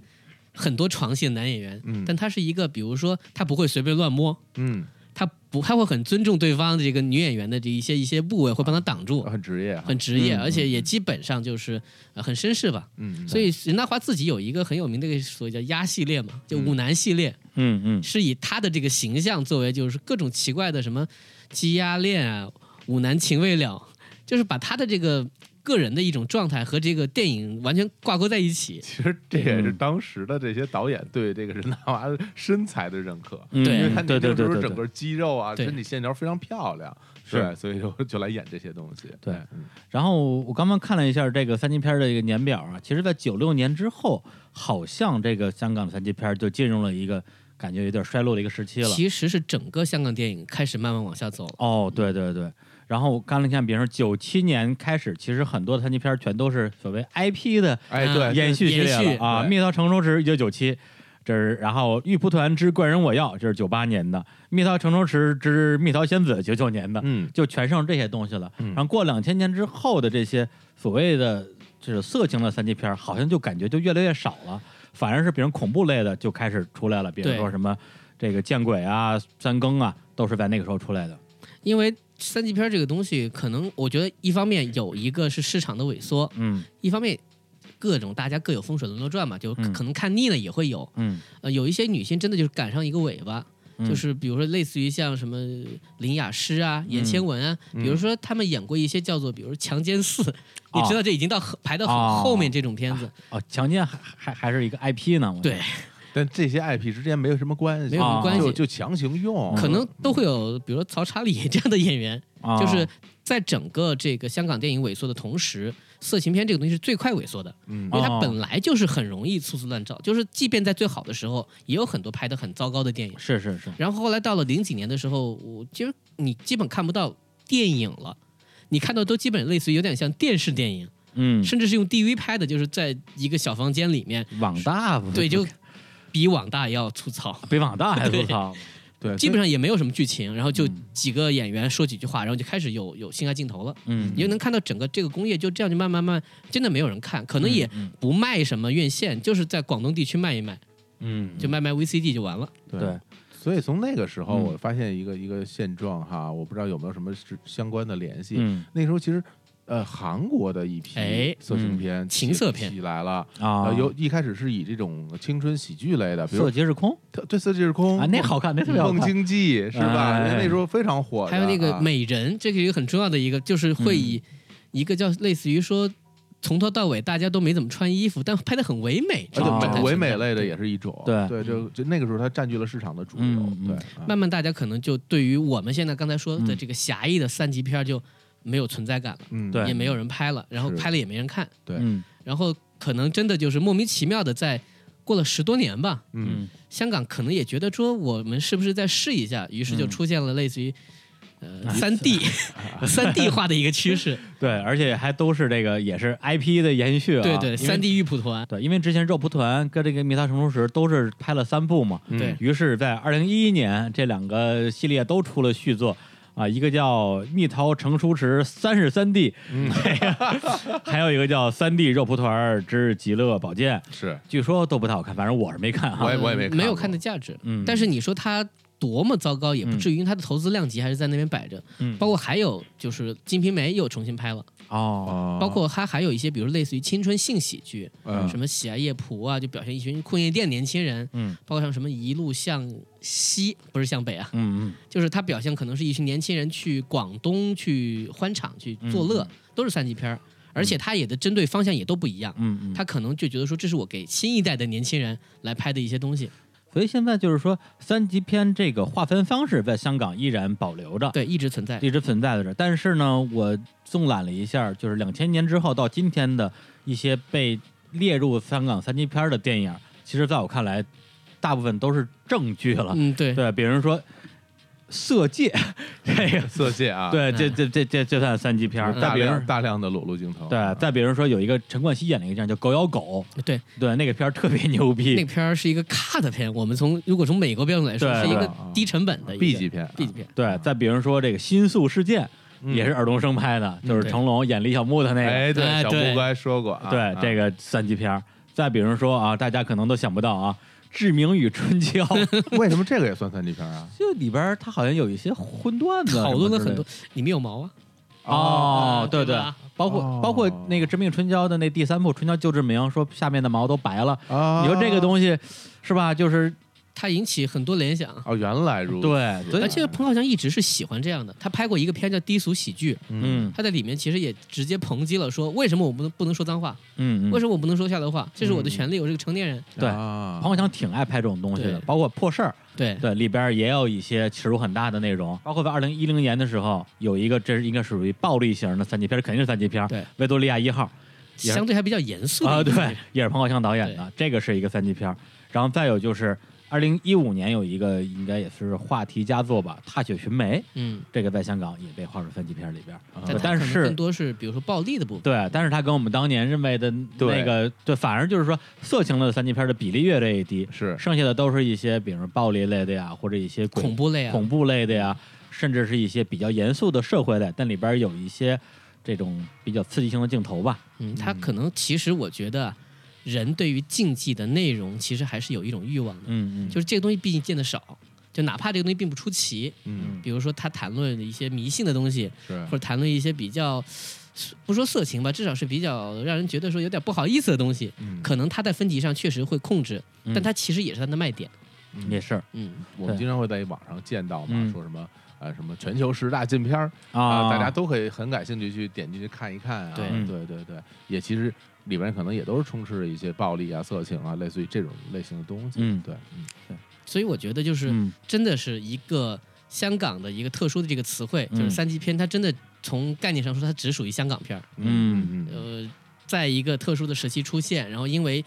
C: 很多床戏的男演员，
B: 嗯
C: 但他是一个比如说他不会随便乱摸，
B: 嗯，
C: 他不他会很尊重对方的这个女演员的这一些一些部位，会帮他挡住，
B: 很职业啊，
C: 很职业，
A: 哦嗯
C: 而且也基本上就是、呃、很绅士吧。
B: 嗯，
C: 所以任达华自己有一个很有名的一个所谓叫“鸭系列”嘛，就舞男系列，
A: 嗯嗯
C: 是以他的这个形象作为就是各种奇怪的什么鸡鸭恋啊、舞男情未了，就是把他的这个个人的一种状态和这个电影完全挂钩在一起。
B: 其实这也
A: 嗯
B: 是当时的这些导演对这个任达华的身材的认可，
A: 嗯，
C: 对
B: 因为他
A: 嗯对
B: 年
A: 对
B: 轻时
A: 对
B: 候
A: 对
B: 整
A: 对，
B: 个肌肉啊、
C: 对
B: 身体线条非常漂亮，
A: 是
B: 对，所以就就来演这些东西。
A: 对
B: 哎，嗯
A: 然后我刚刚看了一下这个三级片的这个年表啊，其实，在九六年之后，好像这个香港的三级片就进入了一个感觉有点衰落的一个时期了。
C: 其实是整个香港电影开始慢慢往下走了。
A: 哦，对对对。然后我看了一下，比如说九七年开始，其实很多的三级片全都是所谓 IP 的
B: 哎，对，
A: 延续系列
C: 呃延续
A: 了啊，《
B: 对
A: 蜜桃成熟时》一九九七，这是然后《玉蒲团之怪人我要》这是九八年的，《蜜桃成熟时之蜜桃仙子》九九年的，
B: 嗯，
A: 就全剩这些东西了。
B: 嗯
A: 然后过两千年之后的这些所谓的就是色情的三级片儿，好像就感觉就越来越少了，反而是比如恐怖类的就开始出来了，比如
C: 对
A: 说什么这个见鬼啊、三更啊，都是在那个时候出来的。
C: 因为三级片这个东西，可能我觉得一方面有一个是市场的萎缩，
A: 嗯
C: 一方面各种大家各有风水轮流转嘛，就
A: 嗯
C: 可能看腻了也会有。
A: 嗯，
C: 呃，有一些女性真的就是赶上一个尾巴，
A: 嗯
C: 就是比如说类似于像什么林雅诗啊、
A: 嗯
C: 严千文啊，比如说他们演过一些叫做比如说《强奸四》你知道这已经到很排到很
A: 哦
C: 后面这种片子，
A: 哦，强奸还还还是一个 IP 呢。我觉得
C: 对，
B: 但这些 IP 之间没有什么关系，啊
C: 没有什么关系
B: 就就强行
A: 哦
B: 用，
C: 可能都会有比如说曹查理这 样的演员，
A: 啊
C: 就是在整个这个香港电影萎缩的同时，色情片这个东西是最快萎缩的。
B: 嗯
C: 因为它
A: 哦
C: 本来就是很容易粗制滥造，就是即便在最好的时候，也有很多拍的很糟糕的电影。
A: 是是是，
C: 然后后来到了零几年的时候，我其实你基本看不到电影了，你看到都基本类似于有点像电视电影，
A: 嗯，
C: 甚至是用 DV 拍的，就是在一个小房间里面，
A: 网大不呃
C: 对，就比网大要粗糙，
A: 比网大还粗糙。
B: 对，
C: 基
B: 所以
C: 本上也没有什么剧情，然后就
A: 嗯
C: 几个演员说几句话，然后就开始有有性爱镜头了。
A: 嗯，
C: 你就能看到整个这个工业就这样就慢慢慢，真的没有人看，可能也
A: 嗯
C: 不卖什么院线，就是在广东地区卖一卖，
A: 嗯，
C: 就卖卖 VCD 就完了。
A: 对，
B: 所以从那个时候，
A: 嗯
B: 我发现一个一个现状哈，我不知道有没有什么是相关的联系。
A: 嗯
B: 那时候其实，呃，韩国的一批
C: 哎
B: 色情片起、
C: 情色片
B: 起来了，
A: 啊
B: 呃，，有一开始是以这种青春喜剧类的，比如
A: 色即是空
B: 特对《色即是空》
A: 啊，那好看，那特别好
B: 梦
A: 看。
B: 境记是吧？
A: 哎
B: 人家那时候非常火的，
C: 还有那个
B: 啊嗯
C: 美人，这个一个很重要的一个，就是会以一个叫类似于说从头到尾大家都没怎么穿衣服，但拍的很唯美，这
B: 而
C: 种
A: 啊
B: 且
C: 状态
A: 对
B: 美唯美类的也是一种，
A: 对
B: 对，就就那个时候它占据了市场的主流
A: 嗯，嗯，
B: 对啊
C: 慢慢大家可能就对于我们现在刚才说的
A: 嗯
C: 这个狭义的三级片儿就没有存在感了，
B: 嗯
A: 对
C: 也没有人拍了，然后
B: 是
C: 拍了也没人看，
B: 对
A: 嗯
C: 然后可能真的就是莫名其妙的在过了十多年吧，
B: 嗯，
C: 香港可能也觉得说我们是不是再试一下，于是就
A: 嗯
C: 出现了类似于。 呃，三 D，三 D 化的一个趋势，
A: 对，而且还都是这个也是 IP 的延续啊。
C: 对对，
A: 因为
C: 三 D 玉蒲团，
A: 对，因为之前《肉蒲团》跟这个《蜜桃成熟时》都是拍了三部嘛，
B: 嗯
C: 对
A: 于是，在二零一一年，这两个系列都出了续作。啊，一个叫《蜜桃成熟时三十三 D》，还有一个叫《三 D 肉蒲团之极乐宝剑》，
B: 是
A: 据说都不太好看，反正我是没看哈。啊
B: 嗯我也我也没看
C: 啊没有
B: 过
C: 看的价值。
A: 嗯
C: 但是你说它多么糟糕，也不
B: 嗯
C: 至于，因为它的投资量级还是在那边摆着。
A: 嗯
C: 包括还有就是《金瓶梅》又重新拍了，
A: 哦，
B: 哦
C: 包括它还有一些，比如类似于青春性喜剧，
B: 嗯
C: 什么《喜爱夜蒲》啊，就表现一群困夜店年轻人。
A: 嗯
C: 包括像什么一路向西，不是向北啊，
A: 嗯
C: 就是它表现可能是一群年轻人去广东去欢场去作乐，
B: 嗯
C: 都是三级片儿，而且它也的针对方向也都不一样
A: 嗯，嗯嗯，
C: 他可能就觉得说这是我给新一代的年轻人来拍的一些东西，
A: 所以现在就是说，三级片这个划分方式在香港依然保留着，
C: 对，一直存在。
A: 一直存在着。但是呢，我纵览了一下，就是两千年之后到今天的一些被列入香港三级片的电影，其实在我看来，大部分都是证据了。
C: 嗯，对，
A: 对，比如说色戒， 这个
B: 色戒啊，，
A: 对，
B: 嗯
A: 这这这这这算三级片儿。再
B: 大
A: 比如
B: 量大量的裸露镜头，啊
A: 对，再比如说有一个陈冠希演了一个这样叫《狗咬狗
C: 对，》，
A: 对，那个片儿特别牛逼。
C: 那个片儿是一个 cut 片，我们从如果从美国标准来说，
A: 对
C: 是一个
B: 对啊
C: 低成本的一个
B: B 级片啊
C: B 级片。
A: 对，再比如说这个《新宿事件》
B: 嗯
A: 也是尔冬升拍的，就是
C: 对
A: 成龙演李小牧的那个。
B: 哎，对，
C: 哎
B: 小
C: 对
B: 布该说过啊，
A: 对，
B: 啊
A: 这个三级片儿。再比如说啊，大家可能都想不到啊，《志明与春娇》
B: 为什么这个也算三级片啊？
A: 就里边儿它好像有一些混乱的，
C: 讨论了很多。，里面有毛啊，
A: 哦，对
C: 对
A: 对
C: 吧，
A: 包括、
B: 哦
A: 包括那个《致命春娇》的那第三部《春娇救志明》，说下面的毛都白了。
B: 啊，
A: 你说这个东西是吧？就是
C: 它引起很多联想。啊
B: 哦，原来如此，
A: 对啊所以
C: 而且彭浩翔一直是喜欢这样的，他拍过一个片叫《低俗喜剧》，
A: 嗯
C: 他在里面其实也直接抨击了说，为什么我不能不能说脏话？
A: 嗯，
C: 为
A: 什
C: 什么我不能说下流话？这是我的权利，我是个成年人。
A: 对
B: 啊
A: 么彭浩翔挺爱拍这种东西的
C: 对？
A: 包括破事儿，
C: 对，
A: 对里边儿也有一些尺度很大的内容。包括在二零一零年的时候，有一个这是应该属于暴力型的三级片儿，肯定是三级片儿，
C: 对
A: 维多利亚一号》也是
C: 相对还比较严肃的
A: 啊，
C: 一个
A: 对，也是彭浩翔导演的，这个是一个三级片儿。然后再有就是二零一五年有一个应该也是话题佳作吧，《踏雪寻梅》。
C: 嗯，
A: 这个在香港也被划入分级片里边儿，
C: 但
A: 对
C: 它
A: 啊但
C: 可能
A: 是
C: 更多是比如说暴力的部分。
A: 对，但是它跟我们当年认为的那
B: 对
A: 个，对，反而就是说色情类的三级片的比例越来越低，
B: 是
A: 剩下的都是一些比如说暴力类的呀，或者一些鬼
C: 恐、怖类啊，
A: 恐怖类的呀，甚至是一些比较严肃的社会类，但里边有一些这种比较刺激性的镜头吧。
C: 嗯，他可能其实我觉得啊，人对于禁忌的内容其实还是有一种欲望的，
A: 嗯嗯，
C: 就是这个东西毕竟见得少，就哪怕这个东西并不出奇，
B: 嗯
C: 比如说他谈论一些迷信的东西，
B: 是
C: 或者谈论一些比较不说色情吧，至少是比较让人觉得说有点不好意思的东西，
B: 嗯
C: 可能他在分级上确实会控制，
A: 嗯
C: 但他其实也是他的卖点。
A: 也是
C: 嗯，
B: 我们经常会在网上见到嘛
A: 嗯，
B: 说什么啊什么全球十大禁片儿
A: 啊，
B: 大家都会很感兴趣去点进去看一看啊，
C: 对
A: 嗯
B: 对对对，也其实里边可能也都是充斥着一些暴力啊、色情啊，类似于这种类型的东西，
A: 嗯
B: 对，嗯
C: 所以我觉得就是
A: 嗯
C: 真的是一个香港的一个特殊的这个词汇，
A: 嗯
C: 就是三级片，它真的从概念上说它只属于香港片儿，
A: 嗯
B: 嗯
C: 呃，在一个特殊的时期出现，然后因为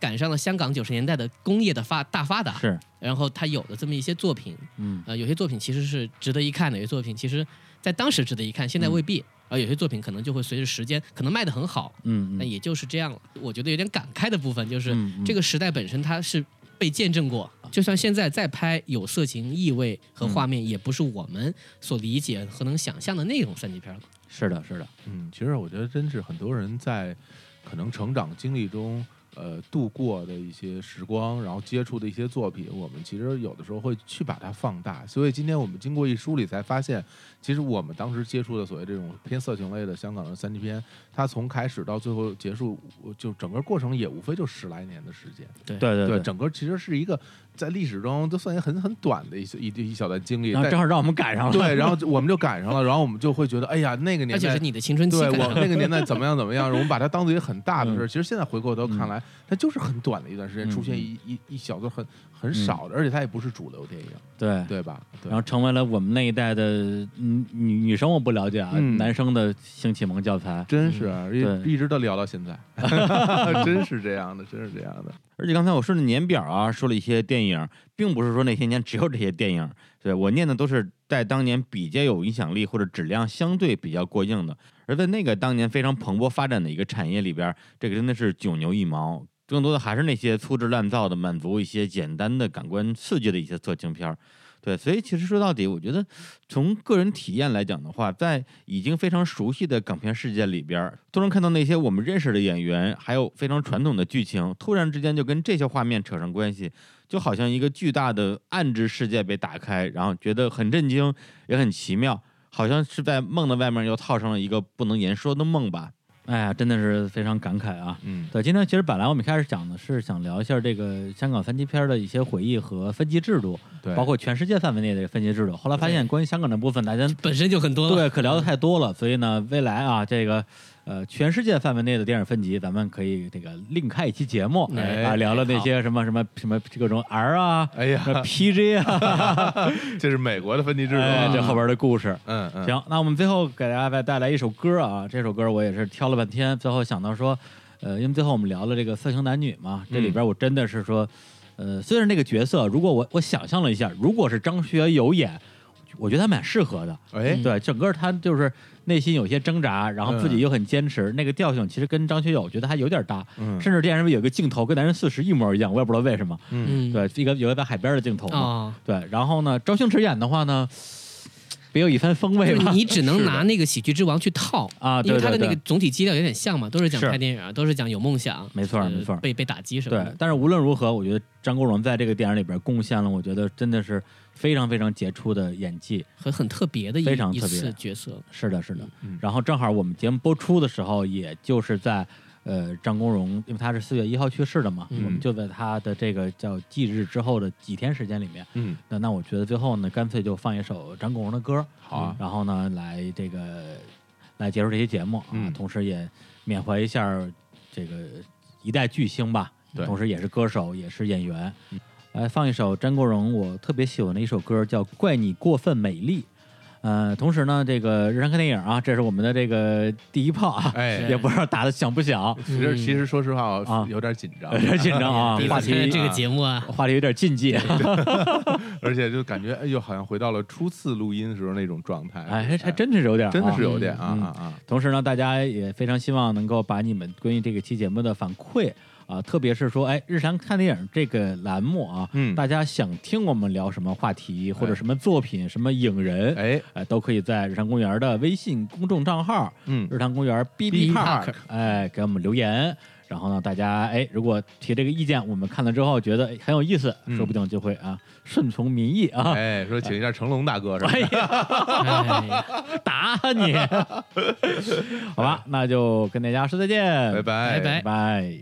C: 赶上了香港九十年代的工业的发大发达，
A: 是
C: 然后它有了这么一些作品，
A: 嗯
C: 呃，有些作品其实是值得一看的，有些作品其实在当时值得一看，现在未必。而有些作品可能就会随着时间，可能卖得很好，
A: 嗯嗯
C: 但也就是这样了。我觉得有点感慨的部分就是，
A: 嗯嗯
C: 这个时代本身它是被见证过，就算现在再拍有色情意味和画面，也不是我们所理解和能想象的那种三级片了。
A: 是的是的，
B: 嗯，其实我觉得真是很多人在可能成长经历中，呃，度过的一些时光，然后接触的一些作品，我们其实有的时候会去把它放大。所以今天我们经过一梳理，才发现，其实我们当时接触的所谓这种偏色情类的香港的三级片，它从开始到最后结束，我就整个过程也无非就十来年的时间。
A: 对对
B: 整个其实是一个在历史中都算一个很很短的一一一小段经历。
A: 然后
B: 但
A: 正好让我们赶上了，
B: 对，然后就我们就赶上了，然后我们就会觉得，哎呀，那个
C: 而
B: 年
C: 且
B: 代
C: 是你的青春期
B: 对
C: 感
B: 我们
C: 受。
B: 那个年代怎么样怎么 样，我们把它当做一个很大的事儿。
A: 嗯
B: 其实现在回过头看来，它就是很短的一段时间，
A: 嗯
B: 出现一一一小段很很少的，而且它也不是主流电影，
A: 对
B: 对吧？对
A: 然后成为了我们那一代的嗯女女生，我不了解啊，
B: 嗯
A: 男生的性启蒙教材。
B: 真是啊
A: 嗯对
B: 一一直都聊到现 在，真是这样的，真是这样的。
A: 而且刚才我顺着年表啊，说了一些电影，并不是说那些年只有这些电影，对我念的都是在当年比较有影响力或者质量相对比较过硬的，而在那个当年非常蓬勃发展的一个产业里边，这个真的是九牛一毛。更多的还是那些粗制滥造的，满足一些简单的感官刺激的一些色情片儿，对，所以其实说到底，我觉得从个人体验来讲的话，在已经非常熟悉的港片世界里边儿，都能看到那些我们认识的演员，还有非常传统的剧情，突然之间就跟这些画面扯上关系，就好像一个巨大的暗之世界被打开，然后觉得很震惊，也很奇妙，好像是在梦的外面又套上了一个不能言说的梦吧。哎呀，真的是非常感慨啊！
B: 嗯
A: 对，今天其实本来我们一开始讲的是想聊一下这个香港三级片儿的一些回忆和分级制度，
B: 对，
A: 包括全世界范围内的分级制度。后来发现，关于香港的部分，大家
C: 本身就很多了，
A: 对可聊的太多了，所以呢，未来啊，这个呃，全世界范围内的电影分级，咱们可以这个另开一期节目
C: 哎
A: 啊，聊聊那些什么什么什么各种 R 啊、
B: 哎呀，
A: PG 啊，
B: 这是美国的分级制度
A: 哎
B: 啊，
A: 这后边的故事。
B: 嗯嗯，
A: 行，那我们最后给大家再带来一首歌啊，这首歌我也是挑了半
B: 嗯
A: 天，最后想到说，呃，因为最后我们聊了这个色情男女嘛，这里边我真的是说，呃，虽然这个角色，如果我我想象了一下，如果是张学友演，我觉得他蛮适合的。
B: 哎，
A: 对，整个他就是内心有些挣扎，然后自己又很坚持，那个调性其实跟张学友我觉得还有点搭，
B: 嗯
A: 甚至电视里有一个镜头跟《男人四十》一模一样，我也不知道为什么。
B: 嗯，
C: 嗯，
A: 对，一个有一个在海边的镜头嘛。
C: 哦，
A: 对，然后呢，周星驰演的话呢， 别有一番风味
C: 就 是
A: 吧。
C: 你只能
B: 是的
C: 拿那个《喜剧之王》去套
A: 啊
C: 因为
A: 对
C: 他的
A: 对
C: 那个
A: 对
C: 总体基调有点像嘛，都是讲
A: 是
C: 拍电影啊，都是讲有梦想，
A: 没错
C: 呃
A: 没错
C: 被被打击什么
A: 对
C: 的，，
A: 但是无论如何，我觉得张国荣在这个电影里边贡献了，我觉得真的是非常非常杰出的演技。
C: 很很特别的一
A: 非常
C: 一
A: 特别
C: 次角色，
A: 是的，是的。
B: 嗯
A: 然后正好我们节目播出的时候，也就是在呃张国荣，因为他是四月一号去世的嘛，
C: 嗯
A: 我们就在他的这个叫忌日之后的几天时间里面，
B: 嗯，
A: 那那我觉得最后呢，干脆就放一首张国荣的歌，嗯
B: 好啊，
A: 然后呢来这个来结束这期节目啊，
B: 嗯
A: 同时也缅怀一下这个一代巨星吧，
B: 对嗯
A: 同时也是歌手，也是演员。来放一首张国荣我特别喜欢的一首歌，叫《怪你过分美丽》。呃，同时呢，这个日常看电影啊，这是我们的这个第一炮啊，
B: 哎
A: 也不知道打的响不响，
B: 其实其实说实话，
A: 啊
B: 我有点紧 张
A: 有，点紧张啊
B: 哎
C: 第一，
A: 话
C: 次参加
A: 题
C: 这个节 目啊，
A: 话题有点禁忌，啊
B: 而且就感觉哎呦，好像回到了初次录音时候那种状态。
A: 哎，还还真是有点啊，
B: 真的是有点啊
A: 嗯
B: 啊啊！
A: 同时呢，大家也非常希望能够把你们关于这个期节目的反馈啊，特别是说，哎，日常看电影这个栏目啊，
B: 嗯
A: 大家想听我们聊什么话题或者什么作品、什么影人，哎、
B: 哎，
A: 都可以在日常公园的微信公众账号
B: 嗯
A: 日常公园 B B
B: BB
A: Park，
B: Park
A: 哎，给我们留言。然后呢，大家哎，如果提这个意见，我们看了之后觉得哎很有意思，
B: 嗯
A: 说不定就会啊顺从民意啊，
B: 哎，说请一下成龙大哥是吧
A: 哎？呀。
C: 哎，
A: 打你。 好吧，那就跟大家说再见，
B: 拜拜
C: 拜拜
A: 哎拜拜。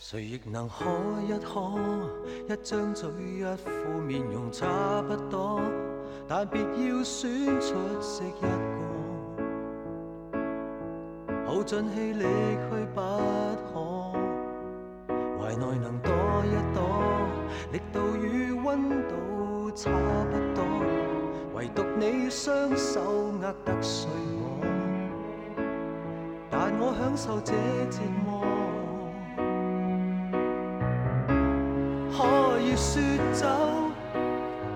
F: 谁亦能可一可，一張嘴一副面容差不多，但別要選出色一個，耗盡氣力去不可，懷內能躲一躲，力度與温度差不多，唯獨你雙手握得碎我，但我享受這折磨。可以說走，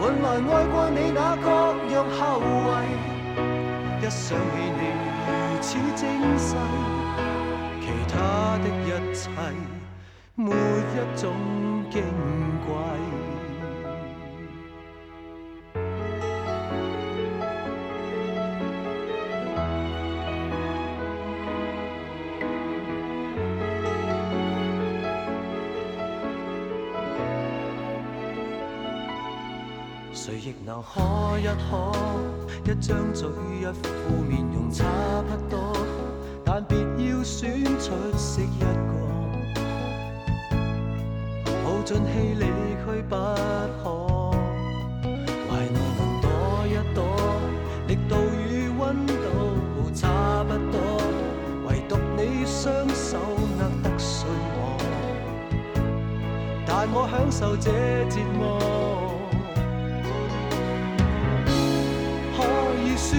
F: 換來愛過你那各樣後遺。一想起你如此精細，其他的一切沒一種矜貴。誰亦能可一可，一張嘴一副面容差不多，但別要選出色一個，耗盡氣力去不可，懷內能躲一躲，力度與温度差不多，唯獨你雙手握得碎我，但我享受這折磨。可以說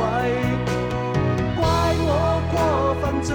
F: 萎。怪我過分着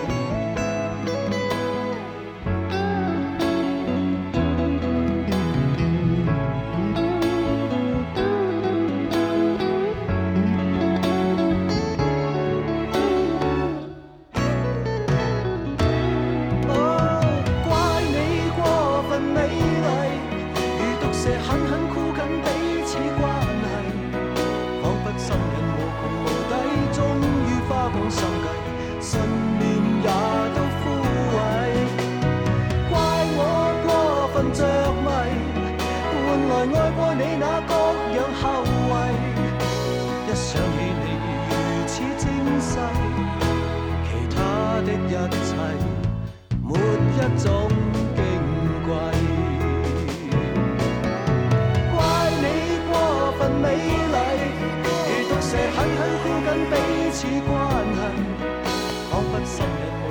F: 怪你過分美麗，如毒蛇狠狠箍緊彼此關係，彷彿心癮無窮無底，終於花光心計，信念也都枯萎。怪我過分着迷，換來愛過你那各樣後遺，一想起你如此精細，其他的一切。沒一種矜貴。怪你過分美麗，如毒蛇狠狠箍緊彼此關係，彷彿心日無